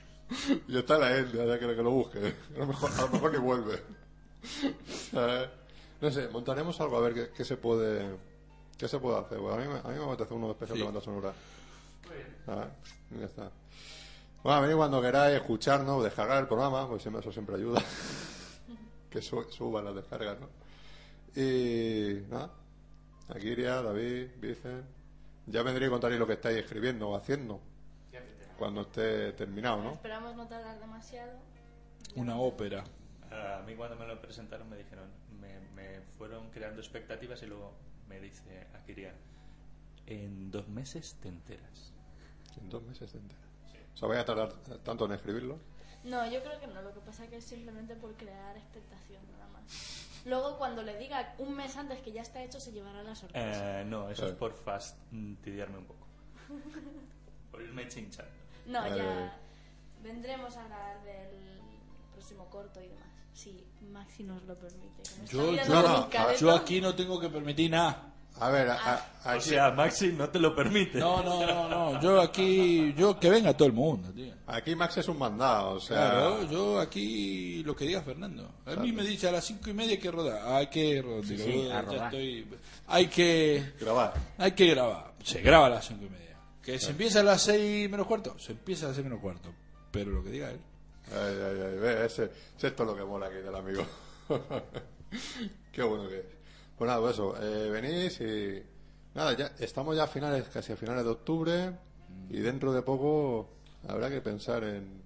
Speaker 1: Y está la India, ya que, que lo busque. A lo mejor, a lo mejor ni vuelve. Eh, no sé, montaremos algo a ver qué, qué se puede qué se puede hacer. Bueno, a, mí, me- a mí me apetece uno especial de banda sonora. Ah, ya está. Bueno, venid cuando queráis escucharnos, descargar el programa, pues siempre, eso siempre ayuda. que su- suban las descargas, ¿no? Y nada, Akiria, David, Vicen. Ya vendré y contaréis lo que estáis escribiendo o haciendo cuando esté terminado, ¿no?
Speaker 5: Esperamos no tardar demasiado.
Speaker 2: Una ópera.
Speaker 4: A mí cuando me lo presentaron me dijeron, me, me fueron creando expectativas y luego me dice Akiria, en dos meses te enteras.
Speaker 1: En dos meses se entera. O sea, vais a tardar tanto en escribirlo.
Speaker 5: No, yo creo que no. Lo que pasa es que es simplemente por crear expectación, nada más. Luego, cuando le diga un mes antes que ya está hecho, se llevará la sorpresa.
Speaker 4: Eh, no, eso
Speaker 1: Claro.
Speaker 4: es por fastidiarme un poco. por irme chinchando.
Speaker 5: no,
Speaker 1: vale, vale.
Speaker 5: ya vendremos a hablar del próximo corto y demás. Si Maxi nos lo permite. que nos está
Speaker 2: Yo,
Speaker 5: mirando
Speaker 1: no,
Speaker 5: con
Speaker 1: no,
Speaker 5: un
Speaker 1: a ver,
Speaker 5: careto.
Speaker 2: yo aquí no tengo que permitir nada.
Speaker 1: A ver, a- a-
Speaker 4: Ah, O
Speaker 1: aquí,
Speaker 4: sea, Maxi no te lo permite.
Speaker 2: No, no, no, no. Yo aquí. Yo que venga todo el mundo, tío.
Speaker 1: aquí Max es un mandado. O sea,
Speaker 2: Claro, yo aquí lo que diga Fernando. A mí me dice a las cinco y media hay que rodar. Hay que rodar.
Speaker 3: Sí,
Speaker 2: Digo,
Speaker 3: sí, a
Speaker 2: ya
Speaker 3: rodar.
Speaker 2: estoy- Hay que.
Speaker 1: grabar.
Speaker 2: Hay que grabar. Se graba a las cinco y media. Que se empieza a las seis menos cuarto. Se empieza a las seis menos cuarto. Pero lo que diga él.
Speaker 1: Ay, ay, ay, ve, ese, si esto es lo que mola aquí del amigo. Qué bueno que es. Pues nada, pues eso, eh, venís y. Nada, ya estamos ya a finales, casi a finales de octubre. Y dentro de poco habrá que pensar en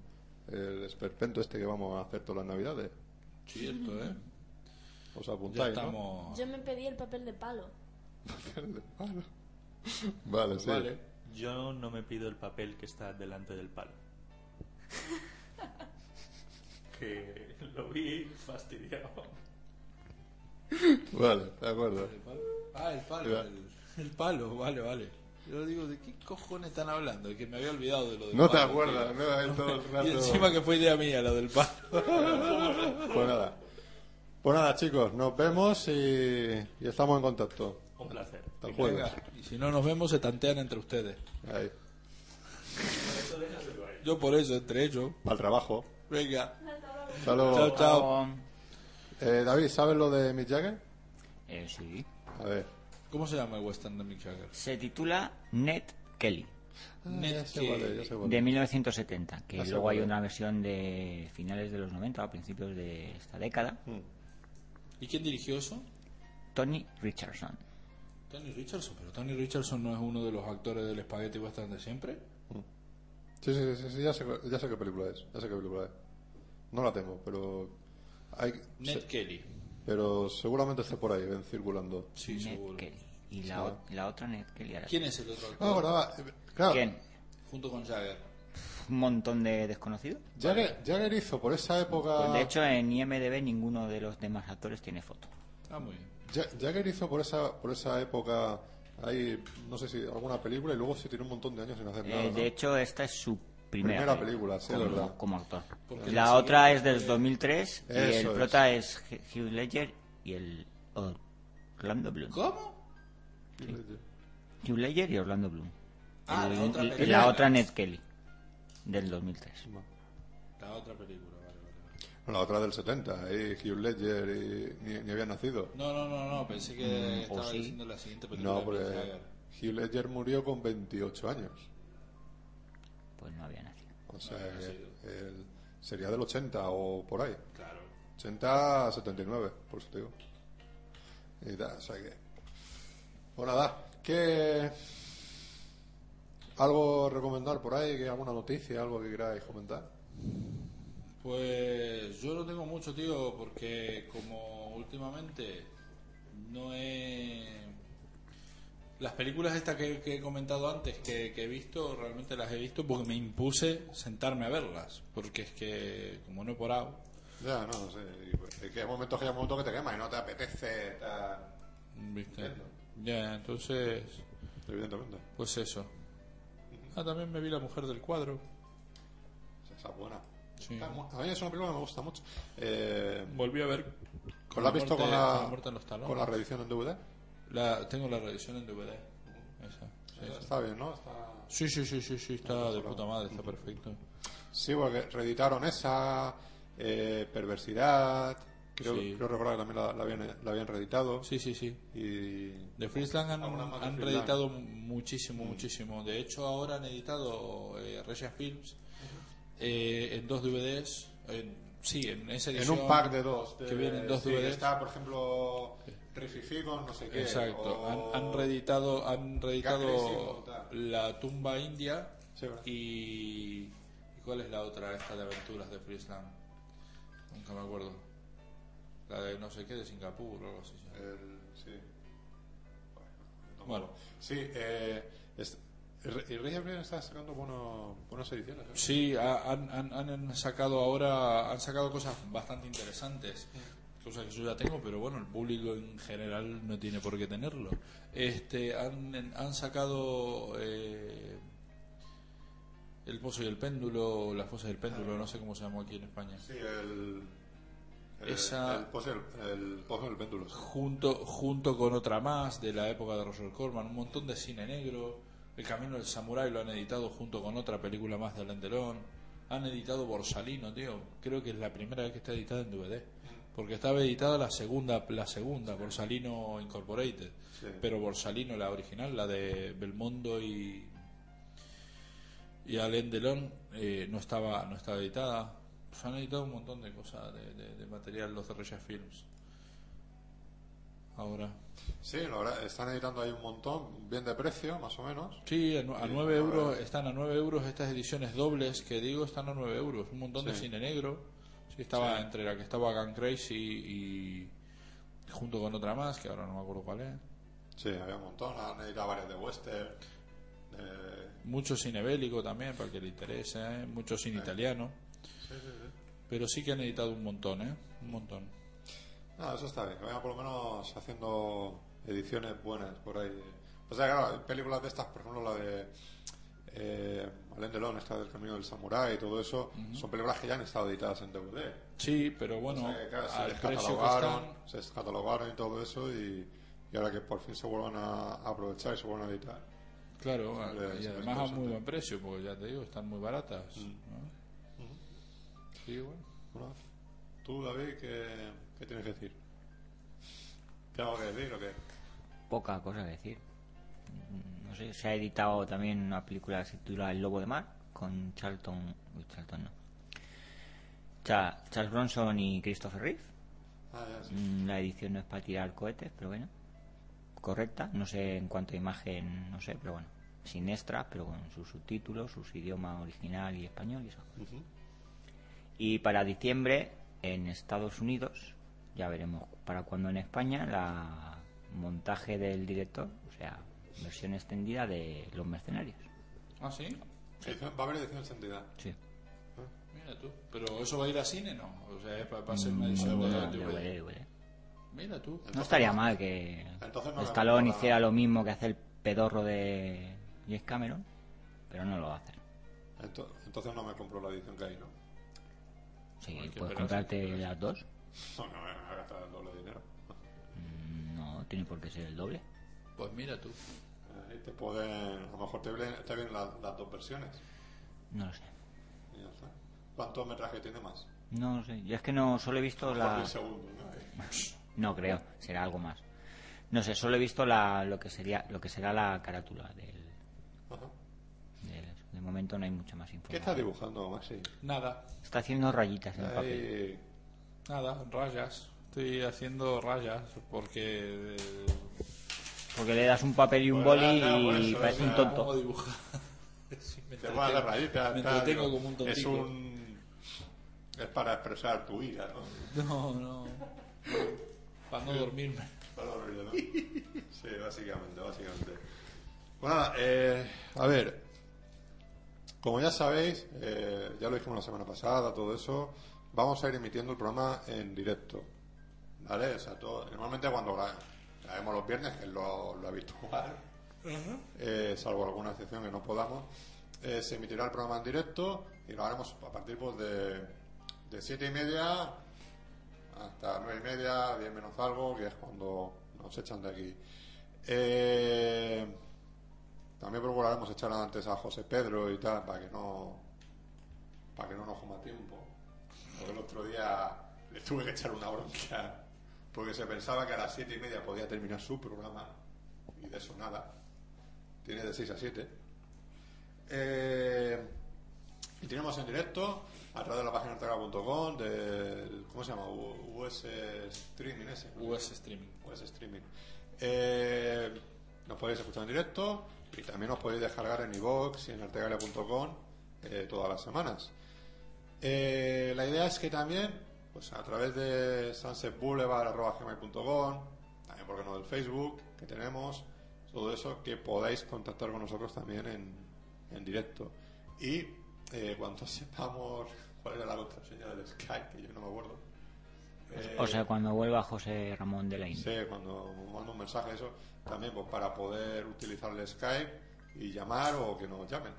Speaker 1: el esperpento este que vamos a hacer todas las navidades.
Speaker 2: Cierto, ¿eh?
Speaker 1: Os
Speaker 2: Ya
Speaker 1: apuntáis. ¿no?
Speaker 2: estamos.
Speaker 5: Yo me pedí el papel de palo.
Speaker 1: Vale, sí.
Speaker 2: Pues Vale.
Speaker 4: Yo no me pido el papel que está delante del palo. que lo vi fastidiado.
Speaker 1: Vale, de acuerdo.
Speaker 2: Ah, el palo. El, el palo, vale, vale. Yo digo, ¿de qué cojones están hablando? Que me había olvidado de lo del
Speaker 1: No te
Speaker 2: palo,
Speaker 1: acuerdas,
Speaker 2: tío.
Speaker 1: ¿no? Ahí todo el rato.
Speaker 2: Y encima que fue idea mía lo del palo.
Speaker 1: Pues nada. Pues nada, chicos, nos vemos y, y estamos en contacto.
Speaker 4: Un placer.
Speaker 1: Hasta el jueves.
Speaker 2: Venga, y si no nos vemos, se tantean entre ustedes.
Speaker 1: Ahí.
Speaker 2: Yo por eso, entre ellos.
Speaker 1: Para el trabajo.
Speaker 2: Venga.
Speaker 1: Hasta luego.
Speaker 2: Chao, chao.
Speaker 1: Eh, David, ¿sabes lo de Mick Jagger?
Speaker 3: Eh, sí.
Speaker 1: A ver.
Speaker 2: ¿Cómo se llama el western de Mick Jagger?
Speaker 3: Se titula Ned Kelly,
Speaker 1: Ah,
Speaker 2: Ned
Speaker 1: ya sé cuál es, ya sé cuál es.
Speaker 3: de 1970, que
Speaker 1: Ah, sí,
Speaker 3: luego hay
Speaker 1: vale.
Speaker 3: una versión de finales de los 90, a principios de esta década.
Speaker 1: Mm.
Speaker 2: ¿Y quién dirigió eso?
Speaker 3: Tony Richardson.
Speaker 2: Tony Richardson. Pero Tony Richardson no es uno de los actores del espagueti western de siempre.
Speaker 1: Sí, sí, sí, sí, ya, sé, cu- ya sé qué película es. Ya sé qué película es. No la tengo, pero. Hay,
Speaker 2: Ned
Speaker 1: se-
Speaker 2: Kelly.
Speaker 1: pero seguramente esté por ahí, ven circulando.
Speaker 2: Sí,
Speaker 3: Ned
Speaker 2: seguro.
Speaker 3: Kelly. Y la, o- la otra Ned Kelly. ahora
Speaker 2: ¿Quién es el otro
Speaker 1: Ah,
Speaker 2: actor?
Speaker 1: bueno, va, eh, claro.
Speaker 3: ¿Quién?
Speaker 2: Junto con Jagger.
Speaker 3: Un montón de desconocidos.
Speaker 1: Jagger, Jagger hizo por esa época.
Speaker 3: Pues de hecho, en IMDB ninguno de los demás actores tiene foto.
Speaker 2: Ah, muy bien.
Speaker 1: Ja- Jagger hizo por esa, por esa época, hay, no sé si alguna película y luego se tiene un montón de años sin hacer nada.
Speaker 3: Eh,
Speaker 1: ¿no?
Speaker 3: de hecho, esta es su primera,
Speaker 1: Primera película, sí,
Speaker 3: como,
Speaker 1: es verdad.
Speaker 3: como actor.
Speaker 2: Porque
Speaker 3: la
Speaker 2: la
Speaker 3: otra es
Speaker 2: siguiente-
Speaker 3: del 2003 y
Speaker 1: Eso
Speaker 3: el
Speaker 1: es.
Speaker 3: prota es H- Hugh Ledger y el Orlando Bloom.
Speaker 2: ¿Cómo?
Speaker 3: Hugh Ledger y Orlando Bloom.
Speaker 2: Ah, la otra
Speaker 3: Y
Speaker 2: película.
Speaker 3: la otra Ned Kelly del 2003.
Speaker 2: La otra película, vale, vale. vale.
Speaker 1: Bueno, la otra del 70, ahí Hugh Ledger y, ni, ni había nacido.
Speaker 2: No, no, no, no. Pensé que
Speaker 3: o
Speaker 2: estaba
Speaker 3: sí.
Speaker 2: diciendo la siguiente película
Speaker 1: No,
Speaker 2: de Mick
Speaker 1: porque
Speaker 2: Jagger.
Speaker 1: Hugh Ledger murió con 28 años.
Speaker 3: Pues no había nacido.
Speaker 1: O sea, que él sería del 80 o por ahí.
Speaker 2: Claro.
Speaker 1: 80 79, por eso te digo. Y da, o sea que. Pues nada, que. ¿Algo recomendar por ahí? que ¿Alguna noticia? ¿Algo que queráis comentar?
Speaker 2: Pues yo no tengo mucho, tío, porque como últimamente no he... Las películas estas que, que he comentado antes, que, que he visto, realmente las he visto porque me impuse sentarme a verlas. Porque es que, como no he porado,
Speaker 1: Ya, no, no sé. y, pues, Es que hay momentos que hay momentos que te quemas y no te apetece. ta-
Speaker 2: ¿viste?
Speaker 1: Entiendo.
Speaker 2: Ya, entonces,
Speaker 1: Evidentemente.
Speaker 2: pues eso. Ah, también me vi La Mujer del Cuadro.
Speaker 1: Esa es buena.
Speaker 2: Sí.
Speaker 1: Está mu- A mí es una película que me gusta mucho. Eh,
Speaker 2: Volví a ver.
Speaker 1: ¿Con la has visto con la,
Speaker 2: muerte en los talones.
Speaker 1: con la reedición en DVD?
Speaker 2: La- tengo la revisión en DVD. Esa. esa.
Speaker 1: Está bien, ¿no? Está-
Speaker 2: Sí, sí, sí, sí, sí, está de puta madre, está perfecto.
Speaker 1: Sí, porque reeditaron esa, eh, Perversidad, creo,
Speaker 2: Sí.
Speaker 1: creo recordar que también la, la habían, la habían reeditado.
Speaker 2: Sí, sí, sí.
Speaker 1: Y...
Speaker 2: De Friesland han,
Speaker 1: Algunas más de
Speaker 2: han
Speaker 1: Fritz Lang. Mm.
Speaker 2: reeditado muchísimo, muchísimo. De hecho, ahora han editado eh, Regia Films eh, en dos DVDs. En, sí, en esa
Speaker 1: En
Speaker 2: edición.
Speaker 1: un pack de dos. de-
Speaker 2: que vienen dos
Speaker 1: sí,
Speaker 2: DVDs.
Speaker 1: Está, por ejemplo, Rififi con no sé qué.
Speaker 2: Exacto.
Speaker 1: Eh, o-
Speaker 2: Han, han reeditado, han reeditado
Speaker 1: Crazy, o tal.
Speaker 2: La Tumba India
Speaker 1: Sí, ¿verdad?
Speaker 2: y, ¿y ¿Cuál es la otra esta de aventuras de Friesland? Nunca me acuerdo. La de no sé qué de Singapur o algo así.
Speaker 1: El- sí.
Speaker 2: Bueno.
Speaker 1: Sí, eh, es- Re- y Rey Abril está sacando bueno- buenas ediciones. ¿eh?
Speaker 2: Sí, ha- han, han- han sacado ahora, han sacado cosas bastante interesantes, cosas que yo ya tengo, pero bueno, el público en general no tiene por qué tenerlo. Este, han, han sacado eh, el pozo y el péndulo, las fosas del péndulo, no sé cómo se llamó aquí en España.
Speaker 1: Sí, el. El,
Speaker 2: Esa-
Speaker 1: el pose, el pose del péndulo. sí.
Speaker 2: junto, junto con otra más de la época de Roger Corman, un montón de cine negro. El Camino del Samurái lo han editado junto con otra película más de Alain Delon. Han editado Borsalino, tío. Creo que es la primera vez que está editada en DVD. Porque estaba editada la segunda, la segunda Borsalino Incorporated.
Speaker 1: Sí.
Speaker 2: Pero Borsalino, la original, la de Belmondo y, y Alain Delon, eh, no, estaba, no estaba editada. Pues han editado un montón de cosas, de, de- de material los de Regia Films. Ahora.
Speaker 1: Sí, la verdad, están editando ahí un montón, bien de precio, más o menos.
Speaker 2: Sí, a, nu- a
Speaker 1: Sí,
Speaker 2: 9
Speaker 1: a
Speaker 2: euros,
Speaker 1: ver.
Speaker 2: están a 9 euros estas ediciones dobles que digo, están a 9 euros. Un montón de
Speaker 1: Sí.
Speaker 2: cine negro. Sí, estaba
Speaker 1: Sí.
Speaker 2: entre la que estaba Gun Crazy y, y junto con otra más, que ahora no me acuerdo cuál es.
Speaker 1: Sí, había un montón, han editado varias de western. de-
Speaker 2: Mucho cine bélico también, para que le interese, ¿eh? mucho cine italiano. Pero sí que han editado un montón, ¿eh? Un montón.
Speaker 1: No, eso está bien, que vayan por lo menos haciendo ediciones buenas por ahí. O sea, claro, hay películas de estas, por ejemplo, la de eh, Alain Delon, esta del Camino del Samurái y todo eso, son películas que ya han estado editadas en DVD.
Speaker 2: Sí, pero bueno,
Speaker 1: o sea, que, claro, se
Speaker 2: al precio que
Speaker 1: descatalogaron,
Speaker 2: están,
Speaker 1: se descatalogaron y todo eso, y, y ahora que por fin se vuelvan a, a aprovechar y se vuelvan a editar.
Speaker 2: claro, ah,
Speaker 1: Siempre-
Speaker 2: y
Speaker 1: siempre
Speaker 2: además a muy
Speaker 1: interesante.
Speaker 2: buen precio, porque ya te digo, están muy baratas.
Speaker 1: Mm.
Speaker 2: ¿no? Sí, bueno.
Speaker 1: Bueno, tú, David, ¿qué, qué tienes que decir? ¿Te hago que decir o qué?
Speaker 3: Poca cosa que decir. Mm, No sé, se ha editado también una película que se titula El Lobo de Mar con Charlton. uy, Charlton no. Cha- Charles Bronson y Christopher Reeve.
Speaker 1: Ah, ya, sí.
Speaker 3: Mm, La edición no es para tirar cohetes, pero bueno. Correcta, no sé en cuanto a imagen, no sé, pero bueno. Sin extras, pero con sus subtítulos, sus idiomas original y español y esas cosas.
Speaker 1: Ujú.
Speaker 3: Y para diciembre, en Estados Unidos, ya veremos para cuando en España, la montaje del director, o sea, versión extendida de Los Mercenarios.
Speaker 2: Ah, sí.
Speaker 1: Edición- Va a haber edición extendida.
Speaker 3: Sí.
Speaker 2: Mira tú. Pero eso va a ir a cine, ¿no? O sea, es para, ser
Speaker 3: Mm,
Speaker 2: una edición de
Speaker 3: de
Speaker 2: DVD.
Speaker 3: DVD, DVD.
Speaker 2: Mira tú.
Speaker 3: No estaría mal que
Speaker 1: Entonces no
Speaker 3: Stallone
Speaker 1: vemos nada.
Speaker 3: hiciera lo mismo que hace el pedorro de James Cameron, pero no lo va a hacer.
Speaker 1: Ento- Entonces no me compro la edición que hay, ¿no?
Speaker 3: Sí,
Speaker 2: Hay que
Speaker 3: puedes
Speaker 2: esperar, hay
Speaker 3: comprarte
Speaker 2: que esperar.
Speaker 3: las dos.
Speaker 1: No, no me va a gastar el doble de dinero.
Speaker 3: Mm, No, tiene por qué ser el doble.
Speaker 2: Pues mira tú.
Speaker 1: Ahí te pueden, Este, pues, eh, a lo mejor te vienen, te vienen la- las dos versiones.
Speaker 3: No lo sé.
Speaker 1: Y ya está. ¿Cuánto metraje tiene más?
Speaker 3: No lo sé. Yo es que no, solo he visto
Speaker 1: Por
Speaker 3: la...
Speaker 1: el segundo, ¿no?
Speaker 3: No creo, será algo más. No sé, solo he visto la, lo que sería lo que será la carátula del,
Speaker 1: Ajá.
Speaker 3: del- de momento no hay mucha más
Speaker 1: ¿Qué
Speaker 3: información.
Speaker 1: estás dibujando, Maxi?
Speaker 2: Nada,
Speaker 3: Está haciendo rayitas en el papel.
Speaker 1: Ahí...
Speaker 2: nada, rayas. Estoy haciendo rayas porque. eh,
Speaker 3: Porque le das un papel y un
Speaker 1: Pues eh,
Speaker 3: boli
Speaker 1: nada, por
Speaker 3: y
Speaker 1: eso,
Speaker 3: parece
Speaker 1: o
Speaker 3: un
Speaker 1: sea,
Speaker 2: pongo a
Speaker 3: tonto.
Speaker 2: dibujar. Sí, me
Speaker 1: Te vas a
Speaker 2: entretengo.
Speaker 1: dar rayitas.
Speaker 2: Me
Speaker 1: tal,
Speaker 2: entretengo
Speaker 1: digo,
Speaker 2: como un tontico.
Speaker 1: Es un... Es para expresar tu ira, ¿no?
Speaker 2: No, no. Para no dormirme.
Speaker 1: Para dormir, ¿no? Sí, básicamente, básicamente. Bueno, nada, eh, a ver, como ya sabéis, eh, ya lo dijimos la semana pasada, todo eso, vamos a ir emitiendo el programa en directo. ¿Vale? O sea, todo- normalmente cuando gra- grabemos los viernes, que es lo, lo habitual, eh, salvo alguna excepción que no podamos, eh, se emitirá el programa en directo y lo haremos a partir pues, de, de 7 y media hasta 9 y media, 10 menos algo, que es cuando nos echan de aquí. Eh, también procuraremos echar antes a José Pedro y tal, para que no para que no nos coma tiempo. Porque el otro día le tuve que echar una bronca, porque se pensaba que a las 7 y media podía terminar su programa, y de eso nada. Tiene de 6 a 7. Eh, y tenemos en directo a través de la página artega.com, del. ¿Cómo se llama? U- US Streaming ese. ¿no?
Speaker 2: US Streaming.
Speaker 1: pues streaming. Eh, nos podéis escuchar en directo y también os podéis descargar en iVoox y en artegalia.com eh, todas las semanas. Eh, la idea es que también, pues a través de sunsetboulevard.com, también porque no del Facebook que tenemos, todo eso que podáis contactar con nosotros también en, en directo. Y eh, cuando sepamos cuál era la contraseña del Skype, que yo no me acuerdo. eh,
Speaker 3: O sea, cuando vuelva José Ramón de la India.
Speaker 1: Sí, cuando mando un mensaje, eso también, pues para poder utilizar el Skype y llamar o que nos llamen.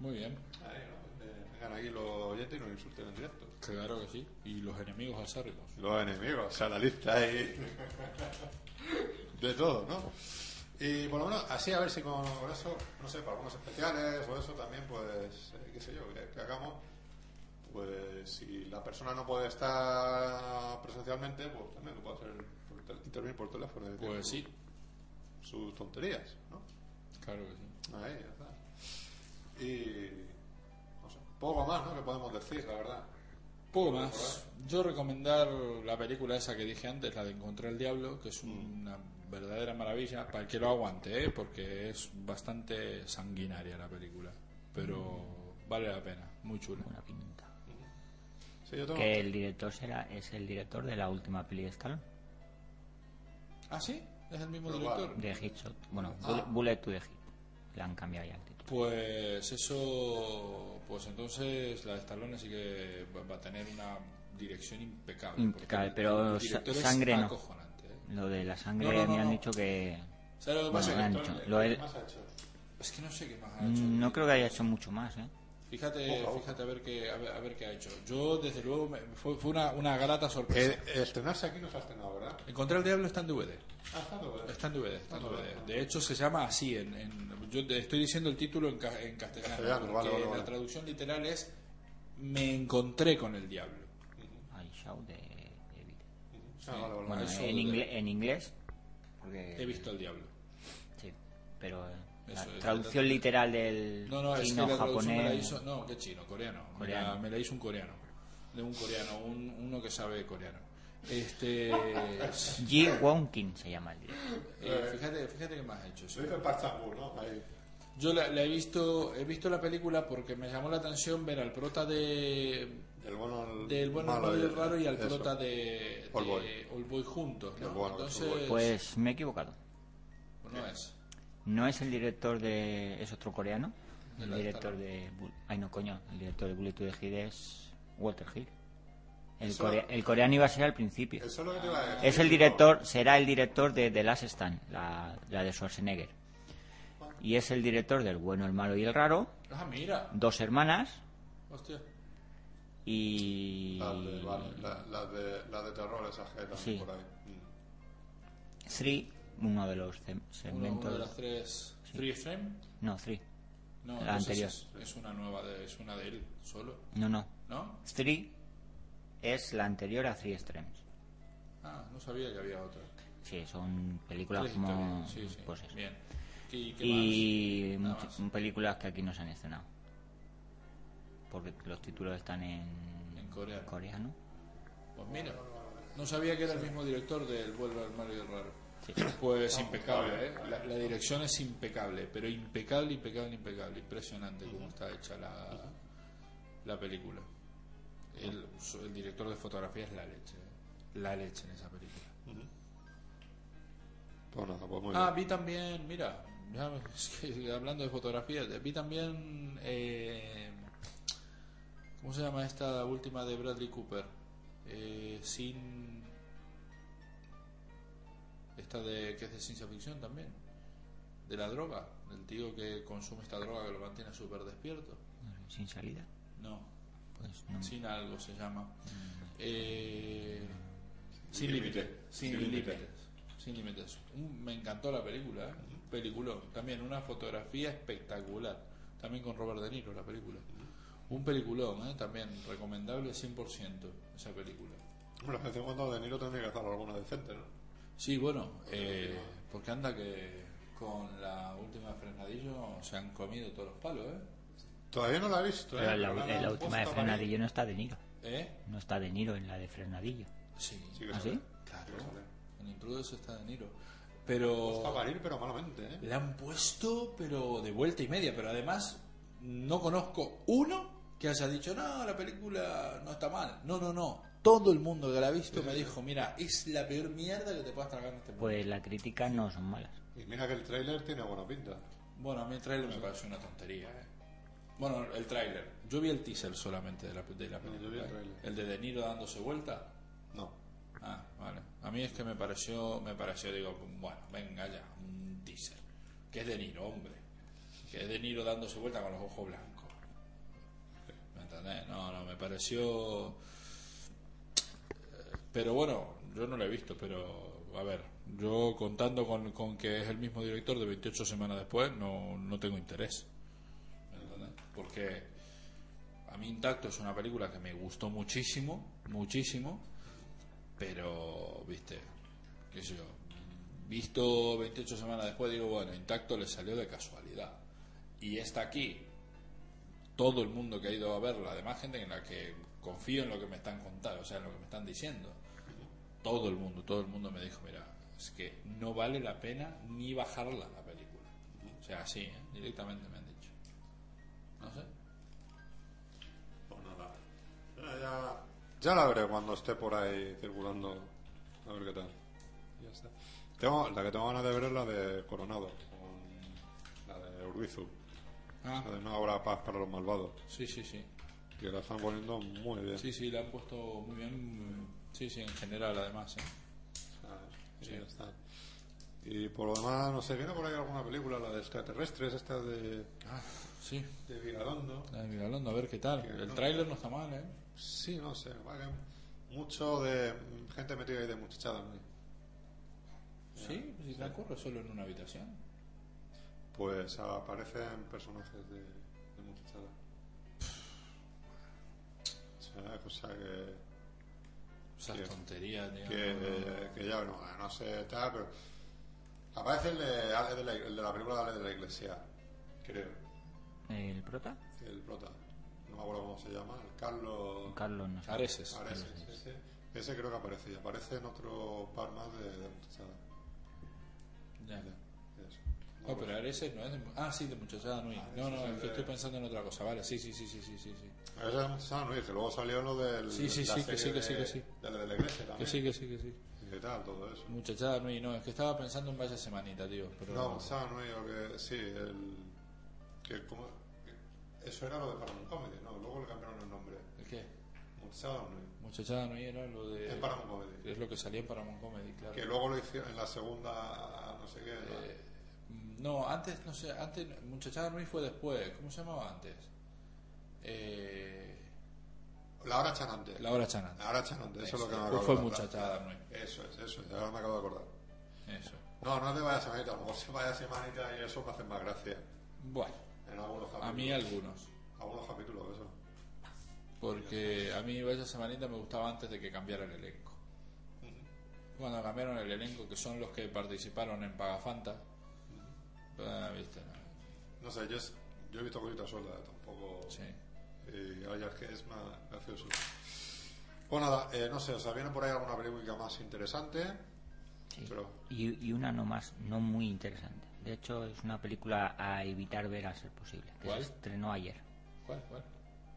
Speaker 2: Muy bien.
Speaker 1: Ahí, ¿no? Eh, Vengan aquí los oyentes y nos insulten en directo.
Speaker 2: Claro que sí. Y los enemigos acérrimos.
Speaker 1: Los enemigos, o sea, la lista ahí. De todo, ¿no? Y por lo menos, así a ver si con, con eso, no sé, para algunos especiales o eso también, pues, eh, qué sé yo, que, que hagamos. Pues si la persona no puede estar presencialmente, pues también lo puede hacer por tel- intervenir por teléfono. y decir
Speaker 2: Pues sí,
Speaker 1: Sus tonterías, ¿no?
Speaker 2: claro que sí.
Speaker 1: Ahí, ya está. Y. No sé, poco más, ¿no? Que podemos decir, la verdad.
Speaker 2: Poco más. Yo recomendar la película esa que dije antes, la de Encontrar el Diablo, que es una verdadera maravilla para el que lo aguante, ¿eh? porque es bastante sanguinaria la película. Pero vale la pena, muy chula.
Speaker 3: Buena pinta.
Speaker 1: Sí, yo tengo.
Speaker 3: Que el director será, es el director de la última peli de Stallone,
Speaker 2: ¿Ah, sí? ¿Es el mismo
Speaker 1: Pero
Speaker 2: director?
Speaker 3: de Hitshot. Bueno,
Speaker 1: Ah.
Speaker 3: Bullet- Bullet to the Hit. Le han cambiado ya el título.
Speaker 2: Pues eso. Pues entonces la de Stallone sí que va- va a tener una dirección impecable. porque
Speaker 3: Impecable,
Speaker 2: el-
Speaker 3: pero
Speaker 2: el director
Speaker 3: sa-
Speaker 2: es
Speaker 3: sangre no.
Speaker 2: acojonante, ¿eh?
Speaker 3: Lo de la sangre
Speaker 2: No, no, no,
Speaker 3: me han
Speaker 2: no.
Speaker 3: dicho que...
Speaker 2: ¿Sabes lo que
Speaker 3: Bueno,
Speaker 2: pasa?
Speaker 3: me han dicho. Lo
Speaker 1: ¿Qué
Speaker 3: él-
Speaker 1: más ha hecho?
Speaker 2: Es que no sé qué más ha hecho.
Speaker 3: Mm, No creo que haya hecho mucho más, ¿eh?
Speaker 2: Fíjate,
Speaker 1: Ojo, ojo.
Speaker 2: fíjate a ver qué a ver, a ver qué ha hecho. Yo desde luego me- fue, fue una, una grata sorpresa.
Speaker 1: Eh, estrenarse aquí no se ha estrenado, ¿verdad?
Speaker 2: Encontrar el diablo está en DVD.
Speaker 1: Ah, está todo bien.
Speaker 2: Está en DVD, está en
Speaker 1: Ah,
Speaker 2: DVD.
Speaker 1: ah.
Speaker 2: De hecho se llama así en, en- yo te estoy diciendo el título en, ca- en castellano,
Speaker 1: Castellano,
Speaker 2: porque
Speaker 1: vale, vale,
Speaker 2: la
Speaker 1: vale.
Speaker 2: traducción literal es Me encontré con el diablo.
Speaker 3: I shout the Evil.
Speaker 1: Ah, vale, vale,
Speaker 3: Bueno, eh.
Speaker 1: vale.
Speaker 2: eso
Speaker 3: en,
Speaker 2: de-
Speaker 3: ingle- en inglés. Porque,
Speaker 2: He visto al diablo.
Speaker 3: Sí, pero eh, la
Speaker 2: Eso es,
Speaker 3: traducción literal del
Speaker 2: No, no, es que
Speaker 3: chino
Speaker 2: la traducción me la
Speaker 3: japonés.
Speaker 2: hizo, no, que chino, coreano. Me
Speaker 3: Coreano.
Speaker 2: la- Me, la, hizo un coreano. De un coreano, un- uno que sabe coreano. Este
Speaker 3: Ji Wonkin se llama el director.
Speaker 2: eh, fíjate, fíjate qué más ha hecho. sí.
Speaker 1: Lo hizo en Parsambur, ¿no? Ahí.
Speaker 2: Yo la, la he visto, he visto la película porque me llamó la atención ver al prota de
Speaker 1: Del bueno al
Speaker 2: del bueno al
Speaker 1: malo
Speaker 2: malo y
Speaker 1: y-
Speaker 2: el raro y al
Speaker 1: eso.
Speaker 2: prota de, de
Speaker 1: Old Boy.
Speaker 2: Old Boy juntos, ¿no?
Speaker 1: El bueno,
Speaker 2: Entonces,
Speaker 1: Old Boy.
Speaker 3: Pues me he equivocado.
Speaker 2: no es.
Speaker 3: No es el director de. Es otro coreano.
Speaker 2: De
Speaker 3: El
Speaker 2: la de
Speaker 3: director de. Bull- Ay, no, coño. El director de Bullet to the Head es. Walter Hill. El,
Speaker 1: Eso-
Speaker 3: corea- el coreano iba a ser al principio.
Speaker 1: Eso es lo que te iba a decir.
Speaker 3: Es el director, será el director de The Last Stand, la, la de Schwarzenegger. Y es el director del Bueno, el Malo y el Raro,
Speaker 2: Ah, mira.
Speaker 3: Dos Hermanas
Speaker 2: Hostia.
Speaker 3: y
Speaker 1: La de, vale, la, la de, la de terror, esa que también
Speaker 3: Sí.
Speaker 1: por ahí. Mm.
Speaker 3: Three, uno de los ce-
Speaker 2: Uno, uno
Speaker 3: segmentos.
Speaker 2: de las tres. Free Frame.
Speaker 3: No, Three.
Speaker 2: No,
Speaker 3: La
Speaker 2: entonces
Speaker 3: anterior.
Speaker 2: Es, es una nueva de, es una de él solo,
Speaker 3: No, no.
Speaker 2: ¿no?
Speaker 3: Three es la anterior a Three Extremes.
Speaker 2: Ah, no sabía que había otra.
Speaker 3: Sí, son películas
Speaker 2: Tres
Speaker 3: como.
Speaker 2: historias, sí, sí.
Speaker 3: pues eso.
Speaker 2: Bien. ¿Y qué
Speaker 3: Y
Speaker 2: Nada
Speaker 3: muchas-
Speaker 2: más.
Speaker 3: películas que aquí no se han estrenado. Porque los títulos están en.
Speaker 2: En coreano.
Speaker 3: coreano.
Speaker 2: más? Pues mira. No sabía que era el mismo director del Vuelve al Mario y el Raro.
Speaker 3: Sí.
Speaker 2: Pues impecable, ¿eh? La, la dirección es impecable, pero impecable, impecable, impecable. Impresionante cómo está hecha la, la película. El, el director de fotografía es la leche, ¿eh? La leche en esa película.
Speaker 1: Pues nada, pues muy
Speaker 2: Ah,
Speaker 1: bien.
Speaker 2: vi también, mira, ya- es que hablando de fotografía, vi también. eh, ¿Cómo se llama esta última de Bradley Cooper? Eh, sin. Esta de, que es de ciencia ficción también. De la droga. El tío que consume esta droga que lo mantiene súper despierto.
Speaker 3: No sé, Sin salida.
Speaker 2: No,
Speaker 3: Pues
Speaker 1: Mm.
Speaker 3: no.
Speaker 2: sin algo se llama. Eh,
Speaker 1: Sin
Speaker 2: sin límites.
Speaker 1: límite.
Speaker 2: Sin
Speaker 1: Sin
Speaker 2: límites.
Speaker 1: límite.
Speaker 2: Sin límites. Un- Me encantó la película. ¿eh?
Speaker 1: Mm.
Speaker 2: Peliculón. También una fotografía espectacular. También con Robert De Niro la película. Un peliculón, ¿eh? también recomendable 100% esa película.
Speaker 1: Bueno, de vez en cuando De Niro tendría que hacer alguna decente, ¿no?
Speaker 2: Sí, bueno, eh, porque anda que con la última de Frenadillo se han comido todos los palos, ¿eh?
Speaker 1: Todavía no la he visto,
Speaker 3: Pero
Speaker 1: ¿eh?
Speaker 3: la,
Speaker 1: Pero han
Speaker 3: la última de
Speaker 1: puesto para
Speaker 3: Frenadillo no está De Niro.
Speaker 2: ¿Eh?
Speaker 3: No está De Niro en la de Frenadillo.
Speaker 2: Sí,
Speaker 1: ahí. Sí que
Speaker 3: ¿Ah,
Speaker 1: sale.
Speaker 3: sí?
Speaker 2: claro.
Speaker 1: Sí que sale.
Speaker 2: En Intrudos está De Niro.
Speaker 1: Está
Speaker 2: Pero
Speaker 1: para ir, pero malamente, ¿eh?
Speaker 2: le han puesto, pero de vuelta y media. Pero además, no conozco uno que haya dicho, no, la película no está mal. No, no, no. Todo el mundo que la ha visto me dijo, mira, es la peor mierda que te puedas tragar en este mundo.
Speaker 3: Pues las críticas no son malas.
Speaker 1: Y mira que el tráiler tiene buena pinta.
Speaker 2: Bueno, a mí el tráiler me pareció una tontería, ¿eh? Bueno, el tráiler. Yo vi el teaser solamente de la, de la película.
Speaker 1: yo vi el
Speaker 2: ¿eh?
Speaker 1: tráiler.
Speaker 2: el de De Niro dándose vuelta.
Speaker 1: No.
Speaker 2: Ah, vale. A mí es que me pareció, me pareció, digo, bueno, venga ya, un teaser. Que es De Niro, hombre. Que es De Niro dándose vuelta con los ojos blancos. ¿Me entendés? No, no, me pareció... Eh, Pero bueno, yo no lo he visto, pero a ver, yo contando con, con que es el mismo director de 28 semanas después, no, no tengo interés. ¿Me entendés? Porque a mí Intacto es una película que me gustó muchísimo, muchísimo, pero, viste, qué sé yo, visto 28 semanas después, digo, bueno, intacto le salió de casualidad. Y está aquí, todo el mundo que ha ido a verla, además gente en la que confío en lo que me están contando, o sea, en lo que me están diciendo. Todo el mundo, todo el mundo me dijo, mira, es que no vale la pena ni bajarla la película. O sea, así, ¿eh? directamente me han dicho. No sé.
Speaker 1: Pues nada. Ya, ya- ya la veré cuando esté por ahí circulando. A ver qué tal. Ya está. Tengo- la que tengo ganas de ver es la de Coronado. Con la de Urbizu.
Speaker 2: Ah,
Speaker 1: La de Una obra de paz para los malvados.
Speaker 2: sí, sí, sí.
Speaker 1: Que la están poniendo muy bien.
Speaker 2: Sí, sí, la han puesto muy bien. Sí, sí, en general, además. ¿eh?
Speaker 1: ¿sabes? Y ya está. Y por lo demás, no sé, viene por ahí alguna película, la de extraterrestres, esta de,
Speaker 2: Ah, sí.
Speaker 1: de Vigalondo.
Speaker 2: Ay, mira, hablando, a ver qué tal.
Speaker 1: Que
Speaker 2: El
Speaker 1: no.
Speaker 2: tráiler no está mal, ¿eh?
Speaker 1: Sí, no sé, vale. Mucho de mm, gente metida ahí de muchachada. ¿no?
Speaker 2: Sí, si te ocurre solo en una habitación.
Speaker 1: Pues aparecen personajes de, de muchachada. O sea, cosa que,
Speaker 2: Esas
Speaker 1: Que-
Speaker 2: tonterías, tío.
Speaker 1: que, eh, que ya no, no sé, tal, pero. Aparece el de, Ale de la, el de la película de Ale de la Iglesia, creo,
Speaker 3: ¿El prota?
Speaker 1: el prota. No me acuerdo cómo se llama, el Carlos.
Speaker 3: Carlos no sé.
Speaker 2: Areces.
Speaker 1: Ahora ese, ese, ese creo que aparece y aparece en otro par más de, de muchachada.
Speaker 2: Ya.
Speaker 1: Eso.
Speaker 2: No, pero Areces no es de... mu- Ah, sí, de muchachada Nui.
Speaker 1: Areces
Speaker 2: No, no,
Speaker 1: es
Speaker 2: es que
Speaker 1: de-
Speaker 2: estoy pensando en otra cosa. Vale, sí, sí, sí, sí, sí, sí. sí.
Speaker 1: A veces de muchachada no dije, luego salió lo del.
Speaker 2: Sí, sí,
Speaker 1: la
Speaker 2: sí, que
Speaker 1: serie
Speaker 2: sí, que sí,
Speaker 1: de-
Speaker 2: que sí.
Speaker 1: De, la de la iglesia también.
Speaker 2: Que sí, que sí, que sí.
Speaker 1: ¿Y qué tal todo eso?
Speaker 2: Muchachada Nui, no, es que estaba pensando en Vaya Semanita, tío. Pero...
Speaker 1: No, muchachada no digo que sí, el. Que como. que- Eso era lo de Paramount Comedy, no, luego le cambiaron el nombre.
Speaker 2: ¿El qué?
Speaker 1: Muchachada no
Speaker 2: Muchachada Nui era lo de...
Speaker 1: es Paramount Comedy.
Speaker 2: Es lo que salía en Paramount Comedy, claro.
Speaker 1: Que luego lo hicieron en la segunda, no sé qué. ¿no?
Speaker 2: Eh, no, antes, no sé, antes, Muchachada Nui fue después. ¿Cómo se llamaba antes? Eh...
Speaker 1: La hora chanante.
Speaker 2: La hora chanante.
Speaker 1: La hora chanante, Ah, eso es lo que me
Speaker 2: Después
Speaker 1: acabo de
Speaker 2: fue
Speaker 1: acordar.
Speaker 2: Muchachada Nui.
Speaker 1: Eso es, eso es, ahora me acabo de acordar.
Speaker 2: Eso.
Speaker 1: No, no es de vaya semanita, a lo mejor se vaya semanita y eso me hace más gracia.
Speaker 2: Bueno,
Speaker 1: En algunos capítulos.
Speaker 2: a mí algunos.
Speaker 1: Algunos capítulos, eso.
Speaker 2: Porque a mí Vaya Semanita me gustaba antes de que cambiara el elenco. Cuando cambiaron el elenco, que son los que participaron en Pagafanta, ah, viste, no,
Speaker 1: No sé, yo, es- yo he visto cositas solas, tampoco.
Speaker 2: sí.
Speaker 1: Y ahora ya es que es más gracioso. Pues nada, eh, no sé, o sea, viene por ahí alguna película más interesante.
Speaker 3: Sí.
Speaker 1: Pero-
Speaker 3: Y, y una no más, no muy interesante. De hecho, es una película a evitar ver a ser posible. Que
Speaker 2: ¿Cuál?
Speaker 3: se estrenó ayer.
Speaker 2: ¿Cuál, cuál?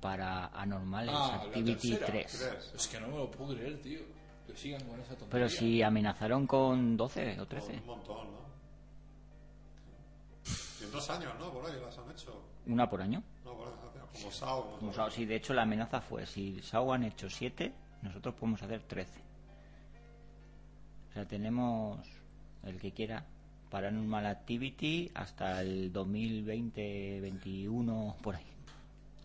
Speaker 3: Para Anormales
Speaker 2: Ah, la
Speaker 3: Activity
Speaker 2: tercera.
Speaker 3: 3.
Speaker 1: ¿Crees?
Speaker 2: Es que no me lo puedo creer, tío. Que sigan con esa tontería.
Speaker 3: Pero si amenazaron con 12 o
Speaker 1: Un
Speaker 3: 13.
Speaker 1: montón, ¿no? Y en dos años, ¿no? Por ahí las han hecho.
Speaker 3: Una por año.
Speaker 1: No, por ahí, como Sao. como
Speaker 3: Como
Speaker 1: todo.
Speaker 3: Sao- sí, de hecho la amenaza fue, si Sao han hecho 7, nosotros podemos hacer 13. O sea, tenemos el que quiera Paranormal Activity hasta el 2020-21, por ahí.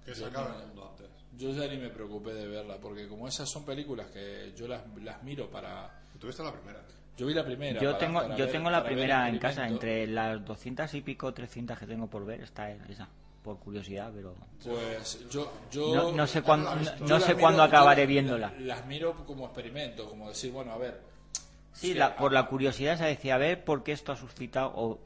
Speaker 1: Que se acaba el mundo antes.
Speaker 2: Yo ya ni me preocupé de verla, porque como esas son películas que yo las, las miro para...
Speaker 1: Tuviste la primera.
Speaker 2: Yo vi la primera.
Speaker 3: yo
Speaker 2: para-
Speaker 3: tengo,
Speaker 2: para
Speaker 3: yo
Speaker 2: ver-
Speaker 3: tengo la
Speaker 2: para ver el
Speaker 3: primera en casa,
Speaker 2: experimento.
Speaker 3: entre las 200 y pico, 300 que tengo por ver, está esa, por curiosidad, pero...
Speaker 2: Pues yo... yo
Speaker 3: No, no sé
Speaker 1: yo
Speaker 3: cuándo,
Speaker 1: la he
Speaker 3: no,
Speaker 1: visto.
Speaker 3: no
Speaker 2: yo las
Speaker 3: sé
Speaker 2: miro-
Speaker 3: cuándo
Speaker 2: yo
Speaker 3: acabaré
Speaker 2: las-
Speaker 3: viéndola.
Speaker 2: Las miro como experimento, como decir, bueno, a ver,
Speaker 3: Sí,
Speaker 2: Sí, ah.
Speaker 3: la-
Speaker 2: a-
Speaker 3: por la curiosidad se decía, a ver por qué esto ha suscitado o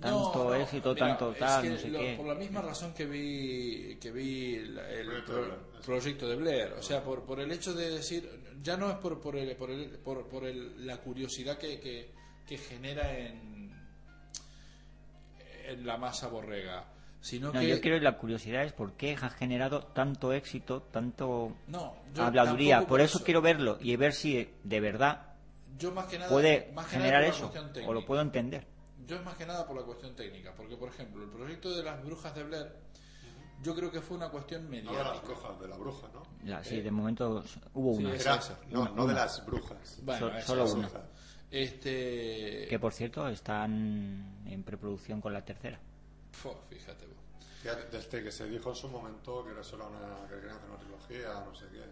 Speaker 3: tanto
Speaker 2: No, no,
Speaker 3: éxito,
Speaker 2: mira,
Speaker 3: tanto
Speaker 2: es
Speaker 3: tal,
Speaker 2: que
Speaker 3: no sé
Speaker 2: lo-
Speaker 3: qué.
Speaker 2: Por la misma razón que vi, que vi el, el
Speaker 1: Proyecto
Speaker 2: pro-
Speaker 1: de Blair.
Speaker 2: proyecto de Blair, o sea, por, por el hecho de decir, ya no es por, por, el, por, el- por- por el- la curiosidad que, que- que genera en, en la masa borrega, sino
Speaker 3: No,
Speaker 2: que...
Speaker 3: yo creo que la curiosidad es por qué ha generado tanto éxito, tanto
Speaker 2: no, yo
Speaker 3: habladuría.
Speaker 2: tampoco
Speaker 3: Por eso, quiero verlo y ver si de verdad
Speaker 2: Yo más que nada,
Speaker 3: puede
Speaker 2: más que nada
Speaker 3: generar
Speaker 2: por la
Speaker 3: eso
Speaker 2: cuestión
Speaker 3: o lo
Speaker 2: técnica.
Speaker 3: puedo entender.
Speaker 2: Yo es más que nada por la cuestión técnica, porque por ejemplo, el proyecto de las brujas de Blair, yo creo que fue una cuestión
Speaker 1: Ahora
Speaker 2: mediática.
Speaker 1: las brujas de la bruja, ¿no?
Speaker 3: La- sí, de momento s- hubo
Speaker 2: Eh, sí,
Speaker 3: una.
Speaker 2: es-
Speaker 1: Era-
Speaker 2: esa.
Speaker 1: no, no de las brujas.
Speaker 2: Bueno,
Speaker 3: So-
Speaker 2: esa
Speaker 3: solo
Speaker 2: es
Speaker 3: una.
Speaker 2: otra. Este.
Speaker 3: Que por cierto, están en preproducción con la tercera.
Speaker 2: Fo, fíjate vos.
Speaker 1: Que Desde que se dijo en su momento que era solo una, que querían hacer una trilogía, no sé qué.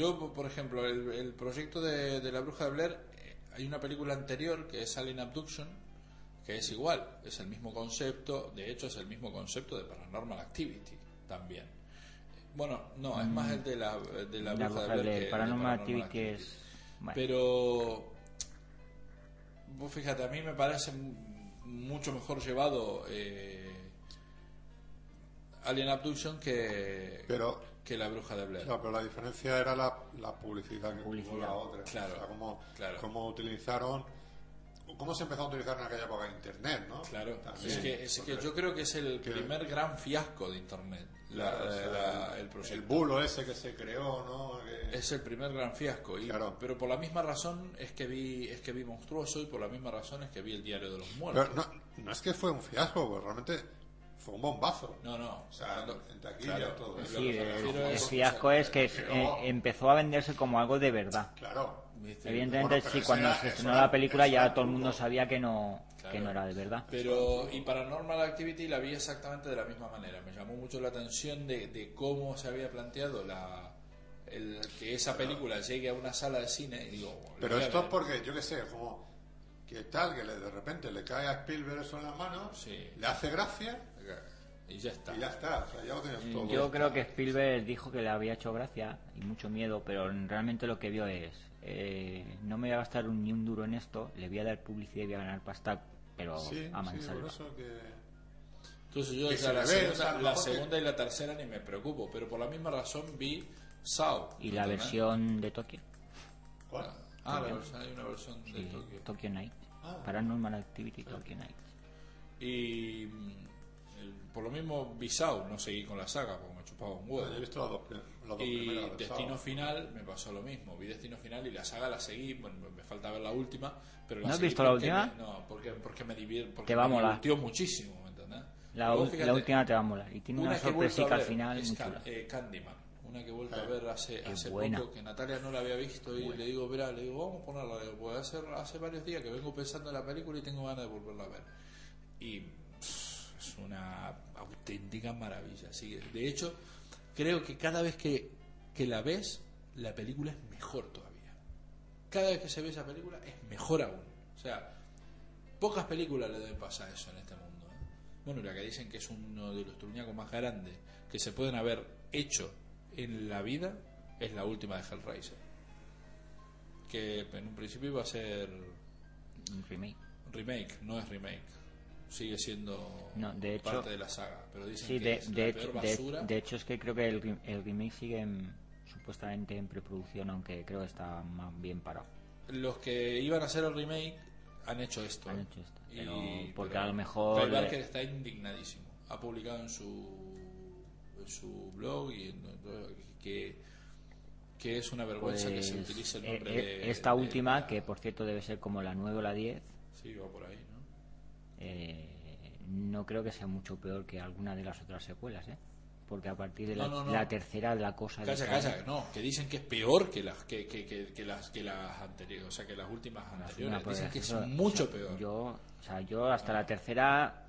Speaker 2: Yo, po- por ejemplo, el, el proyecto de, de la bruja de Blair, eh, hay una película anterior que es Alien Abduction, que es igual, es el mismo concepto, de hecho es el mismo concepto de Paranormal Activity también. Bueno, no, es más el de la, de la,
Speaker 3: Mm. La Bruja de Blair,
Speaker 2: que el de
Speaker 3: Paranormal Activity es... bueno,
Speaker 2: Pero. Vos fíjate, a mí me parece mu- mucho mejor llevado eh, Alien Abduction que,
Speaker 1: Pero,
Speaker 2: que La Bruja de Blair.
Speaker 1: claro, pero la diferencia era la, la publicidad que tuvo
Speaker 3: Publicidad,
Speaker 1: la otra.
Speaker 2: claro,
Speaker 1: O sea, cómo,
Speaker 2: claro.
Speaker 1: cómo utilizaron. Cómo se empezó a utilizar en aquella época Internet, ¿no?
Speaker 2: Claro,
Speaker 1: También,
Speaker 2: es, que, es que
Speaker 1: porque-
Speaker 2: yo creo que es el
Speaker 1: que-
Speaker 2: primer gran fiasco de Internet, la-
Speaker 1: Claro, o sea,
Speaker 2: la-
Speaker 1: el,
Speaker 2: el proyecto.
Speaker 1: bulo ese que se creó, ¿no? Que-
Speaker 2: es el primer gran fiasco y-
Speaker 1: Claro.
Speaker 2: pero por la misma razón es que vi es que vi monstruoso y por la misma razón es que vi el diario de los muertos
Speaker 1: Pero no, no es que fue un fiasco, pues realmente fue un bombazo.
Speaker 2: no no
Speaker 1: O sea,
Speaker 2: cuando-
Speaker 1: en taquilla,
Speaker 2: claro,
Speaker 1: todo.
Speaker 2: es
Speaker 1: Sí,
Speaker 2: lo que
Speaker 3: sí,
Speaker 2: me
Speaker 1: eh,
Speaker 2: refiero
Speaker 3: el, el
Speaker 2: es-
Speaker 3: fiasco es que
Speaker 1: pero-
Speaker 3: eh, empezó a venderse como algo de verdad.
Speaker 1: Claro.
Speaker 2: ¿viste?
Speaker 3: Evidentemente,
Speaker 1: Bueno, pero
Speaker 3: sí,
Speaker 1: ese
Speaker 3: cuando
Speaker 1: era-
Speaker 3: se
Speaker 1: eso
Speaker 3: estrenó
Speaker 1: era-
Speaker 3: la película
Speaker 1: eso
Speaker 3: ya
Speaker 1: era
Speaker 3: todo el
Speaker 1: truco.
Speaker 3: mundo sabía que no, que
Speaker 2: Claro.
Speaker 3: no era de verdad.
Speaker 2: Pero, y Paranormal Activity la vi exactamente de la misma manera. Me llamó mucho la atención de, de cómo se había planteado la el, que esa película llegue a una sala de cine y digo... "Lo
Speaker 1: Pero
Speaker 2: voy a
Speaker 1: esto es
Speaker 2: ver".
Speaker 1: porque, yo qué sé, como que tal, que le- de repente le cae a Spielberg eso en las manos,
Speaker 2: Sí.
Speaker 1: le hace gracia
Speaker 2: Y ya está.
Speaker 1: y ya está. O sea, ya lo tienes
Speaker 2: Mm,
Speaker 1: todo.
Speaker 3: Yo creo que Spielberg dijo que le había hecho gracia y mucho miedo, pero realmente lo que vio es, eh, no me voy a gastar un- ni un duro en esto, le voy a dar publicidad y voy a ganar pasta, pero
Speaker 1: Sí, sí,
Speaker 3: a
Speaker 1: por
Speaker 3: mansalva.
Speaker 1: eso que...
Speaker 2: Entonces yo
Speaker 1: Que
Speaker 2: o sea,
Speaker 1: se
Speaker 2: la,
Speaker 1: le ve,
Speaker 2: segunda,
Speaker 1: o sea, a lo
Speaker 2: la
Speaker 1: mejor que-
Speaker 2: segunda y la tercera ni me preocupo, pero por la misma razón vi Saw.
Speaker 3: y la
Speaker 2: ¿entendés?
Speaker 3: versión de Tokio,
Speaker 1: ¿Cuál?
Speaker 2: Ah, la versión, hay una versión de
Speaker 3: sí,
Speaker 2: Tokio. Ah.
Speaker 3: Tokyo Night, Paranormal Activity Tokyo Night.
Speaker 2: Y mm, el- por lo mismo vi Saw, no seguí con la saga porque me chupaba un huevo.
Speaker 1: pues, Yo he visto las dos, prim- las dos
Speaker 2: Y
Speaker 1: primeras. del
Speaker 2: Destino
Speaker 1: sábado.
Speaker 2: Final me pasó lo mismo. Vi Destino Final y la saga la seguí. Bueno, me- me falta ver la última. Pero la
Speaker 3: ¿No has
Speaker 2: seguí
Speaker 3: visto la
Speaker 2: porque
Speaker 3: última?
Speaker 2: me- no, porque, porque me divir- porque
Speaker 3: Te va a
Speaker 2: me
Speaker 3: molar.
Speaker 2: divirtió muchísimo, ¿me entendés?
Speaker 3: La,
Speaker 2: Pero vos
Speaker 3: ul-
Speaker 2: fíjate,
Speaker 3: la última te va a molar y tiene una,
Speaker 2: que he vuelto a
Speaker 3: sorpresica al
Speaker 2: ver
Speaker 3: final
Speaker 2: es
Speaker 3: muy
Speaker 2: Can-
Speaker 3: chula.
Speaker 2: eh, Candyman. Una que he vuelto a ver hace, hace
Speaker 3: buena.
Speaker 2: poco que Natalia no la había visto y le digo, verá, le digo, vamos a ponerla. le digo, porque hace, hace varios días que vengo pensando en la película y tengo ganas de volverla a ver. Y pff, es una auténtica maravilla. Así que, de hecho, creo que cada vez que, que la ves, la película es mejor todavía. Cada vez que se ve esa película es mejor aún. O sea, Pocas películas le deben pasar eso en este mundo. ¿eh? Bueno, y la que dicen que es uno de los truñacos más grandes que se pueden haber hecho en la vida es la última de Hellraiser. Que en un principio iba a ser
Speaker 3: Un remake.
Speaker 2: remake, no es remake. Sigue siendo
Speaker 3: No, de hecho-
Speaker 2: parte de la saga. Pero dicen
Speaker 3: Sí,
Speaker 2: que
Speaker 3: de,
Speaker 2: es la
Speaker 3: de,
Speaker 2: peor
Speaker 3: hecho, de-
Speaker 2: basura.
Speaker 3: de hecho es que creo que el, re- el remake sigue en- supuestamente en preproducción, aunque creo que está más bien parado.
Speaker 2: Los que iban a hacer el remake han hecho esto.
Speaker 3: Han
Speaker 2: ¿eh?
Speaker 3: hecho esto,
Speaker 2: Y-
Speaker 3: pero- porque
Speaker 2: pero
Speaker 3: a lo mejor
Speaker 2: Clive
Speaker 3: le-
Speaker 2: Barker está indignadísimo. Ha publicado en su en su blog y en- que que es una vergüenza que se
Speaker 3: Pues,
Speaker 2: utilice el
Speaker 3: eh,
Speaker 2: nombre
Speaker 3: eh,
Speaker 2: de-
Speaker 3: esta
Speaker 2: de-
Speaker 3: última, que por cierto debe ser como la 9 o la 10,
Speaker 2: sí va por ahí, ¿no?
Speaker 3: eh, no creo que sea mucho peor que alguna de las otras secuelas, ¿eh? porque a partir de la,
Speaker 2: No, no, no.
Speaker 3: la tercera la cosa... eh,
Speaker 2: Calla,
Speaker 3: decae.
Speaker 2: calla, no, que dicen que es peor que las que, que, que, que las que las anteriores, o sea, que las últimas
Speaker 3: Una
Speaker 2: anteriores,
Speaker 3: por
Speaker 2: dicen que es
Speaker 3: ejemplo,
Speaker 2: mucho
Speaker 3: o sea,
Speaker 2: peor.
Speaker 3: pues, Yo, o sea, yo hasta la tercera,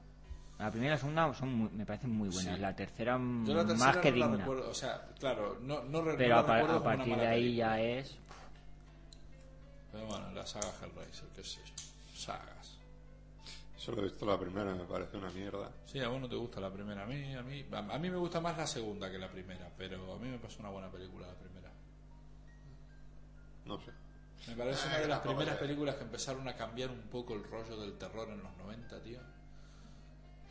Speaker 3: la primera y la segunda son muy- me parecen muy buenas.
Speaker 2: Sí.
Speaker 3: La tercera
Speaker 2: Yo la
Speaker 3: mm,
Speaker 2: tercera
Speaker 3: más que
Speaker 2: no la
Speaker 3: digna.
Speaker 2: recuerdo, o sea, claro, no, no re-
Speaker 3: Pero
Speaker 2: no
Speaker 3: a,
Speaker 2: la
Speaker 3: par-
Speaker 2: recuerdo
Speaker 3: a
Speaker 2: como una
Speaker 3: partir de
Speaker 2: mala
Speaker 3: ahí
Speaker 2: película.
Speaker 3: ya es...
Speaker 2: Pero bueno, la saga Hellraiser, qué sé yo, sagas.
Speaker 1: Solo he visto la primera, me parece una mierda.
Speaker 2: Sí, a vos no te gusta la primera, a mí, a mí, a a mí me gusta más la segunda que la primera, pero a mí me pasó una buena película la primera.
Speaker 1: No sé.
Speaker 2: Me parece
Speaker 1: Ah,
Speaker 2: una de
Speaker 1: que
Speaker 2: las
Speaker 1: tampoco
Speaker 2: primeras
Speaker 1: te-
Speaker 2: películas que empezaron a cambiar un poco el rollo del terror en los 90, tío.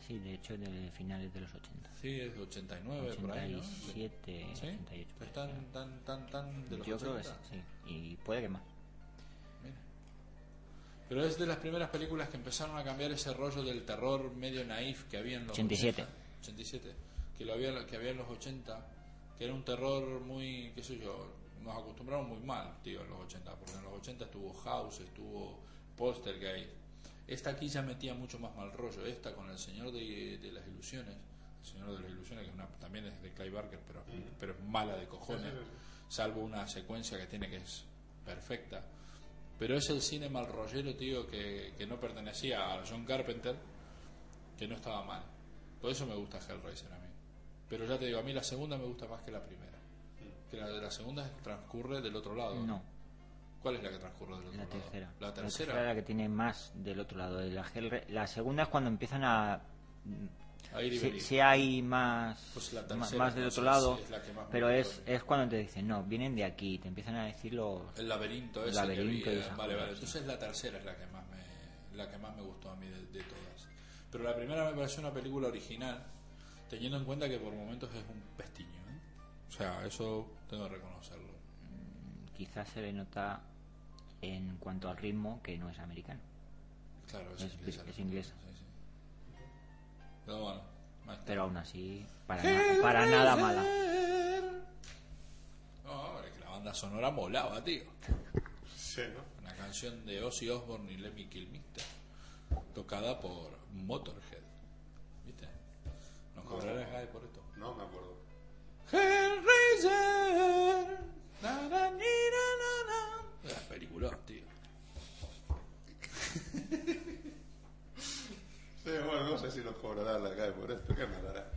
Speaker 3: Sí, de hecho, de finales de los 80.
Speaker 2: Sí, es de 89, por ahí, ¿no?
Speaker 3: 87,
Speaker 2: ¿Sí?
Speaker 3: 88.
Speaker 2: Pues tan, tan, tan, tan de los
Speaker 3: Yo creo que
Speaker 2: 80.
Speaker 3: sí, sí. Y puede que más.
Speaker 2: Mira. Pero es de las primeras películas que empezaron a cambiar ese rollo del terror medio naif que había en los
Speaker 3: 87.
Speaker 2: 80, 87. Que, lo había, que había en los 80. Que era un terror muy, qué sé yo, nos acostumbraron muy mal, tío, en los 80. Porque en los 80 estuvo House, estuvo Poltergeist. Esta aquí ya metía mucho más mal rollo. Esta con El Señor de, de las Ilusiones. El Señor de las Ilusiones, que es una- también es de Clive Barker, pero, pero es mala de cojones. Salvo una secuencia que tiene que es perfecta. Pero es el cine mal rollero, tío, que, que no pertenecía a John Carpenter, que no estaba mal. Por eso me gusta Hellraiser a mí. Pero ya te digo, a mí la segunda me gusta más que la primera. Que la de la segunda transcurre del otro lado.
Speaker 3: No,
Speaker 2: ¿Cuál es la que transcurre del otro
Speaker 3: la
Speaker 2: lado?
Speaker 3: tercera.
Speaker 2: La
Speaker 3: La es
Speaker 2: tercera.
Speaker 3: la que tiene más del otro lado. de La, Hellra- la segunda es cuando empiezan a...
Speaker 2: a ir y
Speaker 3: Si,
Speaker 2: venir.
Speaker 3: si hay más,
Speaker 2: Pues la
Speaker 3: ma-
Speaker 2: tercera,
Speaker 3: más del
Speaker 2: entonces,
Speaker 3: otro lado,
Speaker 2: es la que más me
Speaker 3: pero
Speaker 2: gustó
Speaker 3: es,
Speaker 2: a mí.
Speaker 3: es cuando te dicen, no, vienen de aquí, te empiezan a decir los...
Speaker 2: El laberinto es
Speaker 3: Laberinto
Speaker 2: que
Speaker 3: y
Speaker 2: vi, eh,
Speaker 3: esas
Speaker 2: Vale,
Speaker 3: cosas,
Speaker 2: vale.
Speaker 3: sí.
Speaker 2: Entonces la tercera es la que más me, la que más me gustó a mí de, de todas. Pero la primera me pareció una película original, teniendo en cuenta que por momentos es un pestiño. ¿eh? O sea, eso tengo que reconocerlo.
Speaker 3: quizás se le nota en cuanto al ritmo que no es americano.
Speaker 2: Claro, es,
Speaker 3: Es-
Speaker 2: inglesa.
Speaker 3: es
Speaker 2: la
Speaker 3: inglesa.
Speaker 2: película, sí, sí. Pero bueno, ahí está.
Speaker 3: Pero aún así, para, na- para nada mala.
Speaker 2: No, es que la banda sonora molaba, tío.
Speaker 1: Sí, ¿no?
Speaker 2: Una canción de Ozzy Osbourne y Lemmy Kilmister, tocada por Motorhead. ¿Viste? Nos cobrarán Jade por esto.
Speaker 1: No me acuerdo.
Speaker 2: Hellraiser. na, na, ni, na, na, na. Era peliculón, tío.
Speaker 1: Sí, bueno, no sé si nos cobrará la calle por esto. ¿Qué me dará?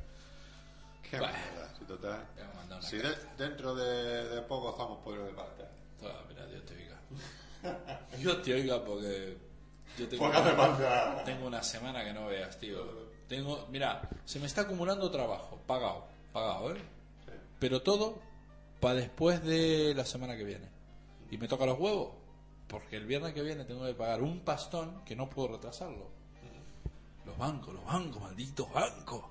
Speaker 1: ¿Qué
Speaker 2: Bah.
Speaker 1: me dará? Si total.
Speaker 2: Te voy a mandar una
Speaker 1: Si
Speaker 2: carta.
Speaker 1: de- dentro de, de poco estamos por el pastel.
Speaker 2: Ah, mira, Dios te oiga. Dios te oiga porque. Yo tengo,
Speaker 1: Porque hace falta.
Speaker 2: tengo una semana que no veas, tío. Tengo, mira, se me está acumulando trabajo, pagado, pagado, ¿eh? Pero todo para después de la semana que viene. Y me toca los huevos, porque el viernes que viene tengo que pagar un pastón que no puedo retrasarlo. Los bancos, los bancos, malditos bancos.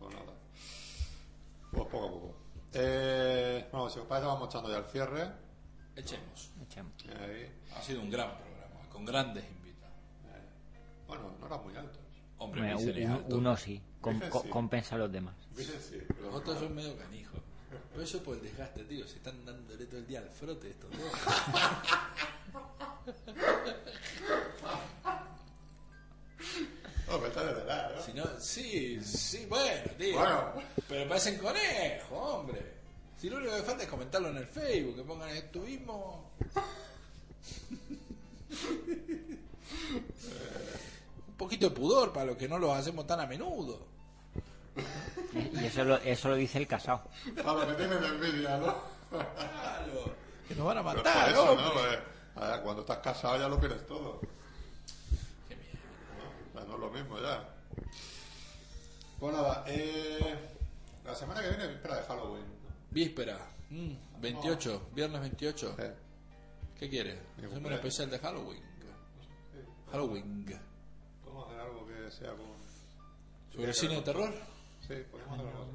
Speaker 1: No, o nada. Pues poco a poco. Eh, bueno, si os parece, vamos echando ya el cierre.
Speaker 2: Echemos.
Speaker 3: Echamos.
Speaker 1: Ahí.
Speaker 2: Ha sido un gran programa, con grandes invitados.
Speaker 1: Bueno, no era muy alto.
Speaker 2: Hombre,
Speaker 3: Bueno,
Speaker 2: Miser es
Speaker 3: un-
Speaker 2: alto.
Speaker 3: uno sí, com-
Speaker 1: Ese
Speaker 3: co-
Speaker 1: sí.
Speaker 3: compensa a los demás.
Speaker 1: Miren, sí.
Speaker 2: Los otros son medio canijos. Pero eso por el desgaste, tío. Se están dándole todo el día al frote estos dos.
Speaker 1: Oh, me está de verdad, ¿no?
Speaker 2: Si no- sí, sí, bueno, tío.
Speaker 1: Bueno.
Speaker 2: Pero parecen conejos, hombre. Si lo único que falta es comentarlo en el Facebook, que pongan estuvimos. Un poquito de pudor para los que no los hacemos tan a menudo.
Speaker 3: Y eso lo, eso lo dice el casado.
Speaker 1: Para que tienen envidia, ¿no?
Speaker 2: Claro, que nos van a
Speaker 1: Pero
Speaker 2: matar,
Speaker 1: por eso,
Speaker 2: hombre.
Speaker 1: ¿no? Pues, a ver, cuando estás casado ya lo quieres todo.
Speaker 2: Qué mierda.
Speaker 1: O sea, no es lo mismo ya. Pues nada, eh, la semana que viene, espera de Halloween. ¿no?
Speaker 2: Víspera, mm, 28, viernes 28.
Speaker 1: Eh,
Speaker 2: ¿Qué quieres?
Speaker 1: Mi
Speaker 2: Hacemos un
Speaker 1: cumpleaños.
Speaker 2: especial de Halloween. Halloween.
Speaker 1: Podemos hacer algo que sea con.
Speaker 2: ¿Sobre cine de terror?
Speaker 1: Sí, podemos hacer algo.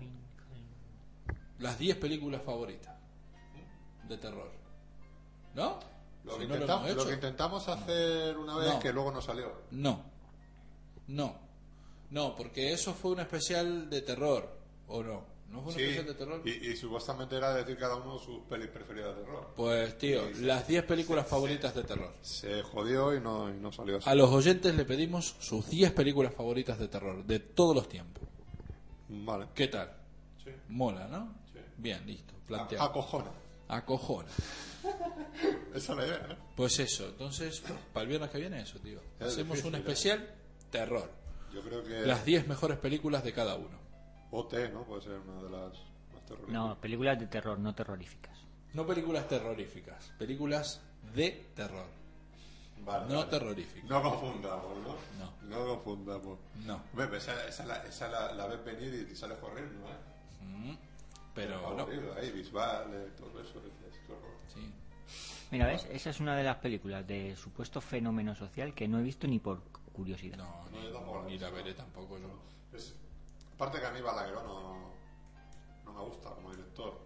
Speaker 2: Las 10 películas favoritas de terror. ¿No?
Speaker 1: Lo,
Speaker 2: Si
Speaker 1: que
Speaker 2: no lo
Speaker 1: intentamos,
Speaker 2: hemos
Speaker 1: lo que
Speaker 2: hecho.
Speaker 1: intentamos hacer una vez
Speaker 2: No.
Speaker 1: que luego no salió.
Speaker 2: No. No. No, porque eso fue un especial de terror. ¿O no? ¿No fue un
Speaker 1: Sí,
Speaker 2: especial de terror?
Speaker 1: y, y supuestamente era decir cada uno sus pelis preferidas de terror.
Speaker 2: Pues, tío, las 10 películas favoritas de terror.
Speaker 1: Se jodió y no, y no
Speaker 2: Ah.
Speaker 1: salió así.
Speaker 2: A los oyentes le pedimos sus 10 películas favoritas de terror de todos los tiempos.
Speaker 1: Vale.
Speaker 2: ¿Qué tal?
Speaker 1: Sí.
Speaker 2: Mola, ¿no?
Speaker 1: Sí.
Speaker 2: Bien, listo.
Speaker 1: A-
Speaker 2: Planteado.
Speaker 1: Acojona.
Speaker 2: Acojona.
Speaker 1: Esa es la idea, ¿eh? ¿no?
Speaker 2: Pues eso, entonces, para el viernes que viene eso, tío.
Speaker 1: Es
Speaker 2: Hacemos
Speaker 1: difícil,
Speaker 2: un
Speaker 1: ¿eh?
Speaker 2: especial terror.
Speaker 1: Yo creo que
Speaker 2: Las 10 mejores películas de cada uno.
Speaker 1: OT, ¿no? Puede ser una de las más terroríficas.
Speaker 3: No, películas de terror, no terroríficas.
Speaker 2: No películas terroríficas, películas de terror.
Speaker 1: Vale,
Speaker 2: No
Speaker 1: vale.
Speaker 2: terroríficas.
Speaker 1: No confundamos, ¿no?
Speaker 2: No.
Speaker 1: No confundamos.
Speaker 2: No.
Speaker 1: Bebe, pues esa, esa, la, esa la, la ves venir y sales corriendo, ¿eh?
Speaker 2: Pero no.
Speaker 1: Aburrido, ahí, Bisbal, eh, todo eso. dices, qué horror.
Speaker 2: Sí.
Speaker 3: Mira, ¿ves? Esa es una de las películas de supuesto fenómeno social que no he visto ni por curiosidad.
Speaker 2: No,
Speaker 1: No, yo
Speaker 2: ni,
Speaker 1: tampoco.
Speaker 2: ni la veré tampoco yo.
Speaker 1: Es- aparte que a mí Balagueró no, no me gusta como director.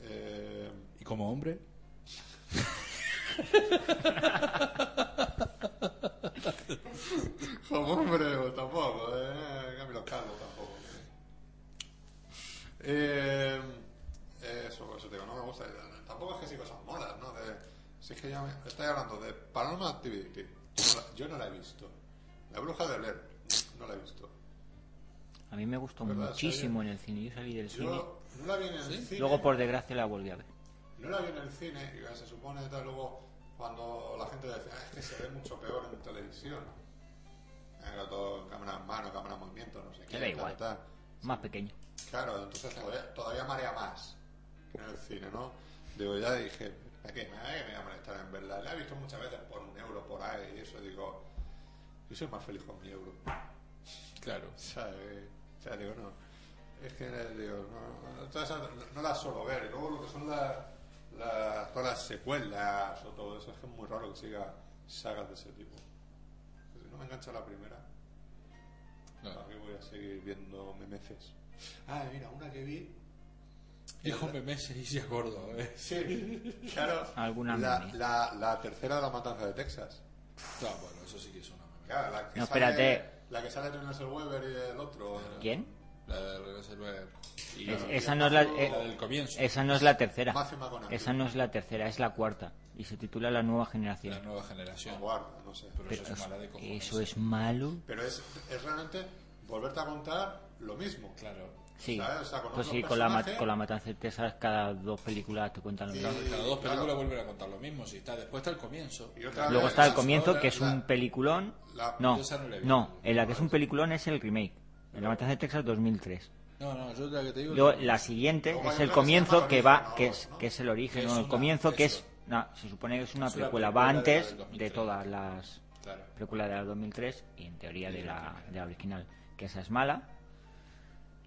Speaker 1: Eh,
Speaker 2: ¿Y como hombre?
Speaker 1: como hombre, pues, tampoco. Eh, Camilo Carlos tampoco. Eh, eso, eso te digo, no me gusta. Tampoco es que sí cosas molas, ¿no? De, si es que ya me, estáis hablando de Paranormal Activity. No la- yo no la he visto. La bruja de Blair. No la he visto.
Speaker 3: A mí me gustó
Speaker 1: ¿Verdad?
Speaker 3: muchísimo en el cine. Yo salí del cine.
Speaker 1: Yo no la vi en el cine.
Speaker 3: Luego, por desgracia, la volví a ver.
Speaker 1: No la vi en el cine, y se supone que tal, luego cuando la gente decía, "Ah, es que se ve mucho peor en televisión. Era todo cámara en mano, cámara en movimiento, no sé qué.
Speaker 3: da
Speaker 1: tal,
Speaker 3: igual.
Speaker 1: tal.
Speaker 3: Más pequeño.
Speaker 1: Claro, entonces todavía, todavía marea más en el cine, ¿no? Digo, ya dije, ¿a qué? ¿A qué me voy a molestar en verdad? La he visto muchas veces por un euro, por ahí, y eso digo, yo soy más feliz con mi euro.
Speaker 2: Claro.
Speaker 1: ¿sabes? O sea, digo, no. Es que eh, digo, no, no, todas esas- no- no las suelo ver. Y luego lo que son las, las- todas las secuelas o todo eso, es que es muy raro que siga sagas de ese tipo. Si no me engancha la primera, ¿para
Speaker 2: claro.
Speaker 1: qué voy a seguir viendo memeces? Ah, mira, una que vi.
Speaker 2: Dijo meses y se acordó. ¿eh?
Speaker 1: Sí, claro.
Speaker 3: Alguna
Speaker 1: la,
Speaker 3: meme.
Speaker 1: la, la tercera de la matanza de Texas.
Speaker 2: Claro, bueno, eso sí que es una meme.
Speaker 1: Claro, la que
Speaker 3: No,
Speaker 1: sale-
Speaker 3: espérate.
Speaker 1: La que sale de Nelson Weber y el otro. eh,
Speaker 3: ¿Quién?
Speaker 2: La de Reservoir. Y
Speaker 3: Es-
Speaker 2: la-
Speaker 3: esa, no es la, eh,
Speaker 2: la del comienzo.
Speaker 3: esa no es la tercera.
Speaker 1: Matthew McConaughey.
Speaker 3: Esa no es la tercera, es la cuarta. Y se titula La Nueva
Speaker 2: la
Speaker 3: Generación.
Speaker 2: nueva generación.
Speaker 1: Guarda, no sé.
Speaker 2: Pero, eso
Speaker 3: Pero
Speaker 2: es mala de cojones.
Speaker 3: Eso es malo.
Speaker 1: Pero es, es realmente volverte a contar lo mismo.
Speaker 2: Claro.
Speaker 3: Sí.
Speaker 1: ¿Sabes? O sea, con
Speaker 3: Pues
Speaker 1: otro
Speaker 3: sí, con la, ma-
Speaker 1: personaje-
Speaker 3: con la matanza de Texas, cada dos películas te cuentan lo
Speaker 1: Y-
Speaker 3: mismo.
Speaker 2: Cada dos
Speaker 1: claro.
Speaker 2: películas vuelven a contar lo mismo. Si está después está el comienzo.
Speaker 1: Y otra
Speaker 3: Luego
Speaker 1: vez,
Speaker 3: está el
Speaker 1: la-
Speaker 3: comienzo,
Speaker 1: la-
Speaker 3: que es
Speaker 1: la-
Speaker 3: un peliculón.
Speaker 1: la-
Speaker 3: No,
Speaker 2: yo esa no la he visto.
Speaker 3: no, en la que es un peliculón es el remake. En la matanza de Texas 2003.
Speaker 2: No, no, yo la que te digo.
Speaker 3: Luego
Speaker 2: es-
Speaker 3: la siguiente
Speaker 1: Luego hay
Speaker 3: es
Speaker 1: otra
Speaker 3: el
Speaker 1: que se
Speaker 3: comienzo
Speaker 1: llama
Speaker 3: que
Speaker 1: El
Speaker 3: va,
Speaker 1: origen,
Speaker 3: que
Speaker 1: ¿no?
Speaker 3: es,
Speaker 1: ¿no?
Speaker 3: que es el origen,
Speaker 2: Es
Speaker 3: no, el
Speaker 2: una-
Speaker 3: comienzo que es,
Speaker 2: eso.
Speaker 3: no, se supone que es una
Speaker 2: Es una
Speaker 3: precuela,
Speaker 2: precuela de
Speaker 3: va
Speaker 2: la del
Speaker 3: antes de
Speaker 2: 2003.
Speaker 3: todas las
Speaker 2: Claro.
Speaker 3: precuelas de la 2003 y en teoría de la, de la original, que esa es mala.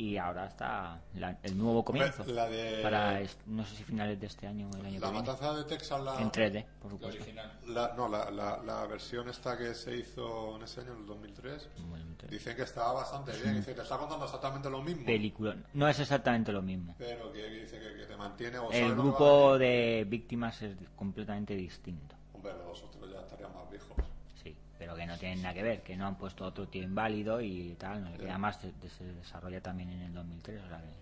Speaker 3: Y ahora está la- el nuevo comienzo.
Speaker 1: la de-
Speaker 3: Para, es- no sé si finales de este año o el año
Speaker 1: La
Speaker 3: que viene.
Speaker 1: matanza de Texas, la,
Speaker 3: En 3D, por
Speaker 2: La
Speaker 3: supuesto.
Speaker 2: original.
Speaker 1: la- no, la, la, la versión esta que se hizo en ese año, en el 2003,
Speaker 3: Bueno, en 3D.
Speaker 1: dicen que estaba bastante bien. Dice, te está contando exactamente lo mismo,
Speaker 3: Película. No es exactamente lo mismo.
Speaker 1: pero que dice que, que te mantiene. O sabe
Speaker 3: El
Speaker 1: lo que
Speaker 3: grupo
Speaker 1: va a-
Speaker 3: de víctimas es completamente distinto.
Speaker 1: Hombre, vosotros ya estarían más viejos.
Speaker 3: Sí, pero que no tienen nada que ver, que no han puesto otro tío inválido y tal, no sé qué. Además se, de- se desarrolla también en el 2003, o sea que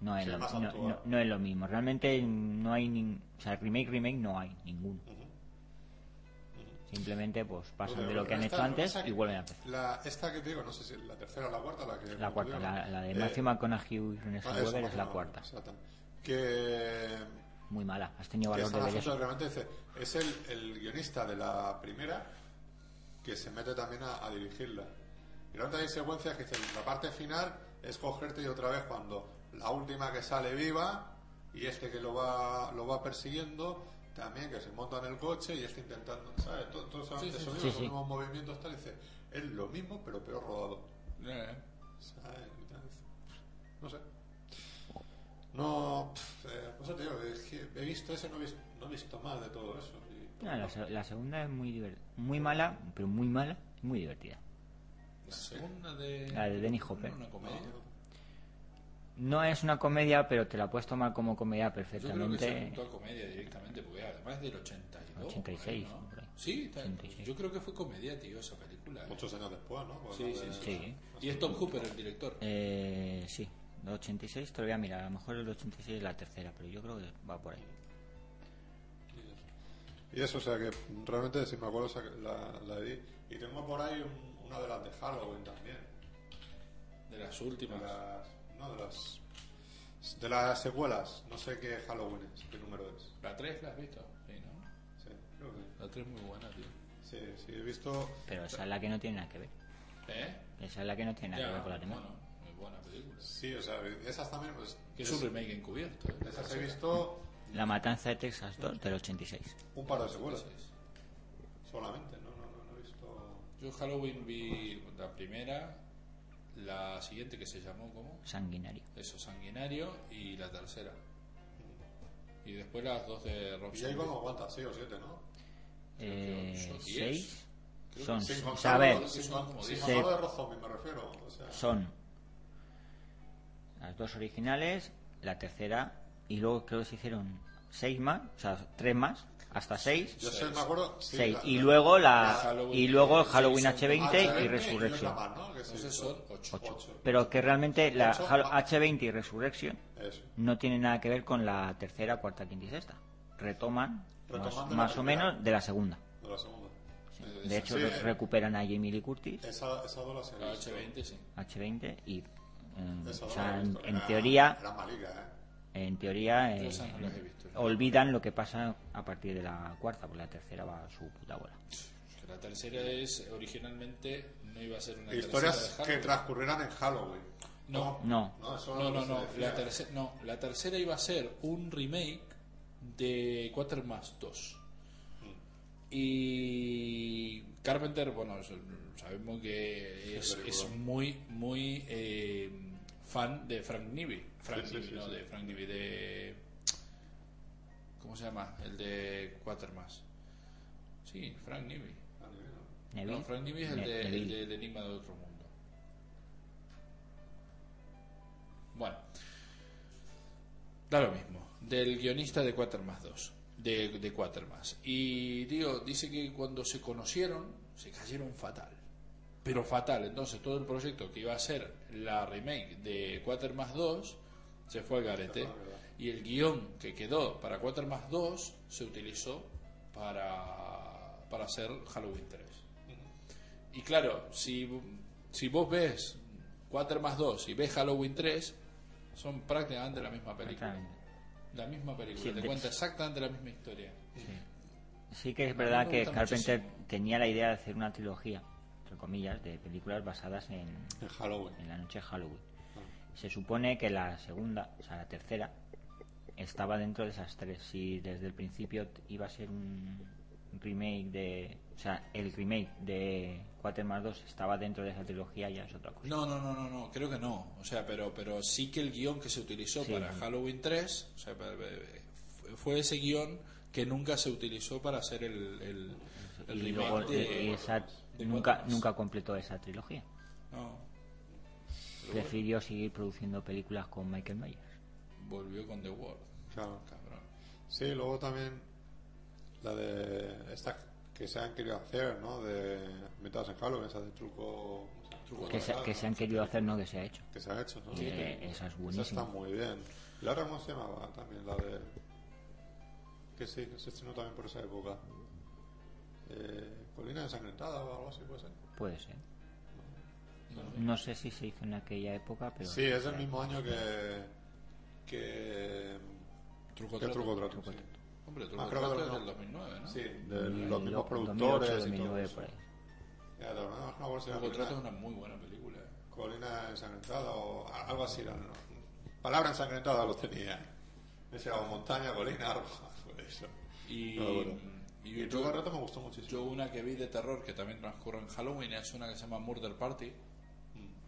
Speaker 3: no es,
Speaker 1: Sí,
Speaker 3: lo,
Speaker 1: más
Speaker 3: no,
Speaker 1: actual.
Speaker 3: no- no es lo mismo. Realmente no hay, nin- o sea, remake, remake no hay ninguno. Simplemente pues pasan
Speaker 1: Pero
Speaker 3: de lo que han
Speaker 1: esta-
Speaker 3: hecho antes
Speaker 1: esa que-
Speaker 3: y vuelven a empezar.
Speaker 1: La, esta que te digo, no sé si es la tercera o la cuarta, la que.
Speaker 3: La cuarta, la, la de
Speaker 1: Eh,
Speaker 3: Matthew McConaughey y René
Speaker 1: ah, eso,
Speaker 3: Zellweger es la
Speaker 1: no,
Speaker 3: cuarta.
Speaker 1: exacto. Que
Speaker 3: Muy mala, has tenido
Speaker 1: que
Speaker 3: valor
Speaker 1: está
Speaker 3: de
Speaker 1: en
Speaker 3: ver
Speaker 1: asunto
Speaker 3: eso.
Speaker 1: de realmente dice, es el, el guionista de la primera que se mete también a, a dirigirla. Y luego hay secuencias que dicen, la parte final es cogerte y otra vez cuando la última que sale viva y este que lo va, lo va persiguiendo, también que se monta en el coche y este intentando, ¿sabes? Todo, todo eso- eso mismo,
Speaker 3: sí,
Speaker 1: esos
Speaker 3: sí.
Speaker 1: mismos movimientos, tal, y dice, es lo mismo pero peor rodado.
Speaker 2: Eh,
Speaker 1: ¿sabes? Y tal. No sé. No, pff, eh, por eso te digo, es que he visto eso, no he visto, no he visto más de todo eso. y-
Speaker 3: Ah, No, la, se- la segunda es muy divert- muy mala, pero muy mala, muy divertida.
Speaker 2: La segunda de.
Speaker 3: La de Dennis Hopper.
Speaker 2: Una comedia.
Speaker 1: eh.
Speaker 3: No es una comedia, pero te la puedes tomar como comedia
Speaker 2: Yo creo que se
Speaker 3: perfectamente.
Speaker 2: apuntó a comedia directamente, porque además del 82.
Speaker 3: 86,
Speaker 2: por ahí, ¿no?
Speaker 3: por ahí.
Speaker 2: Sí, está-
Speaker 3: 86.
Speaker 2: yo creo que fue comedia, tío, esa película. ¿eh?
Speaker 1: Muchos años después, ¿no? Porque
Speaker 2: Sí,
Speaker 1: no
Speaker 2: sí,
Speaker 1: de-
Speaker 2: sí.
Speaker 3: Sí.
Speaker 2: Y es Tom Hooper el director.
Speaker 3: Eh, sí, el 86 te lo voy a mirar. A lo mejor el 86 es la tercera, pero yo creo que va por ahí.
Speaker 1: Y eso, o sea, que realmente, si me acuerdo, o sea, que la, la vi. Y tengo por ahí un- una de las de Halloween también.
Speaker 2: De las
Speaker 1: De
Speaker 2: últimas.
Speaker 1: las, no, de las. De las secuelas. No sé qué Halloween es, qué número es.
Speaker 2: La 3 la has visto. Sí, ¿no?
Speaker 1: Sí, creo que.
Speaker 2: La 3 muy buena, tío.
Speaker 1: Sí, sí, he visto.
Speaker 3: Pero esa es la que no tiene nada que ver.
Speaker 2: ¿Eh?
Speaker 3: Esa es la que no tiene nada que ver con la demás.
Speaker 2: bueno, muy buena película.
Speaker 1: Sí, o sea, esas también. Pues,
Speaker 2: Que es un remake encubierto. ¿eh?
Speaker 1: esas he visto
Speaker 3: La matanza de Texas 2 del 86.
Speaker 1: un par de secuelas solamente. No, no, no, no he visto.
Speaker 2: Yo Halloween vi la primera, la siguiente que se llamó ¿cómo?
Speaker 3: Sanguinario.
Speaker 2: Eso, Sanguinario, y la tercera. Y después las dos de Rob
Speaker 1: Y ahí
Speaker 2: Zombie.
Speaker 1: como aguanta, 6 o 7, ¿no?
Speaker 3: Eh,
Speaker 2: son diez.
Speaker 3: 6
Speaker 2: Creo que
Speaker 3: son.
Speaker 1: Sin
Speaker 3: O sea, a
Speaker 1: contar
Speaker 3: ver,
Speaker 1: lo- sin con- sin
Speaker 3: sí.
Speaker 1: contar lo de Rob Zombie, me refiero. O sea,
Speaker 3: son las dos originales, la tercera, y luego creo que se hicieron 6 más, o sea, 3 más, hasta 6.
Speaker 1: yo sé, me acuerdo. sí,
Speaker 3: 6.
Speaker 1: la-
Speaker 3: Y
Speaker 1: la-
Speaker 3: luego
Speaker 2: la
Speaker 3: la
Speaker 2: Halloween-
Speaker 3: y luego el
Speaker 2: sí,
Speaker 3: Halloween
Speaker 2: son-
Speaker 3: H20 y
Speaker 1: HM
Speaker 3: Resurrection.
Speaker 1: otra más, ¿no? Que se
Speaker 2: Entonces
Speaker 1: hizo.
Speaker 2: son ocho.
Speaker 1: Ocho.
Speaker 3: Pero que realmente la
Speaker 1: Ocho,
Speaker 3: Hall-
Speaker 1: ah.
Speaker 3: H20 y Resurrection
Speaker 1: Eso.
Speaker 3: no tienen nada que ver con la tercera, cuarta, quinta y sexta. Retoman
Speaker 1: Retomando
Speaker 3: más,
Speaker 1: la
Speaker 3: más o
Speaker 1: primera.
Speaker 3: menos de la segunda.
Speaker 1: De la segunda.
Speaker 3: Sí.
Speaker 1: Eh,
Speaker 3: De hecho,
Speaker 1: sí,
Speaker 3: re-
Speaker 1: eh,
Speaker 3: recuperan a Jamie Lee Curtis,
Speaker 1: Esa, esa dos las he
Speaker 2: La
Speaker 1: visto.
Speaker 2: H20, sí.
Speaker 3: H20, y mm,
Speaker 1: Esa
Speaker 3: o
Speaker 1: dos
Speaker 3: sea,
Speaker 1: las he
Speaker 3: en,
Speaker 1: visto.
Speaker 3: en
Speaker 1: Era-
Speaker 3: teoría
Speaker 1: Era maliga, ¿eh?
Speaker 3: En teoría,
Speaker 2: Yo
Speaker 3: eh,
Speaker 2: esas no las he visto.
Speaker 3: olvidan lo que pasa a partir de la cuarta, porque la tercera va a su puta bola.
Speaker 2: Que La tercera es, originalmente, no iba a ser una
Speaker 1: Historias
Speaker 2: tercera de
Speaker 1: que
Speaker 2: Halloween.
Speaker 1: transcurrieran en Halloween.
Speaker 2: No.
Speaker 3: No.
Speaker 1: No, eso
Speaker 2: No, no,
Speaker 1: se
Speaker 2: no.
Speaker 1: decía.
Speaker 2: La, terce- no. la tercera iba a ser un remake de Quatermass 2.
Speaker 1: Mm.
Speaker 2: Y Carpenter, bueno, es- sabemos que es,
Speaker 1: película.
Speaker 2: es muy, muy eh, fan de Frank Nivi. Frank
Speaker 1: Sí, sí,
Speaker 2: Nivi,
Speaker 1: sí,
Speaker 2: no,
Speaker 1: sí.
Speaker 2: de Frank Nivi, de... ¿Cómo se llama? El de Quatermass. Sí, Frank Nivi.
Speaker 1: Ah, ni idea.
Speaker 3: Neville.
Speaker 2: No, Frank Nivi es el,
Speaker 3: Ne-
Speaker 2: de, el
Speaker 3: Neville.
Speaker 2: del Enigma de Otro Mundo. Bueno, da lo mismo. Del guionista de Quatermass 2, de, de Quatermass. Y, tío, dice que cuando se conocieron, se cayeron fatal. Pero fatal. Entonces, todo el proyecto que iba a ser la remake de Quatermass 2 se fue al garete. Y el guión que quedó para Quatermass 2 se utilizó para, para hacer Halloween 3. Y claro, si, si vos ves 4 más 2 y ves Halloween 3, son prácticamente la misma película.
Speaker 3: Exactamente.
Speaker 2: La misma película,
Speaker 3: Sí,
Speaker 2: te
Speaker 3: de-
Speaker 2: cuenta exactamente la misma historia.
Speaker 3: Sí que es
Speaker 2: A mí me
Speaker 3: verdad que
Speaker 2: gusta
Speaker 3: Carpenter
Speaker 2: muchísimo.
Speaker 3: tenía la idea de hacer una trilogía, entre comillas, de películas basadas en,
Speaker 1: En Halloween.
Speaker 3: en la noche de Halloween.
Speaker 2: Ah.
Speaker 3: Se supone que la segunda, o sea, la tercera, estaba dentro de esas tres. Si desde el principio t- iba a ser un remake de... O sea, el remake de 4 más 2 estaba dentro de esa trilogía, ya es otra cosa.
Speaker 2: No, no, no, no, no, creo que no. O sea, pero, pero sí que el guión que se utilizó
Speaker 3: Sí.
Speaker 2: para Halloween 3, o sea, pa- pa- fue ese guión que nunca se utilizó para hacer el, el, el
Speaker 3: y
Speaker 2: remake
Speaker 3: luego eh,
Speaker 2: de-
Speaker 3: y- y esa
Speaker 2: de
Speaker 3: nunca
Speaker 2: Quatermass.
Speaker 3: nunca completó esa trilogía
Speaker 2: No,
Speaker 3: prefirió seguir produciendo películas con Michael Myers
Speaker 2: volvió con The World,
Speaker 1: Claro.
Speaker 2: cabrón.
Speaker 1: Sí, luego también la de esta que se han querido hacer, ¿no? De mitad en Halloween, esa de truco.
Speaker 2: Truco
Speaker 3: que se,
Speaker 1: dorado,
Speaker 3: que
Speaker 1: ¿no?
Speaker 3: se han querido hacer no que se ha hecho
Speaker 1: que se ha hecho, ¿no?
Speaker 3: Sí, Eh, que- esa es buenísima.
Speaker 1: está muy bien. La otra cómo se llamaba también, la de. Que sí, que se estrenó también por esa época. Eh, Colina ensangrentada o algo así, puede ser.
Speaker 3: puede ser
Speaker 2: No sé.
Speaker 3: no sé si se hizo en aquella época pero
Speaker 1: Sí, es del mismo año que. que.
Speaker 2: Truco
Speaker 1: que
Speaker 2: Trato.
Speaker 1: Truco Trato.
Speaker 3: Truco
Speaker 1: sí.
Speaker 3: Trato.
Speaker 2: Hombre, Truco
Speaker 1: Ah, creo que
Speaker 2: Trato es
Speaker 1: no.
Speaker 2: del 2009, ¿no?
Speaker 1: Sí, de
Speaker 3: Ni
Speaker 1: los mismos
Speaker 3: lo-
Speaker 1: productores y
Speaker 3: 2008,
Speaker 1: todo
Speaker 3: 2009
Speaker 1: eso.
Speaker 3: por ahí.
Speaker 1: Ya, de verdad, no, no, no,
Speaker 2: Truco
Speaker 1: Colina-
Speaker 2: Trato es una muy buena película.
Speaker 1: Colina ensangrentada o a- algo así era, ¿no? Palabra ensangrentada lo tenía. Decía o montaña, colina, algo por eso.
Speaker 2: Y,
Speaker 1: No, bueno.
Speaker 2: y
Speaker 1: Y el
Speaker 2: yo,
Speaker 1: Truco Trato me gustó muchísimo.
Speaker 2: yo una que vi de terror que también transcurre en Halloween es una que se llama Murder Party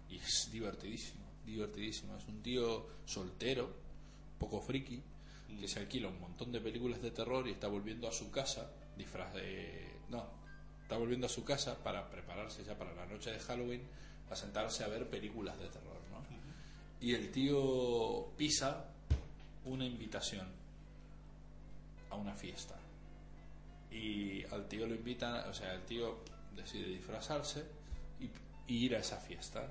Speaker 2: y es divertidísimo, divertidísimo. Es un tío soltero, poco friki, que se alquila un montón de películas de terror y está volviendo a su casa disfraz de... No, está volviendo a su casa para prepararse ya para la noche de Halloween a sentarse a ver películas de terror, ¿no? Y el tío pisa una invitación a una fiesta. Y al tío lo invitan, o sea, el tío decide disfrazarse y, y ir a esa fiesta.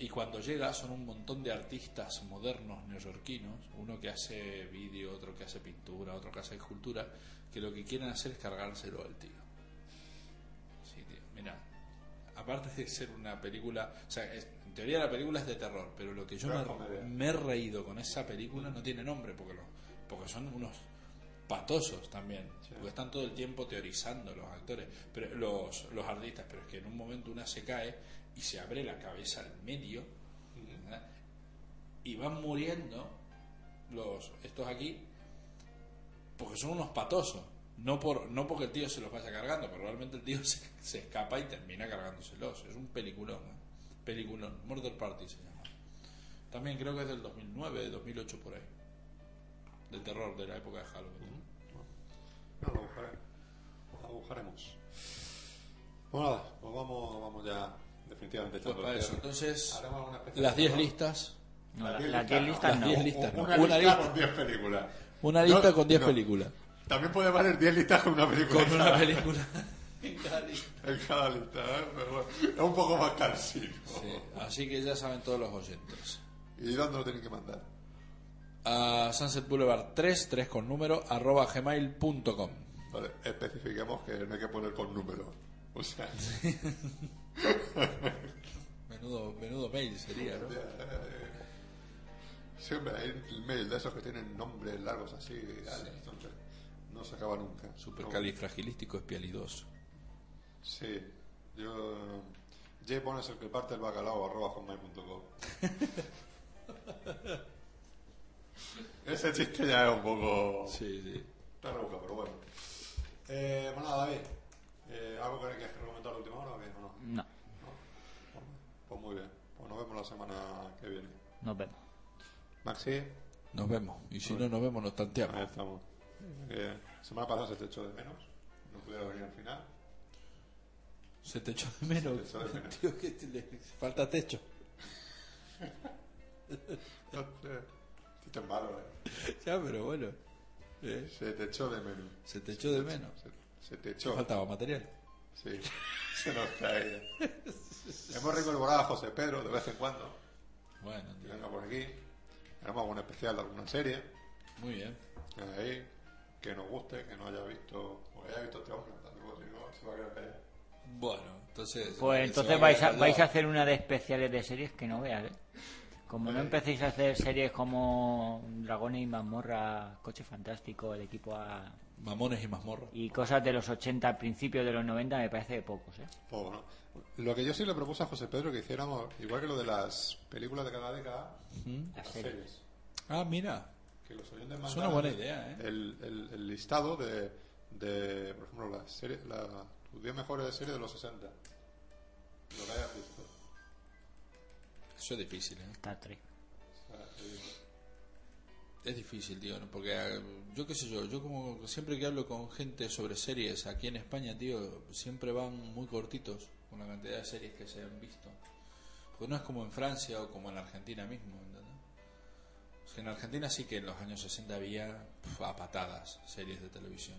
Speaker 2: Y cuando llega son un montón de artistas modernos neoyorquinos, uno que hace vídeo, otro que hace pintura, otro que hace escultura, que lo que quieren hacer es cargárselo al tío. Sí, tío, mira, aparte de ser una película, o sea, es- teoría la película es de terror, pero lo que yo
Speaker 1: Pero
Speaker 2: me,
Speaker 1: es comedia.
Speaker 2: me he reído con esa película no tiene nombre, porque, los, porque son unos patosos también, porque están todo el tiempo teorizando los actores, pero los, los artistas, pero es que en un momento una se cae y se abre la cabeza al medio ¿verdad? y van muriendo los estos aquí porque son unos patosos. No, por, no porque el tío se los vaya cargando, pero realmente el tío se, se escapa y termina cargándoselos. Es un peliculón. ¿eh? Peliculón. Murder Party se llama. También creo que es del 2009, 2008 por ahí. De terror, de la época de Halloween.
Speaker 1: No, lo buscaré. Lo buscaremos. Pues nada, pues vamos, vamos ya definitivamente
Speaker 2: Pues
Speaker 1: echando
Speaker 2: para
Speaker 1: el
Speaker 2: eso,
Speaker 1: cierre.
Speaker 2: entonces,
Speaker 1: Haremos una especie
Speaker 2: las
Speaker 1: de
Speaker 2: 10
Speaker 1: programa.
Speaker 2: listas.
Speaker 3: No,
Speaker 1: Las
Speaker 3: la-
Speaker 1: diez
Speaker 3: las 10 listas
Speaker 2: Las
Speaker 3: no.
Speaker 2: diez listas, no.
Speaker 1: Una,
Speaker 2: Una
Speaker 1: lista
Speaker 2: lista.
Speaker 1: con 10 películas.
Speaker 2: Una
Speaker 1: No,
Speaker 2: lista con 10
Speaker 1: no.
Speaker 2: películas.
Speaker 1: También puede valer 10 listas con una película.
Speaker 2: Con
Speaker 1: en
Speaker 2: una
Speaker 1: cada-
Speaker 2: película en cada lista.
Speaker 1: En cada lista, ¿eh? Pero bueno, es un poco más cansino.
Speaker 2: Sí, Así que ya saben todos los oyentes.
Speaker 1: ¿Y dónde lo tienen que mandar?
Speaker 2: A Sunset Boulevard 3, 3 con número, arroba gmail.com.
Speaker 1: Vale, especifiquemos que no hay que poner con números. O sea,
Speaker 2: Menudo, menudo mail sería, ¿no?
Speaker 1: siempre hay mail de esos que tienen nombres largos así. dale, entonces, no se acaba nunca.
Speaker 2: Supercalifragilístico espialidoso.
Speaker 1: Sí, yo. J pones el que parte el bacalao arroba hotmail.com. Ese chiste ya es un poco.
Speaker 2: Sí, sí.
Speaker 1: Está rebuscado, pero bueno. Eh, bueno, nada, David. Eh, ¿Algo que quieras comentar la última hora o qué? ¿O no?
Speaker 3: No,
Speaker 1: Pues muy bien. Pues nos vemos la semana que viene.
Speaker 3: nos vemos.
Speaker 1: Maxi,
Speaker 2: Nos vemos. Y si no nos vemos, nos tanteamos.
Speaker 1: ahí estamos. Eh, semana pasada se te echó de menos. No pudieron venir al final.
Speaker 2: Se te echó de menos.
Speaker 1: Se te echó de menos.
Speaker 2: Tío, que te le- falta techo.
Speaker 1: Chiste malo, eh.
Speaker 2: Ya, pero bueno. Eh,
Speaker 1: Se te echó de menos.
Speaker 2: Se te echó de menos.
Speaker 1: Se, se te
Speaker 2: Te
Speaker 1: echó.
Speaker 2: faltaba material.
Speaker 1: Sí, se nos caía. Hemos recorporado a José Pedro de vez en cuando,
Speaker 2: Bueno,
Speaker 1: que
Speaker 2: tío.
Speaker 1: venga por aquí. Haremos algún especial de alguna serie,
Speaker 2: Muy bien.
Speaker 1: ahí, que nos guste, que no haya visto, o que haya visto este hombre, tampoco si no, se va a quedar callado.
Speaker 2: Bueno, entonces. eh,
Speaker 3: Pues entonces vais a, vais a hacer una de especiales de series que no veas, ¿eh? Como no empecéis a hacer series como Dragones y Mazmorra, Coche Fantástico, El Equipo A
Speaker 2: Mamones y mazmorra.
Speaker 3: y cosas de los 80, principios de los 90, me parece de pocos, ¿eh?
Speaker 1: Poco, ¿no? Lo que yo sí le propuse a José Pedro que hiciéramos, igual que lo de las películas de cada década,
Speaker 3: Las
Speaker 1: las
Speaker 3: series.
Speaker 1: series.
Speaker 2: Ah, mira.
Speaker 1: Que los oyentes
Speaker 2: Es
Speaker 1: mandaran
Speaker 2: una buena idea, ¿eh?
Speaker 1: El, el- el listado de, de, por ejemplo, las series, la, tus 10 mejores series de los 60. Lo que hayas visto.
Speaker 2: Eso es difícil, ¿eh?
Speaker 3: Star Trek.
Speaker 2: Es difícil, tío, ¿no? porque eh, yo qué sé yo, yo como siempre que hablo con gente sobre series aquí en España, tío, siempre van muy cortitos con la cantidad de series que se han visto. Porque no es como en Francia o como en la Argentina mismo, ¿entendés? O sea, en Argentina sí que en los años 60 había pf, a patadas series de televisión.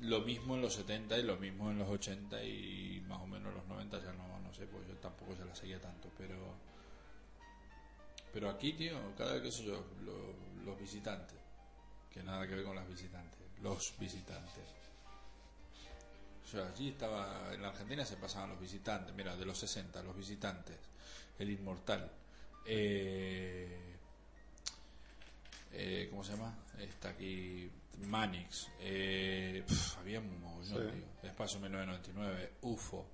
Speaker 2: Lo mismo en los 70 y lo mismo en los 80 y más o menos los 90, ya no, no sé, pues yo tampoco se las seguía tanto, pero... Pero aquí, tío, cada vez que soy yo, lo- los visitantes, que nada que ver con las visitantes, los visitantes. Yo allí estaba, en la Argentina se pasaban los visitantes, mira, de los 60, los visitantes, el inmortal. Eh, eh, ¿Cómo se llama? Está aquí Manix. Eh, pf, había un mogollón,
Speaker 1: Sí.
Speaker 2: tío. Espacio 1999, UFO.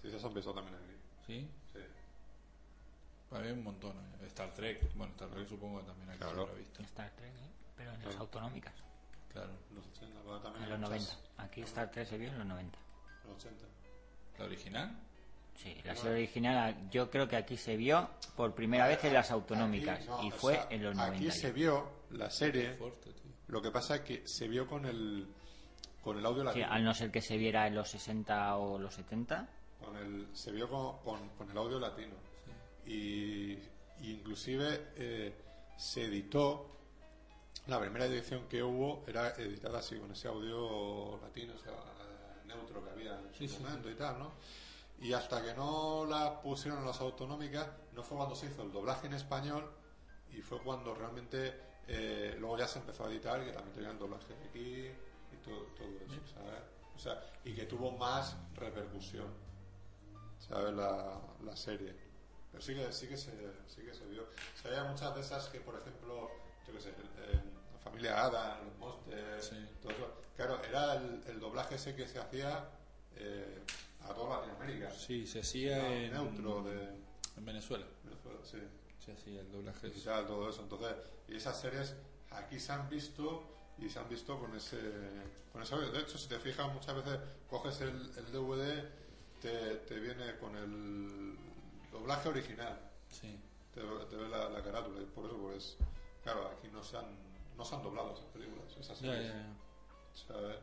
Speaker 1: Sí, esas han visto también aquí.
Speaker 2: ¿Sí?
Speaker 1: Sí.
Speaker 2: Había un montón. eh. Star Trek. Bueno, Star Trek supongo que también aquí
Speaker 1: Claro.
Speaker 2: se habrá visto.
Speaker 3: Star Trek, ¿eh? Pero en las autonómicas,
Speaker 2: Claro.
Speaker 1: Los 80, pero también
Speaker 3: en los
Speaker 1: hay
Speaker 3: 90.
Speaker 1: muchas.
Speaker 3: Aquí Star Trek se vio en los 90.
Speaker 1: Los 80.
Speaker 2: ¿La original?
Speaker 3: Sí, la serie original yo creo que aquí se vio por primera vez en las autonómicas
Speaker 1: Aquí, no,
Speaker 3: y
Speaker 1: o
Speaker 3: fue
Speaker 1: sea,
Speaker 3: en los
Speaker 1: Aquí
Speaker 3: 90.
Speaker 1: se vio la serie,
Speaker 2: Fuerte, tío.
Speaker 1: lo que pasa es que se vio con el con el audio
Speaker 3: Sí,
Speaker 1: latino.
Speaker 3: al no ser que se viera en los 60 o los 70.
Speaker 1: Con el, se vio con, con, con el audio latino. Y, y inclusive eh, se editó, la primera edición que hubo era editada así con ese audio latino, o sea, neutro que había en su
Speaker 2: Sí, sí,
Speaker 1: momento y tal, ¿no? Y hasta que no la pusieron en las autonómicas, no fue cuando se hizo el doblaje en español y fue cuando realmente eh, luego ya se empezó a editar y que también tenían doblaje aquí y todo, todo eso, ¿sabes? O sea, y que tuvo más repercusión, ¿sabes? La, la serie. Pero sí que, sí que, se, sí que se vio. O sea, había muchas de esas que, por ejemplo, yo qué sé, el- el- la familia Ada, los Monsters,
Speaker 2: Sí.
Speaker 1: todo eso. Claro, era el, el doblaje ese que se hacía eh, a toda Latinoamérica.
Speaker 2: Sí, se hacía
Speaker 1: Era
Speaker 2: en,
Speaker 1: Neutro de
Speaker 2: en Venezuela.
Speaker 1: Venezuela, sí.
Speaker 2: Se hacía el doblaje.
Speaker 1: y tal, todo eso. Entonces, y esas series aquí se han visto y se han visto con ese con ese audio. De hecho, si te fijas, muchas veces coges el, el DVD, te, te viene con el doblaje original,
Speaker 2: Sí.
Speaker 1: te, te ve la, la carátula, y por eso, pues, claro, aquí no se han, no se han doblado esas películas, esas
Speaker 2: Ya,
Speaker 1: series,
Speaker 2: ya, ya.
Speaker 1: ¿sabes?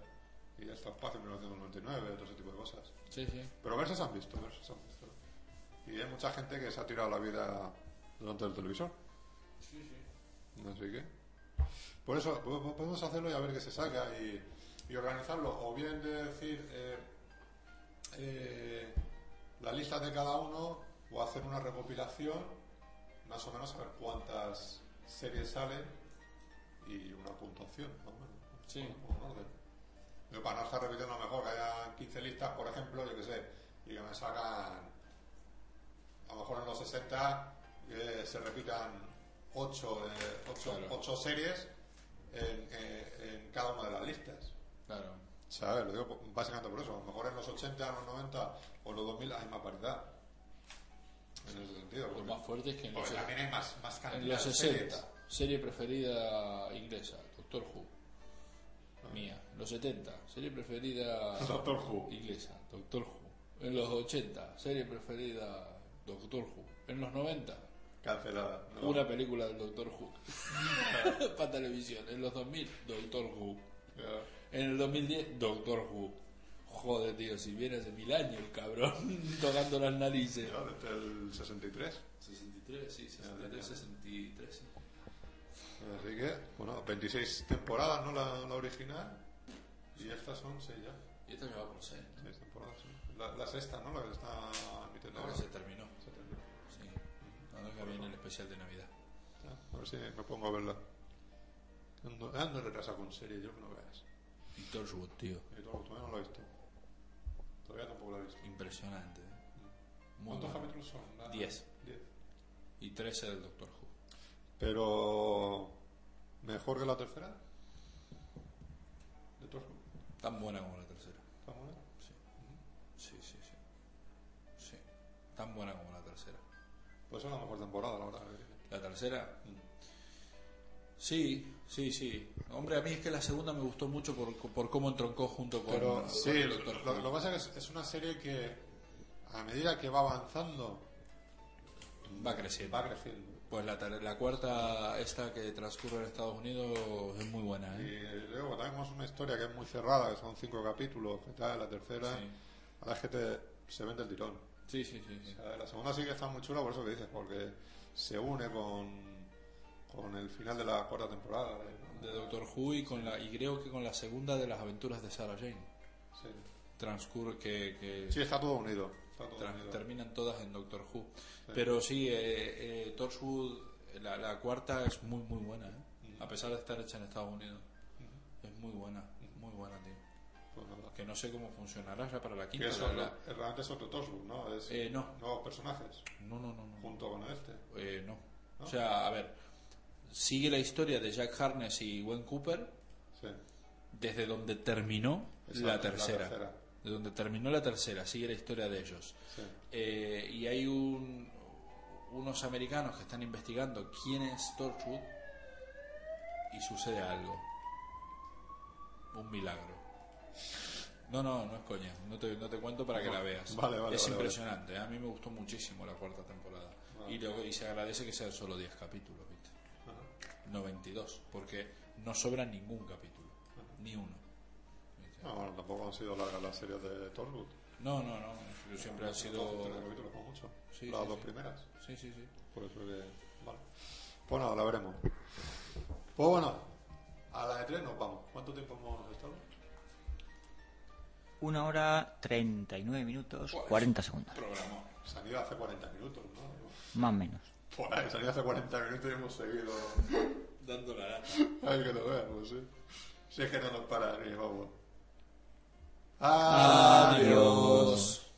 Speaker 1: Y ya está Espacio en 1999, todo ese tipo de cosas.
Speaker 2: Sí, sí.
Speaker 1: Pero versos han visto, versos han visto. Y hay mucha gente que se ha tirado la vida delante del televisor. Sí, sí. Así que. Por eso po- po- podemos hacerlo y a ver qué se saca y, y organizarlo. O bien de decir eh, eh, la lista de cada uno o hacer una recopilación, más o menos a ver cuántas series salen y una puntuación, más o menos.
Speaker 2: Sí.
Speaker 1: Un- un orden. Yo para no estar repitiendo a lo mejor, que haya 15 listas, por ejemplo, yo que sé, y que me sacan, a lo mejor en los 60 eh, se repitan 8,
Speaker 2: Claro.
Speaker 1: series en, eh, en cada una de las listas.
Speaker 2: Claro.
Speaker 1: ¿Sabes? Lo digo por- básicamente por eso. A lo mejor en los 80, en los 90 o en los 2000 hay más paridad. En ese sentido.
Speaker 2: Lo
Speaker 1: porque-
Speaker 2: más fuerte es que en los,
Speaker 1: porque también hay más, más cantidad
Speaker 2: en los
Speaker 1: de
Speaker 2: 60,
Speaker 1: series.
Speaker 2: serie preferida inglesa, Doctor Who. Mía. En los 70, serie preferida
Speaker 1: Ah. Doctor Who.
Speaker 2: inglesa, Doctor Who. En los 80, serie preferida Doctor Who. En los 90,
Speaker 1: Cancelada. No.
Speaker 2: una película del Doctor Who. Para televisión. En los 2000, Doctor Who.
Speaker 1: Ya.
Speaker 2: En el 2010, Doctor Who. Joder, tío, si viene hace mil años el cabrón tocando las narices. Ah,
Speaker 1: Ya, Desde el 63.
Speaker 2: 63, sí,
Speaker 1: 63,
Speaker 2: 63.
Speaker 1: Así que, bueno, 26 temporadas, ¿no? La, la original. Y estas son 6 ya.
Speaker 2: Y esto me va por 6.
Speaker 1: 6 temporadas, sí. La, la sexta, ¿no? La que se está emitiendo ahora.
Speaker 2: Ahora se terminó.
Speaker 1: Se terminó.
Speaker 2: Sí. Ahora que viene el especial de Navidad.
Speaker 1: Ya, A ver si me pongo a verla. Ando, ando retrasado con serie, yo que no veas.
Speaker 2: Víctor Schwob, tío.
Speaker 1: Y todo, todavía Eh, no lo he visto. Todavía tampoco lo he visto.
Speaker 2: Impresionante. ¿eh? Muy
Speaker 1: ¿Cuántos
Speaker 2: bueno.
Speaker 1: capítulos son? La-
Speaker 2: Diez.
Speaker 1: Diez.
Speaker 2: Y 13 del Doctor Who.
Speaker 1: Pero. ¿Mejor que la tercera? ¿De todos?
Speaker 2: Tan buena como la tercera.
Speaker 1: ¿Está buena?
Speaker 2: Sí. Sí, sí, sí. Sí. Tan buena como la tercera.
Speaker 1: Pues es la mejor temporada, la verdad.
Speaker 2: ¿La tercera? Sí, sí, sí. Hombre, a mí es que la segunda me gustó mucho por, por cómo entroncó junto con,
Speaker 1: Pero
Speaker 2: con
Speaker 1: sí,
Speaker 2: el
Speaker 1: lo,
Speaker 2: Doctor
Speaker 1: lo-
Speaker 2: Who.
Speaker 1: lo que pasa es que es- es una serie que a medida que va avanzando
Speaker 2: va creciendo.
Speaker 1: va creciendo.
Speaker 2: Pues la, ter- la cuarta, esta que transcurre en Estados Unidos, es muy buena,
Speaker 1: Y
Speaker 2: ¿eh?
Speaker 1: luego tenemos una historia que es muy cerrada, que son cinco capítulos, que tal, la tercera,
Speaker 2: Sí.
Speaker 1: a la gente se vende el tirón.
Speaker 2: Sí, sí, sí. sí.
Speaker 1: O sea, la segunda sí que está muy chula por eso que dices, porque se une con, con el final de la cuarta temporada. ¿eh?
Speaker 2: De Doctor Who y, con la, y creo que con la segunda de las aventuras de Sarah Jane.
Speaker 1: Sí.
Speaker 2: Transcurre que, que
Speaker 1: Sí, está todo unido. Está todo
Speaker 2: tras-
Speaker 1: unido.
Speaker 2: terminan todas en Doctor Who. Pero sí, eh, eh, Torchwood, la, la cuarta es muy, muy buena, ¿eh? A pesar de estar hecha en Estados Unidos. Es muy buena, muy buena, tío.
Speaker 1: Pues nada.
Speaker 2: Que no sé cómo funcionará ya para la
Speaker 1: Que
Speaker 2: quinta.
Speaker 1: eso
Speaker 2: la-
Speaker 1: es
Speaker 2: la-
Speaker 1: lo- es realmente es otro Tosbu, ¿no? Es
Speaker 2: Eh, no,
Speaker 1: nuevos personajes
Speaker 2: no, no, no. no.
Speaker 1: junto con este.
Speaker 2: Eh, no.
Speaker 1: ¿No?
Speaker 2: O sea, a ver, sigue la historia de Jack Harness y Gwen Cooper
Speaker 1: Sí.
Speaker 2: desde donde terminó
Speaker 1: Exacto,
Speaker 2: la tercera.
Speaker 1: la tercera.
Speaker 2: De donde terminó la tercera, sigue la historia de ellos.
Speaker 1: Sí.
Speaker 2: Eh, y hay un- unos americanos que están investigando quién es Torchwood y sucede algo. Un milagro. No, no, no es coña. No te, no te cuento para que la veas.
Speaker 1: Vale, vale,
Speaker 2: es
Speaker 1: vale, Ah.
Speaker 2: impresionante. ¿eh? A mí me gustó muchísimo la cuarta temporada. Y, luego- y se agradece que sean solo 10 capítulos, ¿viste? No 22, porque no sobra ningún capítulo. Ni uno. ¿viste?
Speaker 1: No, bueno, tampoco han sido largas las series de Torwood.
Speaker 2: No, no, no. Siempre han
Speaker 1: Dos, tres
Speaker 2: sido...
Speaker 1: capítulos como mucho.
Speaker 2: Sí,
Speaker 1: las
Speaker 2: sí,
Speaker 1: dos
Speaker 2: sí.
Speaker 1: primeras.
Speaker 2: Sí, sí, sí.
Speaker 1: Por eso que. Vale. Pues nada, la veremos. Pues bueno, a las de tres nos vamos. ¿Cuánto tiempo hemos estado?
Speaker 3: Una hora 39 minutos
Speaker 2: Pues.
Speaker 3: 40 segundos.
Speaker 2: Programó.
Speaker 1: Salió hace 40 minutos, ¿no?
Speaker 3: Más o menos.
Speaker 1: Por ahí, salió hace 40 minutos y hemos seguido.
Speaker 2: Dando la lata.
Speaker 1: Hay que lo ¿eh? veamos, sí. Si es que no nos para ni vamos. Adiós.
Speaker 2: Adiós.